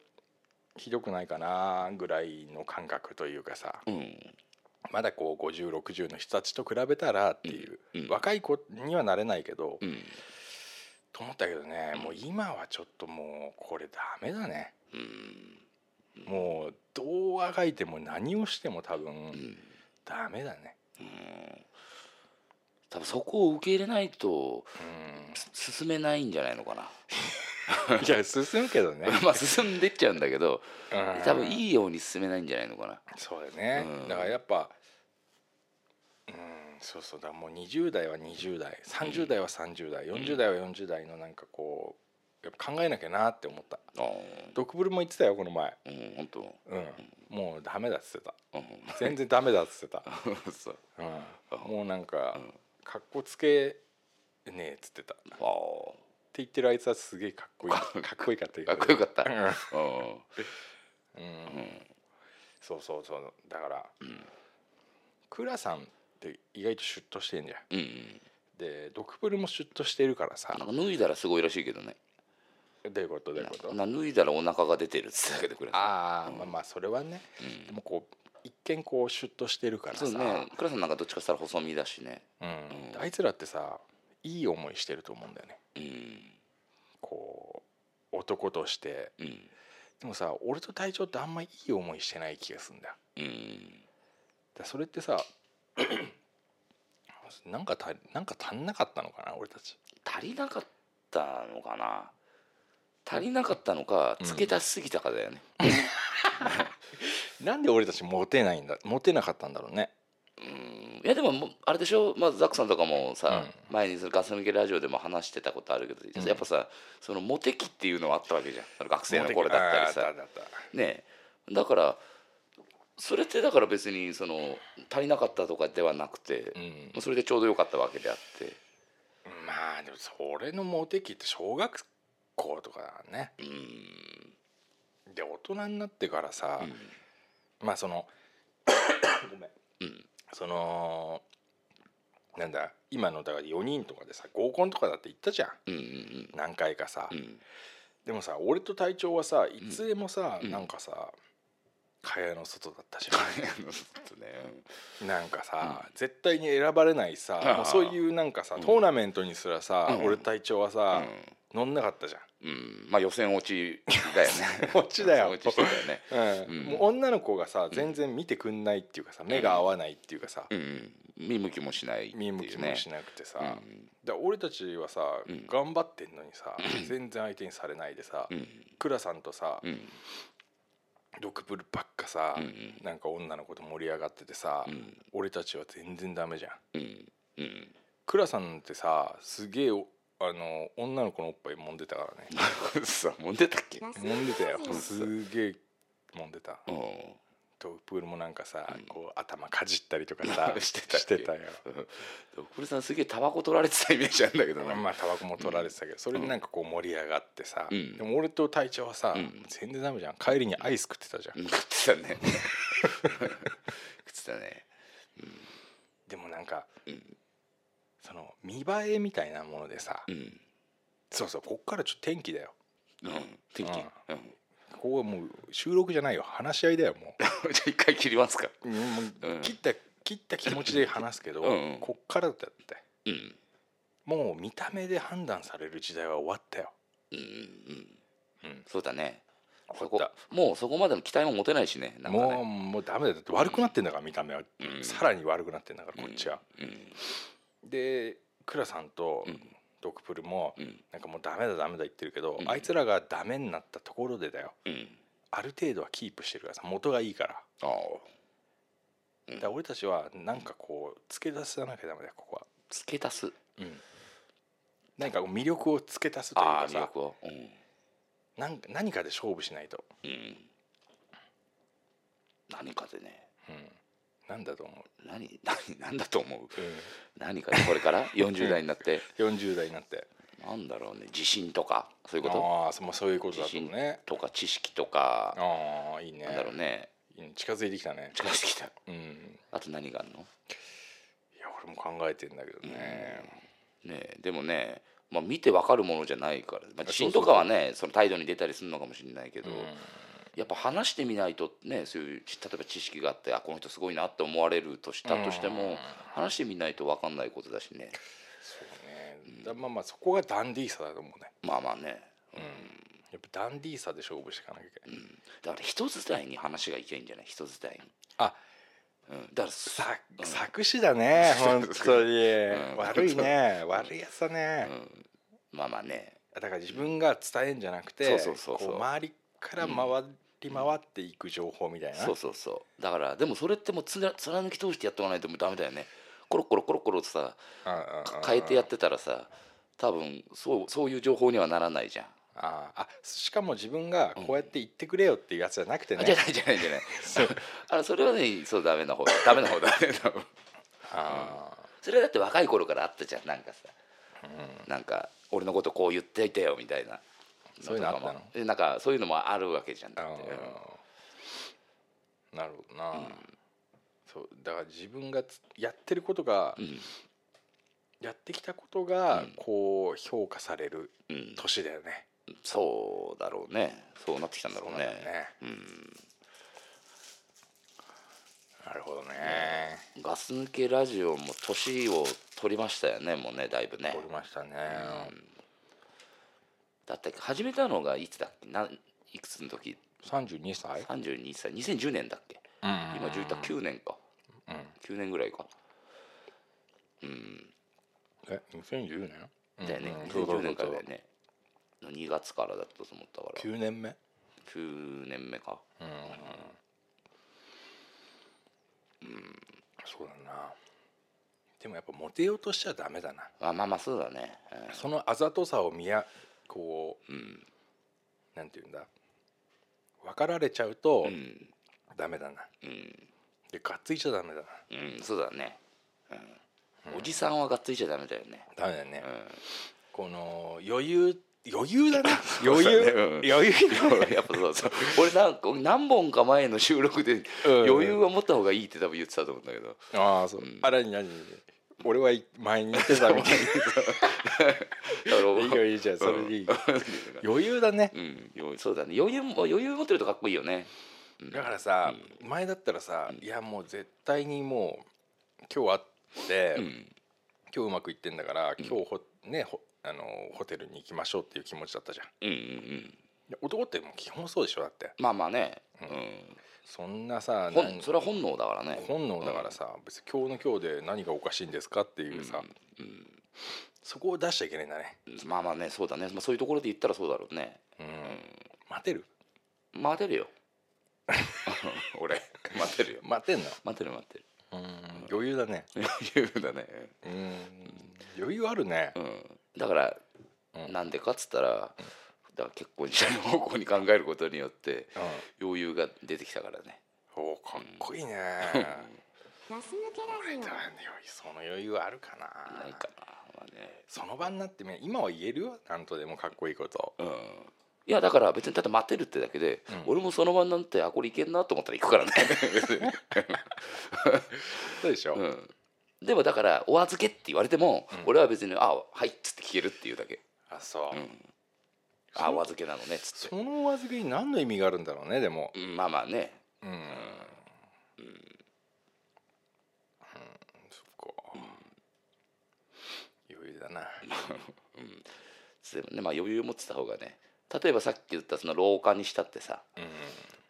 [SPEAKER 3] ひどくないかなぐらいの感覚というかさ
[SPEAKER 4] うん
[SPEAKER 3] まだこう5060の人たちと比べたらっていう、
[SPEAKER 4] うんうん
[SPEAKER 3] 若い子にはなれないけど、
[SPEAKER 4] うん
[SPEAKER 3] と思ったけどね
[SPEAKER 4] うん
[SPEAKER 3] もう今はちょっともうこれダメだね
[SPEAKER 4] うん
[SPEAKER 3] もうどうあがいても何をしても多分
[SPEAKER 4] うん
[SPEAKER 3] ダメだね
[SPEAKER 4] うん多分そこを受け入れないと
[SPEAKER 3] う
[SPEAKER 4] す進めないんじゃないのかな
[SPEAKER 3] ん いや進むけどね、
[SPEAKER 4] まあ進んでっちゃうんだけど
[SPEAKER 3] うん
[SPEAKER 4] 多分いいように進めないんじゃないのかな
[SPEAKER 3] そうだね、
[SPEAKER 4] うん
[SPEAKER 3] だからやっぱうんそうそうだもう20代は20代30代は30代、40代は40代のなんかこうやっぱ考えなきゃなって思った
[SPEAKER 4] あ
[SPEAKER 3] ドクブルも言ってたよこの前、
[SPEAKER 4] あうん本当
[SPEAKER 3] うん、もうダメだっつってた
[SPEAKER 4] う
[SPEAKER 3] 全然ダメだっつってた、
[SPEAKER 4] ん そう
[SPEAKER 3] うん、もうなんか
[SPEAKER 4] ん
[SPEAKER 3] かっこつけねえっつってたって
[SPEAKER 4] ああ
[SPEAKER 3] 言ってるあいつはすげえかっこいいかっこいいかったけど
[SPEAKER 4] かっこよかった。うん
[SPEAKER 3] うん、そうそうそうだから、
[SPEAKER 4] ん
[SPEAKER 3] クラさんって意外とシュッとしてんじゃん
[SPEAKER 4] うん。
[SPEAKER 3] でドクプルもシュッとしてるからさ
[SPEAKER 4] なんか脱いだらすごいらしいけどね。
[SPEAKER 3] どういうことどういうこと
[SPEAKER 4] な脱いだらお腹が出てるっつってたけどくれた。
[SPEAKER 3] ああ、まあまあそれはね、
[SPEAKER 4] うん
[SPEAKER 3] でもこう一見こうシュッとしてるからさ
[SPEAKER 4] そうね。倉さんなんかどっちかしたら細身だしね。
[SPEAKER 3] うん
[SPEAKER 4] うん
[SPEAKER 3] あいつらってさいい思いしてると思うんだよね
[SPEAKER 4] うん。
[SPEAKER 3] こう男として
[SPEAKER 4] うん。
[SPEAKER 3] でもさ俺と隊長ってあんまいい思いしてない気がするんだよ
[SPEAKER 4] うん。
[SPEAKER 3] だからそれってさ なんかたなんか足んなかったのかな俺たち
[SPEAKER 4] 足りなかったのかな。足りなかったのか、
[SPEAKER 3] ん
[SPEAKER 4] 付け足しすぎたかだよね。
[SPEAKER 3] なんで俺たちモテないんだモテなかったんだろうね
[SPEAKER 4] うん。いやでももうあれでしょ、まあ、ザックさんとかもさ、前にそのガス抜けラジオでも話してたことあるけど、やっぱさそのモテ期っていうのはあったわけじゃんその学生の頃だったりさ
[SPEAKER 3] あーあったあったあっ
[SPEAKER 4] ねえだからそれってだから別にその足りなかったとかではなくて
[SPEAKER 3] た、うん
[SPEAKER 4] それでちょうどよかったわけであって
[SPEAKER 3] でもそれのモテ期って小学校とかだね
[SPEAKER 4] うん
[SPEAKER 3] で大人になってからさ、まあその ごめん
[SPEAKER 4] うん
[SPEAKER 3] そのなんだ今のだから4人とかでさ合コンとかだって行ったじゃん
[SPEAKER 4] うんうん
[SPEAKER 3] 何回かさ、
[SPEAKER 4] うんうん
[SPEAKER 3] でもさ俺と隊長はさいつでもさ、
[SPEAKER 4] うん
[SPEAKER 3] なんかさ蚊帳の外だったじ
[SPEAKER 4] あのちょっとね
[SPEAKER 3] ゃんなんかさ、絶対に選ばれないさ
[SPEAKER 4] あー
[SPEAKER 3] もうそういうなんかさトーナメントにすらさ、
[SPEAKER 4] うん
[SPEAKER 3] 俺と隊長はさ、乗んなかったじ
[SPEAKER 4] うん、うん、まあ予選落ちだよね
[SPEAKER 3] 落ちだよ
[SPEAKER 4] 予選落ちしてたよね
[SPEAKER 3] ゃん、うん
[SPEAKER 4] うん
[SPEAKER 3] もう女の子がさ全然見てくんないっていうかさ目が合わないっていうかさ、
[SPEAKER 4] うん見向きもしないっていうね
[SPEAKER 3] 見向きもしなくてさ、
[SPEAKER 4] う
[SPEAKER 3] だか
[SPEAKER 4] ん
[SPEAKER 3] ら俺たちはさ、
[SPEAKER 4] うん
[SPEAKER 3] 頑張ってんのにさ、全然相手にされないでさ、
[SPEAKER 4] うん
[SPEAKER 3] クラさんとさ、
[SPEAKER 4] うん
[SPEAKER 3] ドクプルばっかさ、
[SPEAKER 4] うん
[SPEAKER 3] なんか女の子と盛り上がっててさ、
[SPEAKER 4] うん
[SPEAKER 3] 俺たちは全然ダメじゃん
[SPEAKER 4] うんうん
[SPEAKER 3] クラさんってさすげえおあの女の子のおっぱい揉んでたからね
[SPEAKER 4] さもんでたっけ
[SPEAKER 3] 揉んでたよ
[SPEAKER 2] そう
[SPEAKER 3] すげえ揉んでた
[SPEAKER 4] うん
[SPEAKER 3] とプールもなんかさ、
[SPEAKER 4] うん
[SPEAKER 3] こう頭かじったりとかさ
[SPEAKER 4] してたっけ
[SPEAKER 3] してたよ
[SPEAKER 4] 奥田さんすげえタバコ取られてたイメージあるんだけどな、
[SPEAKER 3] まあタバコも取られてたけど、それでなんかこう盛り上がってさ、
[SPEAKER 4] うん
[SPEAKER 3] でも俺と隊長はさ、
[SPEAKER 4] うん
[SPEAKER 3] 全然ダメじゃん帰りにアイス食ってたじゃん、
[SPEAKER 4] 食ってたね食ってたね
[SPEAKER 3] でもなんか、
[SPEAKER 4] うん
[SPEAKER 3] その見栄えみたいなものでさ、
[SPEAKER 4] うん
[SPEAKER 3] そうそうこっからちょっと天気だよ
[SPEAKER 4] うん天気
[SPEAKER 3] うん
[SPEAKER 4] うん
[SPEAKER 3] ここはもう収録じゃないよ話し合いだよもう
[SPEAKER 4] じゃあ一回切りますか
[SPEAKER 3] うんもう
[SPEAKER 4] うん
[SPEAKER 3] 切った切った気持ちで話すけど、
[SPEAKER 4] うん
[SPEAKER 3] こっからだって
[SPEAKER 4] うん
[SPEAKER 3] もう見た目で判断される時代は終わったよ、
[SPEAKER 4] うんうん
[SPEAKER 3] うん
[SPEAKER 4] そうだねそ
[SPEAKER 3] 終
[SPEAKER 4] こ
[SPEAKER 3] わっ
[SPEAKER 4] もうそこまでの期待も持てないしね
[SPEAKER 3] た
[SPEAKER 4] なんかね
[SPEAKER 3] もうもうダメだよだって悪くなってんだから見た目は、
[SPEAKER 4] うん
[SPEAKER 3] さらに悪くなってんだから
[SPEAKER 4] うん
[SPEAKER 3] こっちは、
[SPEAKER 4] うん
[SPEAKER 3] でクラさんと
[SPEAKER 4] うん
[SPEAKER 3] ドクプルも、
[SPEAKER 4] うん
[SPEAKER 3] なんかもうダメだダメだ言ってるけど、
[SPEAKER 4] うん
[SPEAKER 3] あいつらがダメになったところでだよ
[SPEAKER 4] うん
[SPEAKER 3] ある程度はキープしてるからさ元がいいから
[SPEAKER 4] ああ
[SPEAKER 3] だから俺たちはなんかこう付け出さなきゃダメだよここは
[SPEAKER 4] 付け足す
[SPEAKER 3] うん、何かこう魅力を付け足すという
[SPEAKER 4] あ
[SPEAKER 3] か
[SPEAKER 4] あ魅
[SPEAKER 3] さ
[SPEAKER 4] 力をうん
[SPEAKER 3] なんか何かで勝負しないと、
[SPEAKER 4] うん何かでね
[SPEAKER 3] うん、なんだと思
[SPEAKER 4] 何何何だと思う
[SPEAKER 3] う、
[SPEAKER 4] 何かでこれ から40代になって
[SPEAKER 3] 40代になって
[SPEAKER 4] なんだろうね自信とかそういうこ
[SPEAKER 3] ああそ,、まあ、そういうことだと思うね
[SPEAKER 4] ととか知識とか
[SPEAKER 3] ああいいね
[SPEAKER 4] なんだろうね
[SPEAKER 3] うん近づいてきたね
[SPEAKER 4] 近づいてきた
[SPEAKER 3] うんい
[SPEAKER 4] あと何があるの
[SPEAKER 3] や俺も考えてんだけどね、
[SPEAKER 4] ねえでもね、まあ、見てわかるものじゃないから、まあ、自
[SPEAKER 3] そうそうそう
[SPEAKER 4] 信とかはねその態度に出たりするのかもしれないけど、
[SPEAKER 3] うん
[SPEAKER 4] やっぱ話してみないとねそういうち例えば知識があってあこの人すごいなって思われるとしたとしても、
[SPEAKER 3] うん
[SPEAKER 4] 話してみないとわかんないことだしね
[SPEAKER 3] そうね、だまあまあそこがダンディーさだと思うね
[SPEAKER 4] まあまあね、うん
[SPEAKER 3] やっぱダンディーさで勝負していかなきゃいけない、
[SPEAKER 4] だから人伝いに話がいけんじゃない人伝いに、
[SPEAKER 3] あ
[SPEAKER 4] うん、だからさ
[SPEAKER 3] さ作詞だね本当に、
[SPEAKER 4] ん
[SPEAKER 3] 悪いね悪いやつだね、
[SPEAKER 4] まあまあね
[SPEAKER 3] だから自分が伝えんじゃなくて、
[SPEAKER 4] そうそうそうそう
[SPEAKER 3] こ周りから回り回っていく情報みたいな、
[SPEAKER 4] そうそうそうだからでもそれってもうつな貫き通してやっておかないとダメだよねコロコロコロコロとさ
[SPEAKER 3] うんうんうんうん
[SPEAKER 4] 変えてやってたらさ多分そうそういう情報にはならないじゃん、
[SPEAKER 3] あああしかも自分がこうやって言ってくれよっていうやつじゃなくて
[SPEAKER 4] あじゃ
[SPEAKER 3] ね
[SPEAKER 4] ないじゃないじゃない あそれはねそうダメな方だダメな方だね多分
[SPEAKER 3] あ
[SPEAKER 4] それはだって若い頃からあったじゃんなんかさ、なんか俺のことこう言っていてよみたいな
[SPEAKER 3] そういうのあったの
[SPEAKER 4] とかもえなんかそういうのもあるわけじゃん
[SPEAKER 3] あ
[SPEAKER 4] だって
[SPEAKER 3] なるほどな、そうだから自分がつやってることが、
[SPEAKER 4] ん
[SPEAKER 3] やってきたことが、
[SPEAKER 4] うん
[SPEAKER 3] こう評価される
[SPEAKER 4] うん
[SPEAKER 3] 年だよね、
[SPEAKER 4] そうだろうねそうなってきたんだろう
[SPEAKER 3] そう
[SPEAKER 4] ね
[SPEAKER 3] なんだよねなるほどね
[SPEAKER 4] ガス抜けラジオも年を取りましたよねもうねだいぶね
[SPEAKER 3] 取りましたね、
[SPEAKER 4] だって始めたのがいつだっけないくつの時
[SPEAKER 3] 32歳
[SPEAKER 4] 32歳2010年だっけ今住宅9年か、9年ぐらいか
[SPEAKER 3] え2010年
[SPEAKER 4] だよね
[SPEAKER 3] うんうんそうそうそ
[SPEAKER 4] 2010年
[SPEAKER 3] う
[SPEAKER 4] か
[SPEAKER 3] そ
[SPEAKER 4] ら
[SPEAKER 3] う
[SPEAKER 4] だよねの2月からだったと思ったから
[SPEAKER 3] 9年目
[SPEAKER 4] 9年目か
[SPEAKER 3] そうだなでもやっぱモテようとしちゃダメだな
[SPEAKER 4] あまあまあそうだね、
[SPEAKER 3] そのあざとさを見やこう、
[SPEAKER 4] うんうん
[SPEAKER 3] なんていうんだ分かられちゃうと
[SPEAKER 4] うん
[SPEAKER 3] ダメだな、
[SPEAKER 4] うん
[SPEAKER 3] でがっついちゃダメだな
[SPEAKER 4] うんそうだね、うんおじさんはがっついちゃダメだよね
[SPEAKER 3] ダメだよね、
[SPEAKER 4] うん
[SPEAKER 3] この余裕余裕だな
[SPEAKER 4] そう
[SPEAKER 3] 余
[SPEAKER 4] だ
[SPEAKER 3] 裕、
[SPEAKER 4] ねうん
[SPEAKER 3] 余裕
[SPEAKER 4] やっぱそうそう俺なんか何本か前の収録で
[SPEAKER 3] うん
[SPEAKER 4] 余裕は持った方がいいって多分言ってたと思うんだけど
[SPEAKER 3] ああそう、
[SPEAKER 4] うん
[SPEAKER 3] あらに何俺は前に言ってたみた い
[SPEAKER 4] だから
[SPEAKER 3] ないいよいいじゃんそれでいい余裕だね
[SPEAKER 4] うんよそうだね余裕も余裕持ってるとかっこいいよね
[SPEAKER 3] だからさ、前だったらさ、いやもう絶対にもう今日会って、
[SPEAKER 4] うん
[SPEAKER 3] 今日うまくいってんだから今日ほ、ねほあのホテルに行きましょうっていう気持ちだったじゃん
[SPEAKER 4] うんうんうん
[SPEAKER 3] で男ってもう基本そうでしょだって
[SPEAKER 4] まあまあね
[SPEAKER 3] う
[SPEAKER 4] うんん
[SPEAKER 3] そんなさ
[SPEAKER 4] ほん
[SPEAKER 3] なん
[SPEAKER 4] それは本能だからね
[SPEAKER 3] 本能だからさ、別に今日の今日で何がおかしいんですかっていうさ、そこを出しちゃいけないんだね、
[SPEAKER 4] うんまあまあねそうだね、まあ、そういうところで言ったらそうだろうね
[SPEAKER 3] うん待てる
[SPEAKER 4] 待てるよ俺待てるよ
[SPEAKER 3] 待てんの、
[SPEAKER 4] 待てる待 てる
[SPEAKER 3] 余裕だね、
[SPEAKER 4] 余裕だね
[SPEAKER 3] うん、余裕あるね、
[SPEAKER 4] うんだから
[SPEAKER 3] うん
[SPEAKER 4] なんでかっつったらだから結婚したい方向に考えることによって
[SPEAKER 3] うん
[SPEAKER 4] 余裕が出てきたからね
[SPEAKER 3] おーかっこいいね俺だねその余裕あるかな
[SPEAKER 4] ないかなまあね
[SPEAKER 3] その場になってみ今は言えるよなんとでもかっこいいこと
[SPEAKER 4] うんいやだから別にただ待てるってだけで、
[SPEAKER 3] うん
[SPEAKER 4] 俺もその場になってあこれいけんなと思ったら行く からね別に
[SPEAKER 3] そうでしょ、
[SPEAKER 4] うんでもだからお預けって言われても、
[SPEAKER 3] うん
[SPEAKER 4] 俺は別に「あはい」っつって聞けるっていうだけ
[SPEAKER 3] あそう、
[SPEAKER 4] うん「あお預けなのね」っつって、
[SPEAKER 3] そのお預けに何の意味があるんだろうねでも
[SPEAKER 4] うん、まあまあね
[SPEAKER 3] うん、うんそっか、余裕だな
[SPEAKER 4] でもね、まあ、余裕持ってた方がね例えばさっき言ったその老化にしたってさ
[SPEAKER 3] うん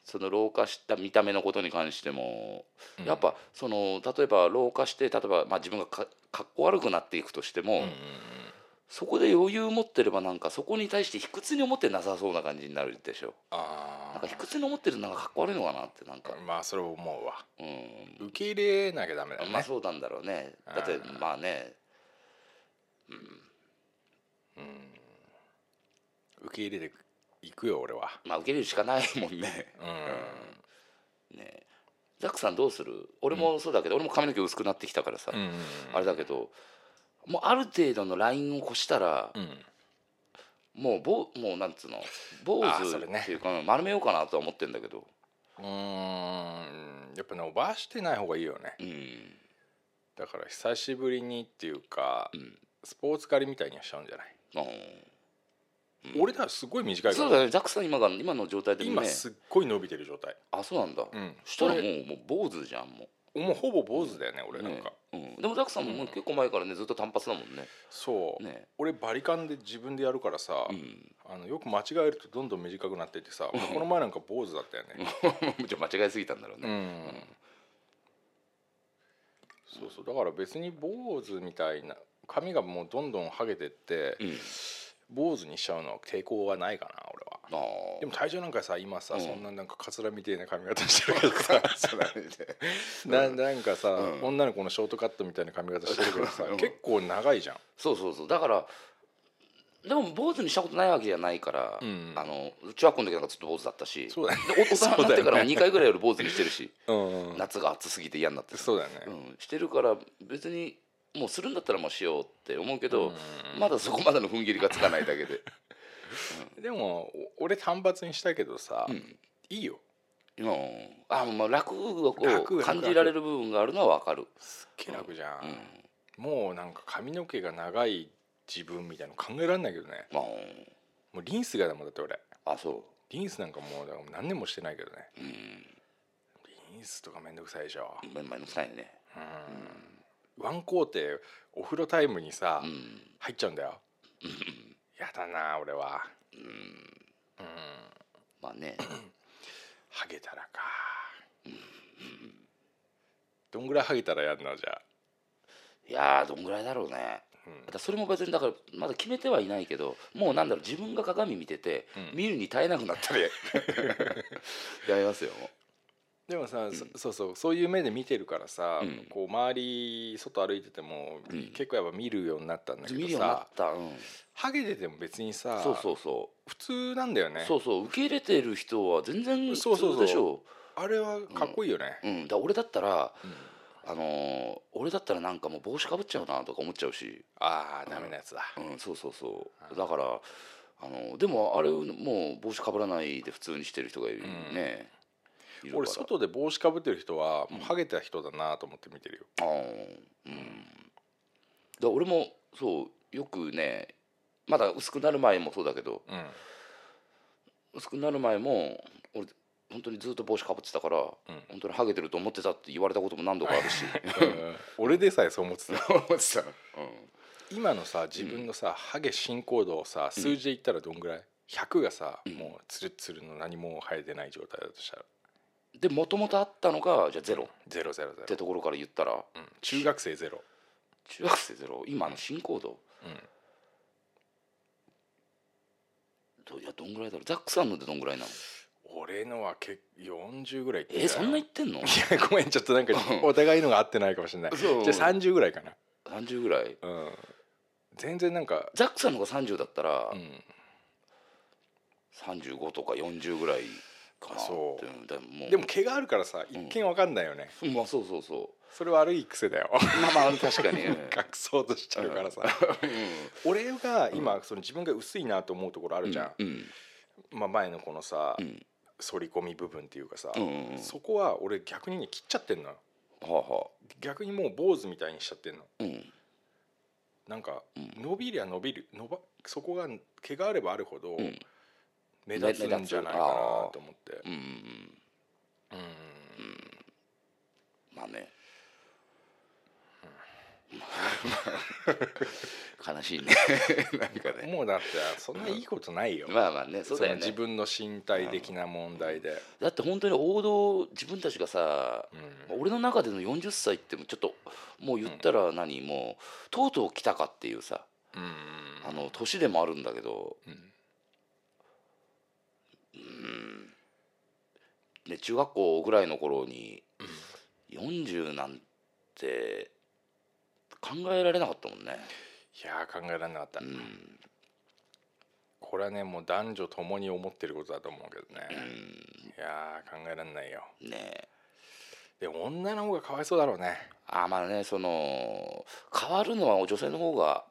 [SPEAKER 4] その老化した見た目のことに関しても、
[SPEAKER 3] うん
[SPEAKER 4] やっぱその例えば老化して例えば、まあ、自分がかかっこ悪くなっていくとして
[SPEAKER 3] う
[SPEAKER 4] も、
[SPEAKER 3] ん
[SPEAKER 4] そこで余裕持ってればなんかそこに対して卑屈に思ってなさそうな感じになるでしょな
[SPEAKER 3] あ
[SPEAKER 4] んか卑屈に思ってるのなんかかっこ悪いのかなってなんか
[SPEAKER 3] あまあそれを思うわ
[SPEAKER 4] うん
[SPEAKER 3] 受け入れなきゃダメだよね、
[SPEAKER 4] まあそうなんだろうねだって
[SPEAKER 3] うん
[SPEAKER 4] まあね
[SPEAKER 3] 受け入れていくよ俺は
[SPEAKER 4] まあ受け入れるしかないもんね
[SPEAKER 3] うん、
[SPEAKER 4] ねザックさんどうする俺もそうだけど、俺も髪の毛薄くなってきたからさ、
[SPEAKER 3] うん
[SPEAKER 4] あれだけどもうある程度のラインを越したら、
[SPEAKER 3] うん
[SPEAKER 4] もうぼうもうなんつうの坊
[SPEAKER 3] あー
[SPEAKER 4] 主
[SPEAKER 3] それね
[SPEAKER 4] っていうか、丸めようかなとは思ってんだけど
[SPEAKER 3] うーんやっぱ伸ばしてない方がいいよね
[SPEAKER 4] うん
[SPEAKER 3] だから久しぶりにっていうか、
[SPEAKER 4] うん
[SPEAKER 3] スポーツ狩りみたいにはしちゃうんじゃない、
[SPEAKER 4] うん
[SPEAKER 3] 俺だすごい短いか
[SPEAKER 4] そう
[SPEAKER 3] ら
[SPEAKER 4] だねザックさん今が今の状態でもね
[SPEAKER 3] 今すっごい伸びてる状態、
[SPEAKER 4] あそうなんだ、
[SPEAKER 3] うん
[SPEAKER 4] したらもうもう坊主じゃんも
[SPEAKER 3] もうほぼ坊主だよね、
[SPEAKER 4] う
[SPEAKER 3] 俺なんか、
[SPEAKER 4] ねうん、でもザックさんももう結構前からねずっと単発だもんね
[SPEAKER 3] そう、
[SPEAKER 4] ね
[SPEAKER 3] 俺バリカンで自分でやるからさ、
[SPEAKER 4] うん
[SPEAKER 3] あのよく間違えるとどんどん短くなっていってさ、この前なんか坊主だったよね、
[SPEAKER 4] ちょっと間違えすぎたんだろう
[SPEAKER 3] う
[SPEAKER 4] ね、
[SPEAKER 3] んそうそうだから別に坊主みたいな髪がもうどんどんはげてって、
[SPEAKER 4] うん
[SPEAKER 3] 坊主にしちゃうのは抵抗はないかな俺は
[SPEAKER 4] ああ
[SPEAKER 3] でも体調なんかさ今さ、
[SPEAKER 4] うん
[SPEAKER 3] そんななんかカツラみてえな髪型してるけどさななんかさ、
[SPEAKER 4] うん
[SPEAKER 3] 女の子のショートカットみたいな髪型してるけどさ、
[SPEAKER 4] うん
[SPEAKER 3] 結構長いじゃん
[SPEAKER 4] そうそうそうだからでも坊主にしたことないわけじゃないから、
[SPEAKER 3] うん
[SPEAKER 4] あの中学校の時なんかずっと坊主だったし
[SPEAKER 3] そう だね
[SPEAKER 4] でお大人になってからも2回ぐらい俺坊主にしてる し、
[SPEAKER 3] うん、
[SPEAKER 4] 夏が暑すぎて嫌になってさ
[SPEAKER 3] そうだよね、
[SPEAKER 4] うん、してるから別にもうするんだったらもうしようって思うけど、
[SPEAKER 3] う
[SPEAKER 4] まだそこまでの踏ん切りがつかないだけで、
[SPEAKER 3] でもお俺単発にしたけどさ、
[SPEAKER 4] うん
[SPEAKER 3] いいよ
[SPEAKER 4] うん、あまあ楽を
[SPEAKER 3] 楽
[SPEAKER 4] こう
[SPEAKER 3] 楽
[SPEAKER 4] 感じられる部分があるのは分かる、
[SPEAKER 3] すっげえ楽じゃ
[SPEAKER 4] うん
[SPEAKER 3] ん、もうなんか髪の毛が長い自分みたいなの考えられないけどね
[SPEAKER 4] ま
[SPEAKER 3] もうリンスがだもんだって俺
[SPEAKER 4] あ、あそ
[SPEAKER 3] リンスなんかもうだから何年もしてないけどね
[SPEAKER 4] う、うん、
[SPEAKER 3] リンスとかめんどくさいでしょ、
[SPEAKER 4] めんまいのくさいね、
[SPEAKER 3] ワン工程お風呂タイムにさ、
[SPEAKER 4] うん、
[SPEAKER 3] 入っちゃうんだよやだな俺はうん
[SPEAKER 4] まあね
[SPEAKER 3] ハゲたらかどんぐらいハゲたらやんなじゃあ
[SPEAKER 4] いやーどんぐらいだろうね、
[SPEAKER 3] うん
[SPEAKER 4] だからそれも別にだからまだ決めてはいないけどもうなんだろう自分が鏡見てて、
[SPEAKER 3] うん
[SPEAKER 4] 見るに耐えなくなったら やりますよ
[SPEAKER 3] でもさ、そそうそうそういう目で見てるからさ、
[SPEAKER 4] うん
[SPEAKER 3] こう周り外歩いてても、
[SPEAKER 4] うん
[SPEAKER 3] 結構やっぱ見るようになったんだけ
[SPEAKER 4] 見るよ
[SPEAKER 3] ど
[SPEAKER 4] うになっ
[SPEAKER 3] さ
[SPEAKER 4] た、うん、
[SPEAKER 3] ハゲてても別にさ
[SPEAKER 4] そうそうそ
[SPEAKER 3] 普通なんだよ
[SPEAKER 4] う、
[SPEAKER 3] ね
[SPEAKER 4] そうそう受け入れてる人は全然
[SPEAKER 3] そうそうそう
[SPEAKER 4] 普通でしょ
[SPEAKER 3] あれはかっこいいよね、
[SPEAKER 4] うん、だから俺だったら、
[SPEAKER 3] うん
[SPEAKER 4] あのー俺だったらなんかもう帽子かぶっちゃうなとか思っちゃうし、
[SPEAKER 3] ああダメなやつだ
[SPEAKER 4] うん、そうそうそうだからあのーでもあれもう帽子かぶらないで普通にしてる人がいるね、いるから
[SPEAKER 3] 俺外で帽子かぶってる人はもうハゲた人だなと思って見てるよ
[SPEAKER 4] あーうんだ俺もそうよくねまだ薄くなる前もそうだけど
[SPEAKER 3] うん
[SPEAKER 4] 薄くなる前も俺本当にずっと帽子かぶってたから、
[SPEAKER 3] ん
[SPEAKER 4] 本当にハゲてると思ってたって言われたことも何度かある し
[SPEAKER 3] 俺でさえそう思ってた
[SPEAKER 4] 思ってたの
[SPEAKER 3] 今のさ自分のさ、ハゲ進行度をさ数字で言ったらどんぐらい、100がさ、もうツルツルの何も生えてない状態だとしたら
[SPEAKER 4] うんでもともとあったのがじゃあゼロっ
[SPEAKER 3] ゼロゼロゼ
[SPEAKER 4] て
[SPEAKER 3] ロ、
[SPEAKER 4] ところから言ったら、
[SPEAKER 3] うん、中学生ゼロ
[SPEAKER 4] 中学生ゼロ今の進行度、どいやどんぐらいだろうザックさんのってどんぐらいなの
[SPEAKER 3] 俺のはけ40ぐらいいって
[SPEAKER 4] え
[SPEAKER 3] たよ
[SPEAKER 4] そんな言ってんの
[SPEAKER 3] いやごめんちょっとなんか
[SPEAKER 4] うん
[SPEAKER 3] お互いのが合ってないかもしれないじゃ
[SPEAKER 4] そう
[SPEAKER 3] あ30ぐらいかな
[SPEAKER 4] ?30 ぐらい
[SPEAKER 3] うん全然なんか
[SPEAKER 4] ザックさんのが30だったら、
[SPEAKER 3] うん
[SPEAKER 4] 35とか40ぐらいか
[SPEAKER 3] あ
[SPEAKER 4] な
[SPEAKER 3] そうん
[SPEAKER 4] でもう
[SPEAKER 3] でも毛があるからさ一見わかんないよね、
[SPEAKER 4] まあそうそうそ
[SPEAKER 3] それ悪い癖だよ
[SPEAKER 4] うまあまあ 確かに、うん
[SPEAKER 3] 隠そうとしちゃうからさ、俺が今その自分が薄いなと思うところあるじゃん、
[SPEAKER 4] うん
[SPEAKER 3] まあ、前のこのさ、
[SPEAKER 4] うん
[SPEAKER 3] 反り込み部分っていうかさ、
[SPEAKER 4] うんうんうん
[SPEAKER 3] そこは俺逆にね切っちゃってんのよ
[SPEAKER 4] はあは
[SPEAKER 3] 逆にもう坊主みたいにしちゃってんの
[SPEAKER 4] あうん
[SPEAKER 3] なんか
[SPEAKER 4] うん
[SPEAKER 3] 伸びりゃ伸びる伸ばそこが毛があればあるほど
[SPEAKER 4] うん
[SPEAKER 3] 目立つんじゃないかなと思って
[SPEAKER 4] うんうんうん
[SPEAKER 3] うん
[SPEAKER 4] まあね 悲しいねなんかね
[SPEAKER 3] もうだってそんないいことないよ、
[SPEAKER 4] まあまあねそうだよ
[SPEAKER 3] の
[SPEAKER 4] ね
[SPEAKER 3] 自分の身体的な問題で、
[SPEAKER 4] だって本当に王道自分たちがさ
[SPEAKER 3] う、ん
[SPEAKER 4] 俺の中での40歳ってもうちょっともう言ったら何、もうとうとう来たかっていうさ
[SPEAKER 3] うん
[SPEAKER 4] あの年でもあるんだけど、
[SPEAKER 3] ん
[SPEAKER 4] うんね、中学校ぐらいの頃に、40なんて考えられなかったもんね。
[SPEAKER 3] いやー考えられなかった、
[SPEAKER 4] うん
[SPEAKER 3] これはねもう男女ともに思ってることだと思うけどね、いやー考えられないよ
[SPEAKER 4] ねえ
[SPEAKER 3] でも女の方がかわいそうだろうね
[SPEAKER 4] あまあねその変わるのは女性の方が、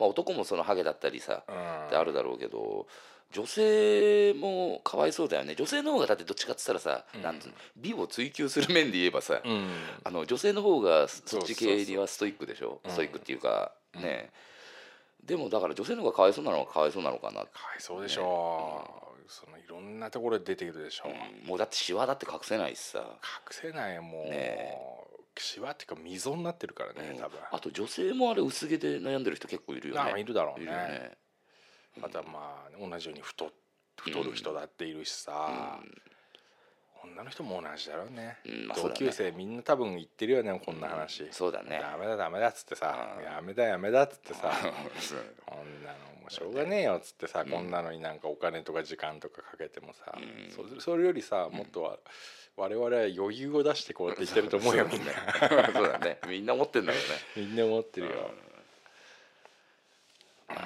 [SPEAKER 4] まあ、男もそのハゲだったりさ
[SPEAKER 3] う
[SPEAKER 4] ってあるだろうけど女性もかわいそうだよね女性の方がだってどっちかっつったらさ、なんつうの美を追求する面で言えばさ、
[SPEAKER 3] ん、うん、
[SPEAKER 4] あの女性の方がそそ
[SPEAKER 3] そうそうそ
[SPEAKER 4] っ
[SPEAKER 3] う
[SPEAKER 4] ち系にはストイックでしょ
[SPEAKER 3] うん
[SPEAKER 4] ストイックっていうかね、でもだから女性の方がかわいそうなのはかわいそうなのかな、
[SPEAKER 3] かわいそうでしょう、そのいろんなところで出てくるでしょう、隠
[SPEAKER 4] うんもうだってシワだって隠せないしさ、
[SPEAKER 3] せないよもう、
[SPEAKER 4] ねえ
[SPEAKER 3] シワっていうか溝になってるからね、
[SPEAKER 4] うん
[SPEAKER 3] 多分
[SPEAKER 4] あと女性もあれ薄毛で悩んでる人結構いるよ
[SPEAKER 3] まあ
[SPEAKER 4] ね
[SPEAKER 3] いるだろうね
[SPEAKER 4] いるよね
[SPEAKER 3] あとはまあ同じように太っ太る人だっているしさ、女の人も同じだろうね、
[SPEAKER 4] うんまあ
[SPEAKER 3] 同級生みんな多分言ってるよねこんな話、
[SPEAKER 4] そうだね
[SPEAKER 3] ダメだダメだっつってさ
[SPEAKER 4] うん
[SPEAKER 3] やめだやめだっつってさ
[SPEAKER 4] そう
[SPEAKER 3] こんなのもうしょうがねえよっつってさ、こんなのになんかお金とか時間とかかけてもさ、それそれよりさもっとは、我々は余裕を出してこうって言ってると思うよみんな
[SPEAKER 4] そうだねみんな思ってんだよね
[SPEAKER 3] みんな思ってるよ、
[SPEAKER 4] せっ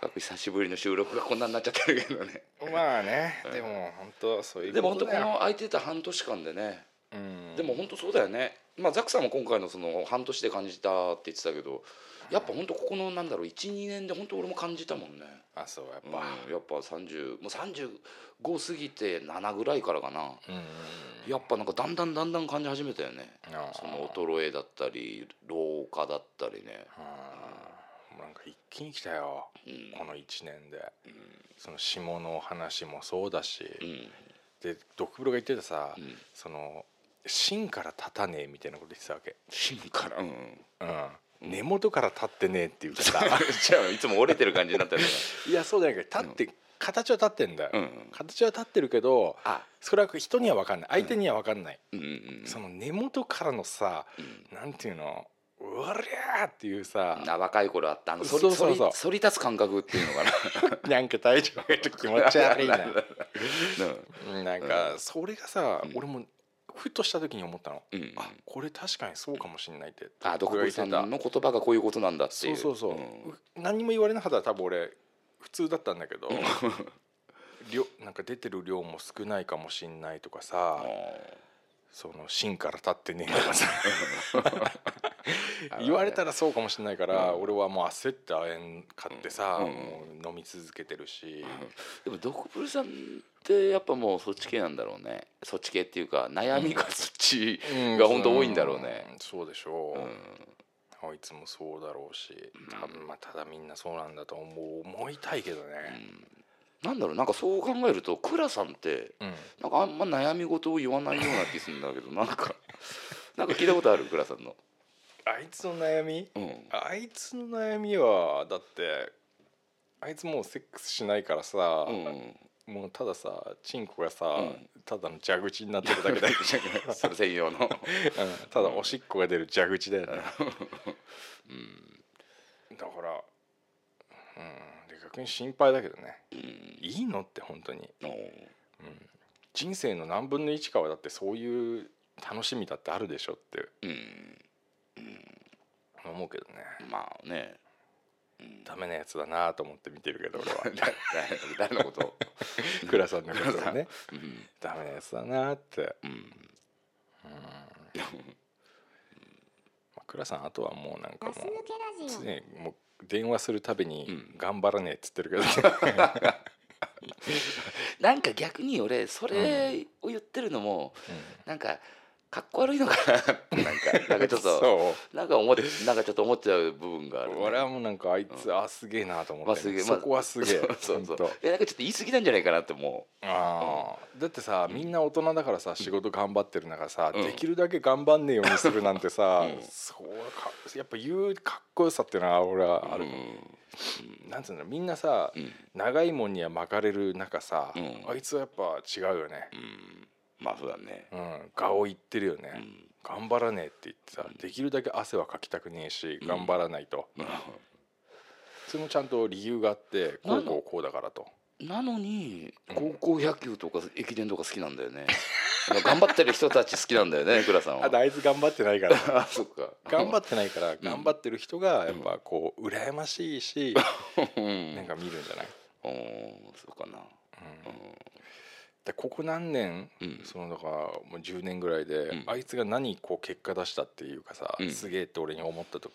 [SPEAKER 4] かく久しぶりの収録がこんなになっちゃってるけどね
[SPEAKER 3] まあねでも本当そうい
[SPEAKER 4] で
[SPEAKER 3] う
[SPEAKER 4] も
[SPEAKER 3] こと
[SPEAKER 4] 本当こ
[SPEAKER 3] だよ
[SPEAKER 4] の空いてた半年間でね
[SPEAKER 3] うん
[SPEAKER 4] でも本当そうだよねまあザックさんも今回のその半年で感じたって言ってたけどやっぱ本当ここのなんだろう12年で本当俺も感じたもんね
[SPEAKER 3] あそうやっ
[SPEAKER 4] うん
[SPEAKER 3] ぱ、
[SPEAKER 4] やっぱ30もう35過ぎて7ぐらいからかな
[SPEAKER 3] うん
[SPEAKER 4] やっぱなんかだんだんだんだん感じ始めたよね
[SPEAKER 3] あー
[SPEAKER 4] その衰えだったり老化だったりね
[SPEAKER 3] うんなんか一気に来たよ、この1年で、その下の話もそうだし、
[SPEAKER 4] うん
[SPEAKER 3] でドクブロが言ってたさ、
[SPEAKER 4] ん
[SPEAKER 3] その芯から立たねえみたいなこと言ってたわけ、
[SPEAKER 4] 芯から うん
[SPEAKER 3] うん、根元から立ってねえっていうかさ
[SPEAKER 4] じゃあいつも折れてる感じになってるか
[SPEAKER 3] いやそうじゃないけど立って、形は立ってんだよ、
[SPEAKER 4] うんうん
[SPEAKER 3] 形は立ってるけど
[SPEAKER 4] らあ
[SPEAKER 3] それは人には分かんない相手には分かんない、
[SPEAKER 4] うんうん
[SPEAKER 3] その根元からのさ、なんていうのうわりゃーっていうさ
[SPEAKER 4] あ若い頃あったあの
[SPEAKER 3] そ
[SPEAKER 4] 反
[SPEAKER 3] う
[SPEAKER 4] り
[SPEAKER 3] そうそう
[SPEAKER 4] 反り反り立つ感覚っていうの かな
[SPEAKER 3] なんか体調がいいと気持ち悪い な
[SPEAKER 4] う
[SPEAKER 3] なんかそれがさ、俺もふとした時に思ったの、
[SPEAKER 4] ん
[SPEAKER 3] あこれ確かにそうかもしれないって
[SPEAKER 4] あ独
[SPEAKER 3] が
[SPEAKER 4] ブ
[SPEAKER 3] 言
[SPEAKER 4] リ
[SPEAKER 3] っ
[SPEAKER 4] さん
[SPEAKER 3] て
[SPEAKER 4] の
[SPEAKER 3] た
[SPEAKER 4] 言葉がこういうことなんだってい
[SPEAKER 3] そううそうそう、
[SPEAKER 4] ん
[SPEAKER 3] う何も言われなかったら多分俺普通だったんだけど量なんか出てる量も少ないかもしんないとかさ、その芯から立ってねえとかさ言われたらそうかもしれないから、俺はもう焦ってあえん買ってさ、
[SPEAKER 4] うん
[SPEAKER 3] もう飲み続けてるし、
[SPEAKER 4] でもドクプルさんってやっぱもうそっち系なんだろうねそっち系っていうか悩みがそっちが本当多いんだろうね、
[SPEAKER 3] んそうでしょう、
[SPEAKER 4] うん
[SPEAKER 3] あいつもそうだろうし多分まあただみんなそうなんだと思う思いたいけどね、
[SPEAKER 4] なんだろうなんかそう考えると倉さんって
[SPEAKER 3] うん、
[SPEAKER 4] なんかあんま悩み事を言わないような気するんだけどなんかなんか聞いたことある倉さんの、
[SPEAKER 3] あいつの悩み
[SPEAKER 4] うん、
[SPEAKER 3] あいつの悩みはだってあいつもうセックスしないからさ、
[SPEAKER 4] うん
[SPEAKER 3] もうたださチンコがさ、
[SPEAKER 4] うん
[SPEAKER 3] ただの蛇口になってるだけだよ、
[SPEAKER 4] それ専用の
[SPEAKER 3] うん ただおしっこが出る蛇口だよね、だから、うん、で逆に心配だけどね
[SPEAKER 4] うん
[SPEAKER 3] いいのって本当に
[SPEAKER 4] の
[SPEAKER 3] 人生の何分の1かはだってそういう楽しみだってあるでしょって
[SPEAKER 4] うん
[SPEAKER 3] 思うけどね
[SPEAKER 4] まあね
[SPEAKER 3] ダメなやつだなと思って見てるけど俺 は
[SPEAKER 4] 誰のこと
[SPEAKER 3] 倉さん のことはね
[SPEAKER 4] うん
[SPEAKER 3] ダメなやつだなって
[SPEAKER 4] うん
[SPEAKER 3] まあ倉さんあとはもうなんかも
[SPEAKER 2] ガ
[SPEAKER 3] う
[SPEAKER 2] ス抜けラジオ
[SPEAKER 3] 常にもう電話するたびに
[SPEAKER 4] うん
[SPEAKER 3] 頑張らねえっつってる けど、
[SPEAKER 4] なんか逆に俺それを言ってるのもなんかかっこ悪いのかなってなんかなんかちょっと
[SPEAKER 3] そ
[SPEAKER 4] なんか思っなんかちょっと思っちゃう部分があ
[SPEAKER 3] う
[SPEAKER 4] るね、
[SPEAKER 3] 俺はもうなんかあいつ、あすげえなと思
[SPEAKER 4] まあ
[SPEAKER 3] って
[SPEAKER 4] す
[SPEAKER 3] ね、
[SPEAKER 4] げえまあ
[SPEAKER 3] そこはすげえ
[SPEAKER 4] そうそう
[SPEAKER 3] ほ
[SPEAKER 4] そ
[SPEAKER 3] ん
[SPEAKER 4] う
[SPEAKER 3] と
[SPEAKER 4] えなんかちょっと言い過ぎなんじゃないかなって思
[SPEAKER 3] あーだってさみんな大人だからさ仕事頑張ってる中さ、
[SPEAKER 4] うん
[SPEAKER 3] できるだけ頑張んねえようにするなんてさ、
[SPEAKER 4] うん
[SPEAKER 3] そうかやっぱ言うかっこよさっていうのは俺
[SPEAKER 4] う
[SPEAKER 3] はある、
[SPEAKER 4] うん
[SPEAKER 3] なんつうのみんなさ、
[SPEAKER 4] うん
[SPEAKER 3] 長いもんには巻かれる中さ、
[SPEAKER 4] うん
[SPEAKER 3] あいつはやっぱ違うよね、
[SPEAKER 4] うんまあそうだね
[SPEAKER 3] うん、顔言ってるよね、
[SPEAKER 4] うん
[SPEAKER 3] 頑張らねえって言ってさできるだけ汗はかきたくねえし
[SPEAKER 4] うん
[SPEAKER 3] 頑張らないと、それもちゃんと理由があってこ
[SPEAKER 4] な
[SPEAKER 3] うん
[SPEAKER 4] だ
[SPEAKER 3] こうこうだからと
[SPEAKER 4] なのに高校野球とか駅伝とか好きなんだよね頑張ってる人たち好きなんだ よね倉さんは
[SPEAKER 3] ああいつ頑張ってないから
[SPEAKER 4] あそっか
[SPEAKER 3] 頑張
[SPEAKER 4] っ
[SPEAKER 3] ってないから頑張ってる人がやっぱこう羨ましいし、
[SPEAKER 4] てうん
[SPEAKER 3] なんか見るんじゃない、
[SPEAKER 4] おーそうかな
[SPEAKER 3] うんでここ何年、
[SPEAKER 4] うん
[SPEAKER 3] そのだからもう10年ぐらいで、
[SPEAKER 4] うん
[SPEAKER 3] あいつが何こう結果出したっていうかさ、
[SPEAKER 4] うん
[SPEAKER 3] すげえって俺に思ったと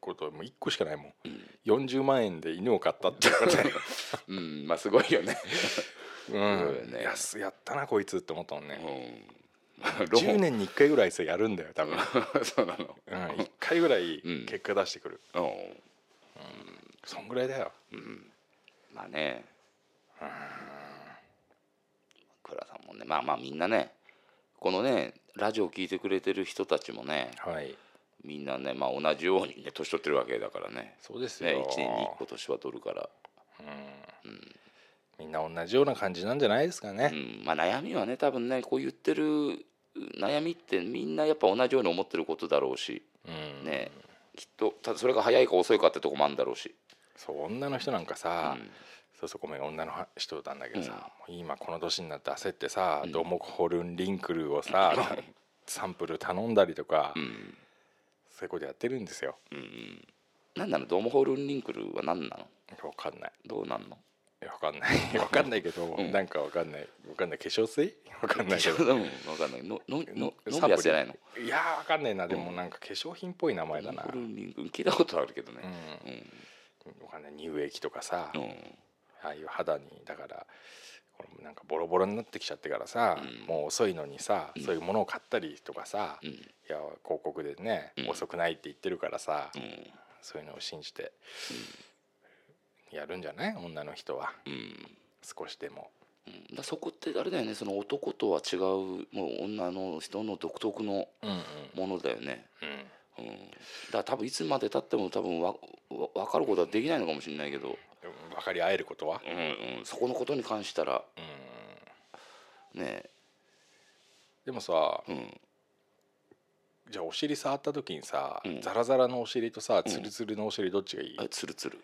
[SPEAKER 3] こともう1個しかないもん、
[SPEAKER 4] うん
[SPEAKER 3] 40万円で犬を買ったっていう ことで、
[SPEAKER 4] うん、まあすごいよね、ごい
[SPEAKER 3] うん
[SPEAKER 4] ね
[SPEAKER 3] やすやったなこいつって思ったもん
[SPEAKER 4] う
[SPEAKER 3] ね、
[SPEAKER 4] ん、ロー
[SPEAKER 3] 10
[SPEAKER 4] ン
[SPEAKER 3] 年に1回ぐらいあいつやるんだよ多分、
[SPEAKER 4] そうなの
[SPEAKER 3] うん、1回ぐらい
[SPEAKER 4] うん
[SPEAKER 3] 結果出してくる、
[SPEAKER 4] うん
[SPEAKER 3] そんぐらいだよ
[SPEAKER 4] まあね倉さんもねまあまあみんなねこのねラジオ聞いてくれてる人たちもね
[SPEAKER 3] はい
[SPEAKER 4] みんなね、まあ、同じようにね年取ってるわけだからね
[SPEAKER 3] そうですよ、
[SPEAKER 4] ね1年に1個年は取るから、
[SPEAKER 3] みんな同じような感じなんじゃないですか
[SPEAKER 4] う
[SPEAKER 3] ね、
[SPEAKER 4] んまあ、悩みはね多分ねこう言ってる悩みってみんなやっぱ同じように思ってることだろうし、
[SPEAKER 3] うん
[SPEAKER 4] ねきっとただそれが早いか遅いかってとこもあるんだろうし、
[SPEAKER 3] そう女の人なんかさ、
[SPEAKER 4] うん
[SPEAKER 3] そうそうごめん女の人なんだけどさ、もう今この年になって焦ってさ、ドモホルンリンクルをさ、サンプル頼んだりとか、
[SPEAKER 4] うん
[SPEAKER 3] そういうことやってるんですよ
[SPEAKER 4] うん、なんなのドームホールンリンクルは何なの
[SPEAKER 3] わかんない
[SPEAKER 4] どうなんの
[SPEAKER 3] いやわかんないわかんないけど、
[SPEAKER 4] ん
[SPEAKER 3] なんかわかんないわかんない化粧水わかんないけど
[SPEAKER 4] 化粧 うんわかんないののの飲
[SPEAKER 3] サプ
[SPEAKER 4] むや
[SPEAKER 3] リ
[SPEAKER 4] つじゃないの
[SPEAKER 3] いやーわかんないなでもなんか化粧品っぽい名前だな、
[SPEAKER 4] ホ
[SPEAKER 3] う
[SPEAKER 4] ル
[SPEAKER 3] ん
[SPEAKER 4] ンリンク聞いたことあるけどね、
[SPEAKER 3] わかんない乳液とかさ、
[SPEAKER 4] うん
[SPEAKER 3] ああいう肌にだからこれもなんかボロボロになってきちゃってからさ、
[SPEAKER 4] うん
[SPEAKER 3] もう遅いのにさ、そういうものを買ったりとかさ、
[SPEAKER 4] う
[SPEAKER 3] い
[SPEAKER 4] ん
[SPEAKER 3] や広告でね、
[SPEAKER 4] うん
[SPEAKER 3] 遅くないって言ってるからさ、
[SPEAKER 4] うん
[SPEAKER 3] そういうのを信じてやるんじゃない女の人は
[SPEAKER 4] うん
[SPEAKER 3] 少しでも。
[SPEAKER 4] うんだそこってあれだよねその男とは違うもう女の人の独特の
[SPEAKER 3] うんうん
[SPEAKER 4] ものだよね、
[SPEAKER 3] うん
[SPEAKER 4] うん、だから多分いつまでたっても多分わわ分かることはできないのかもしれないけど、
[SPEAKER 3] でも分かり合えることは、
[SPEAKER 4] うんうん、そこのことに関したら
[SPEAKER 3] うん
[SPEAKER 4] ね
[SPEAKER 3] でもさ
[SPEAKER 4] え、うん、
[SPEAKER 3] じゃあお尻触った時にさ、
[SPEAKER 4] うん
[SPEAKER 3] ザラザラのお尻とさツルツルのお尻どっちがいい、
[SPEAKER 4] あツルツル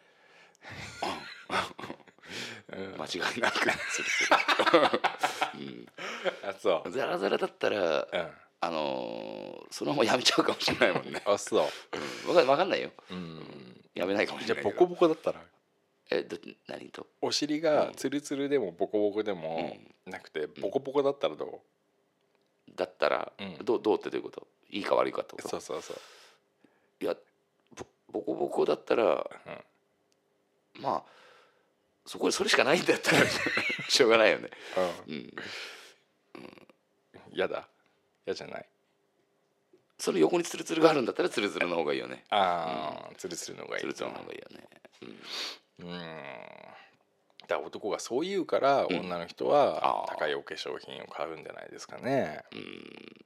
[SPEAKER 4] 間違いなくツル
[SPEAKER 3] あそ
[SPEAKER 4] ツルザラザラだったら
[SPEAKER 3] う、うん、
[SPEAKER 4] あのーそのままやめちゃうかもしれないもんね
[SPEAKER 3] あそう、
[SPEAKER 4] わかわかんないよ
[SPEAKER 3] うん、
[SPEAKER 4] やめないかもし
[SPEAKER 3] じ
[SPEAKER 4] れ
[SPEAKER 3] ゃ
[SPEAKER 4] な
[SPEAKER 3] あ
[SPEAKER 4] いけ
[SPEAKER 3] ボコ
[SPEAKER 4] ど
[SPEAKER 3] ボコだったら
[SPEAKER 4] えど何と
[SPEAKER 3] お尻がツルツルでもボコボコでもなくてボコボコだったらど
[SPEAKER 4] だったら、
[SPEAKER 3] うん
[SPEAKER 4] どうどうってどういうこといいか悪いかってこと
[SPEAKER 3] そうそうそう
[SPEAKER 4] いやぼボコボコだったら、まあそこでそれしかないんだった らしょうがないよね、
[SPEAKER 3] う
[SPEAKER 4] うん、
[SPEAKER 3] ん嫌だ嫌じゃない
[SPEAKER 4] その横にツルツルがあるんだったらツルツルの方がいいよね
[SPEAKER 3] ああつるつるのがいい
[SPEAKER 4] ツルツルの方がいいよね
[SPEAKER 3] うーんだから男がそう言うから
[SPEAKER 4] ん
[SPEAKER 3] 女の人
[SPEAKER 4] あ
[SPEAKER 3] は
[SPEAKER 4] ー
[SPEAKER 3] 高いお化粧品を買うんじゃないですかね、うん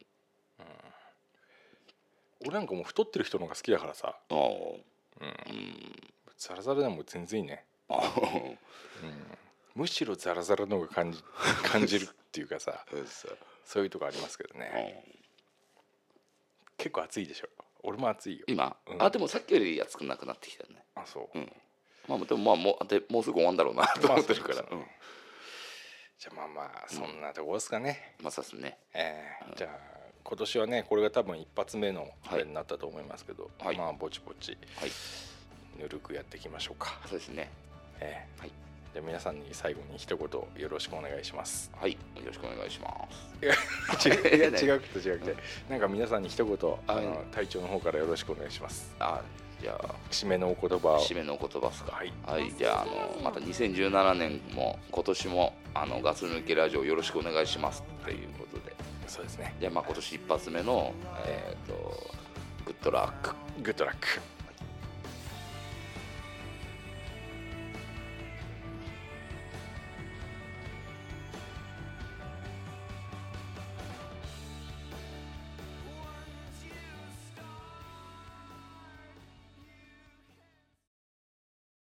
[SPEAKER 3] 俺なんかもう太ってる人の方が好きだからさ
[SPEAKER 4] あー
[SPEAKER 3] ザラザラでも全然いいね
[SPEAKER 4] あー
[SPEAKER 3] むしろザラザラの方が感 じ感じるっていうかさ そういうとこありますけど
[SPEAKER 4] あ
[SPEAKER 3] ね
[SPEAKER 4] ー
[SPEAKER 3] 結構暑いでしょ俺も暑いよ
[SPEAKER 4] 今、
[SPEAKER 3] うん
[SPEAKER 4] あでもさっきより暑くなくなってきたよね
[SPEAKER 3] あそう、
[SPEAKER 4] うんまあでもまあもうでもうすぐ終わんだろうなと思ってるから、
[SPEAKER 3] まあそうですね
[SPEAKER 4] うん
[SPEAKER 3] じゃあまあまあそんなとこですかね、
[SPEAKER 4] まあさすね
[SPEAKER 3] えーじゃあ今年はねこれが多分一発目のあれになったと思いますけど、
[SPEAKER 4] はい
[SPEAKER 3] まあぼちぼち
[SPEAKER 4] はい
[SPEAKER 3] ぬるくやっていきましょうか、
[SPEAKER 4] そうですね
[SPEAKER 3] えー
[SPEAKER 4] はい
[SPEAKER 3] じゃあ皆さんに最後に一言よろしくお願いします
[SPEAKER 4] はいよろしくお願いします
[SPEAKER 3] いや違う
[SPEAKER 4] いやね
[SPEAKER 3] 違うくて違うくてなんか皆さんに一言あの
[SPEAKER 4] はい
[SPEAKER 3] 隊長の方からよろしくお願いします
[SPEAKER 4] あじゃあ
[SPEAKER 3] 締めのお言葉を
[SPEAKER 4] 締めのお言葉ですか
[SPEAKER 3] はい
[SPEAKER 4] じゃああのまた2017年も今年もあのガス抜けラジオよろしくお願いしますっていうことで
[SPEAKER 3] そうですね
[SPEAKER 4] じゃあまあ今年一発目のえっ、とグッドラック
[SPEAKER 3] グッドラック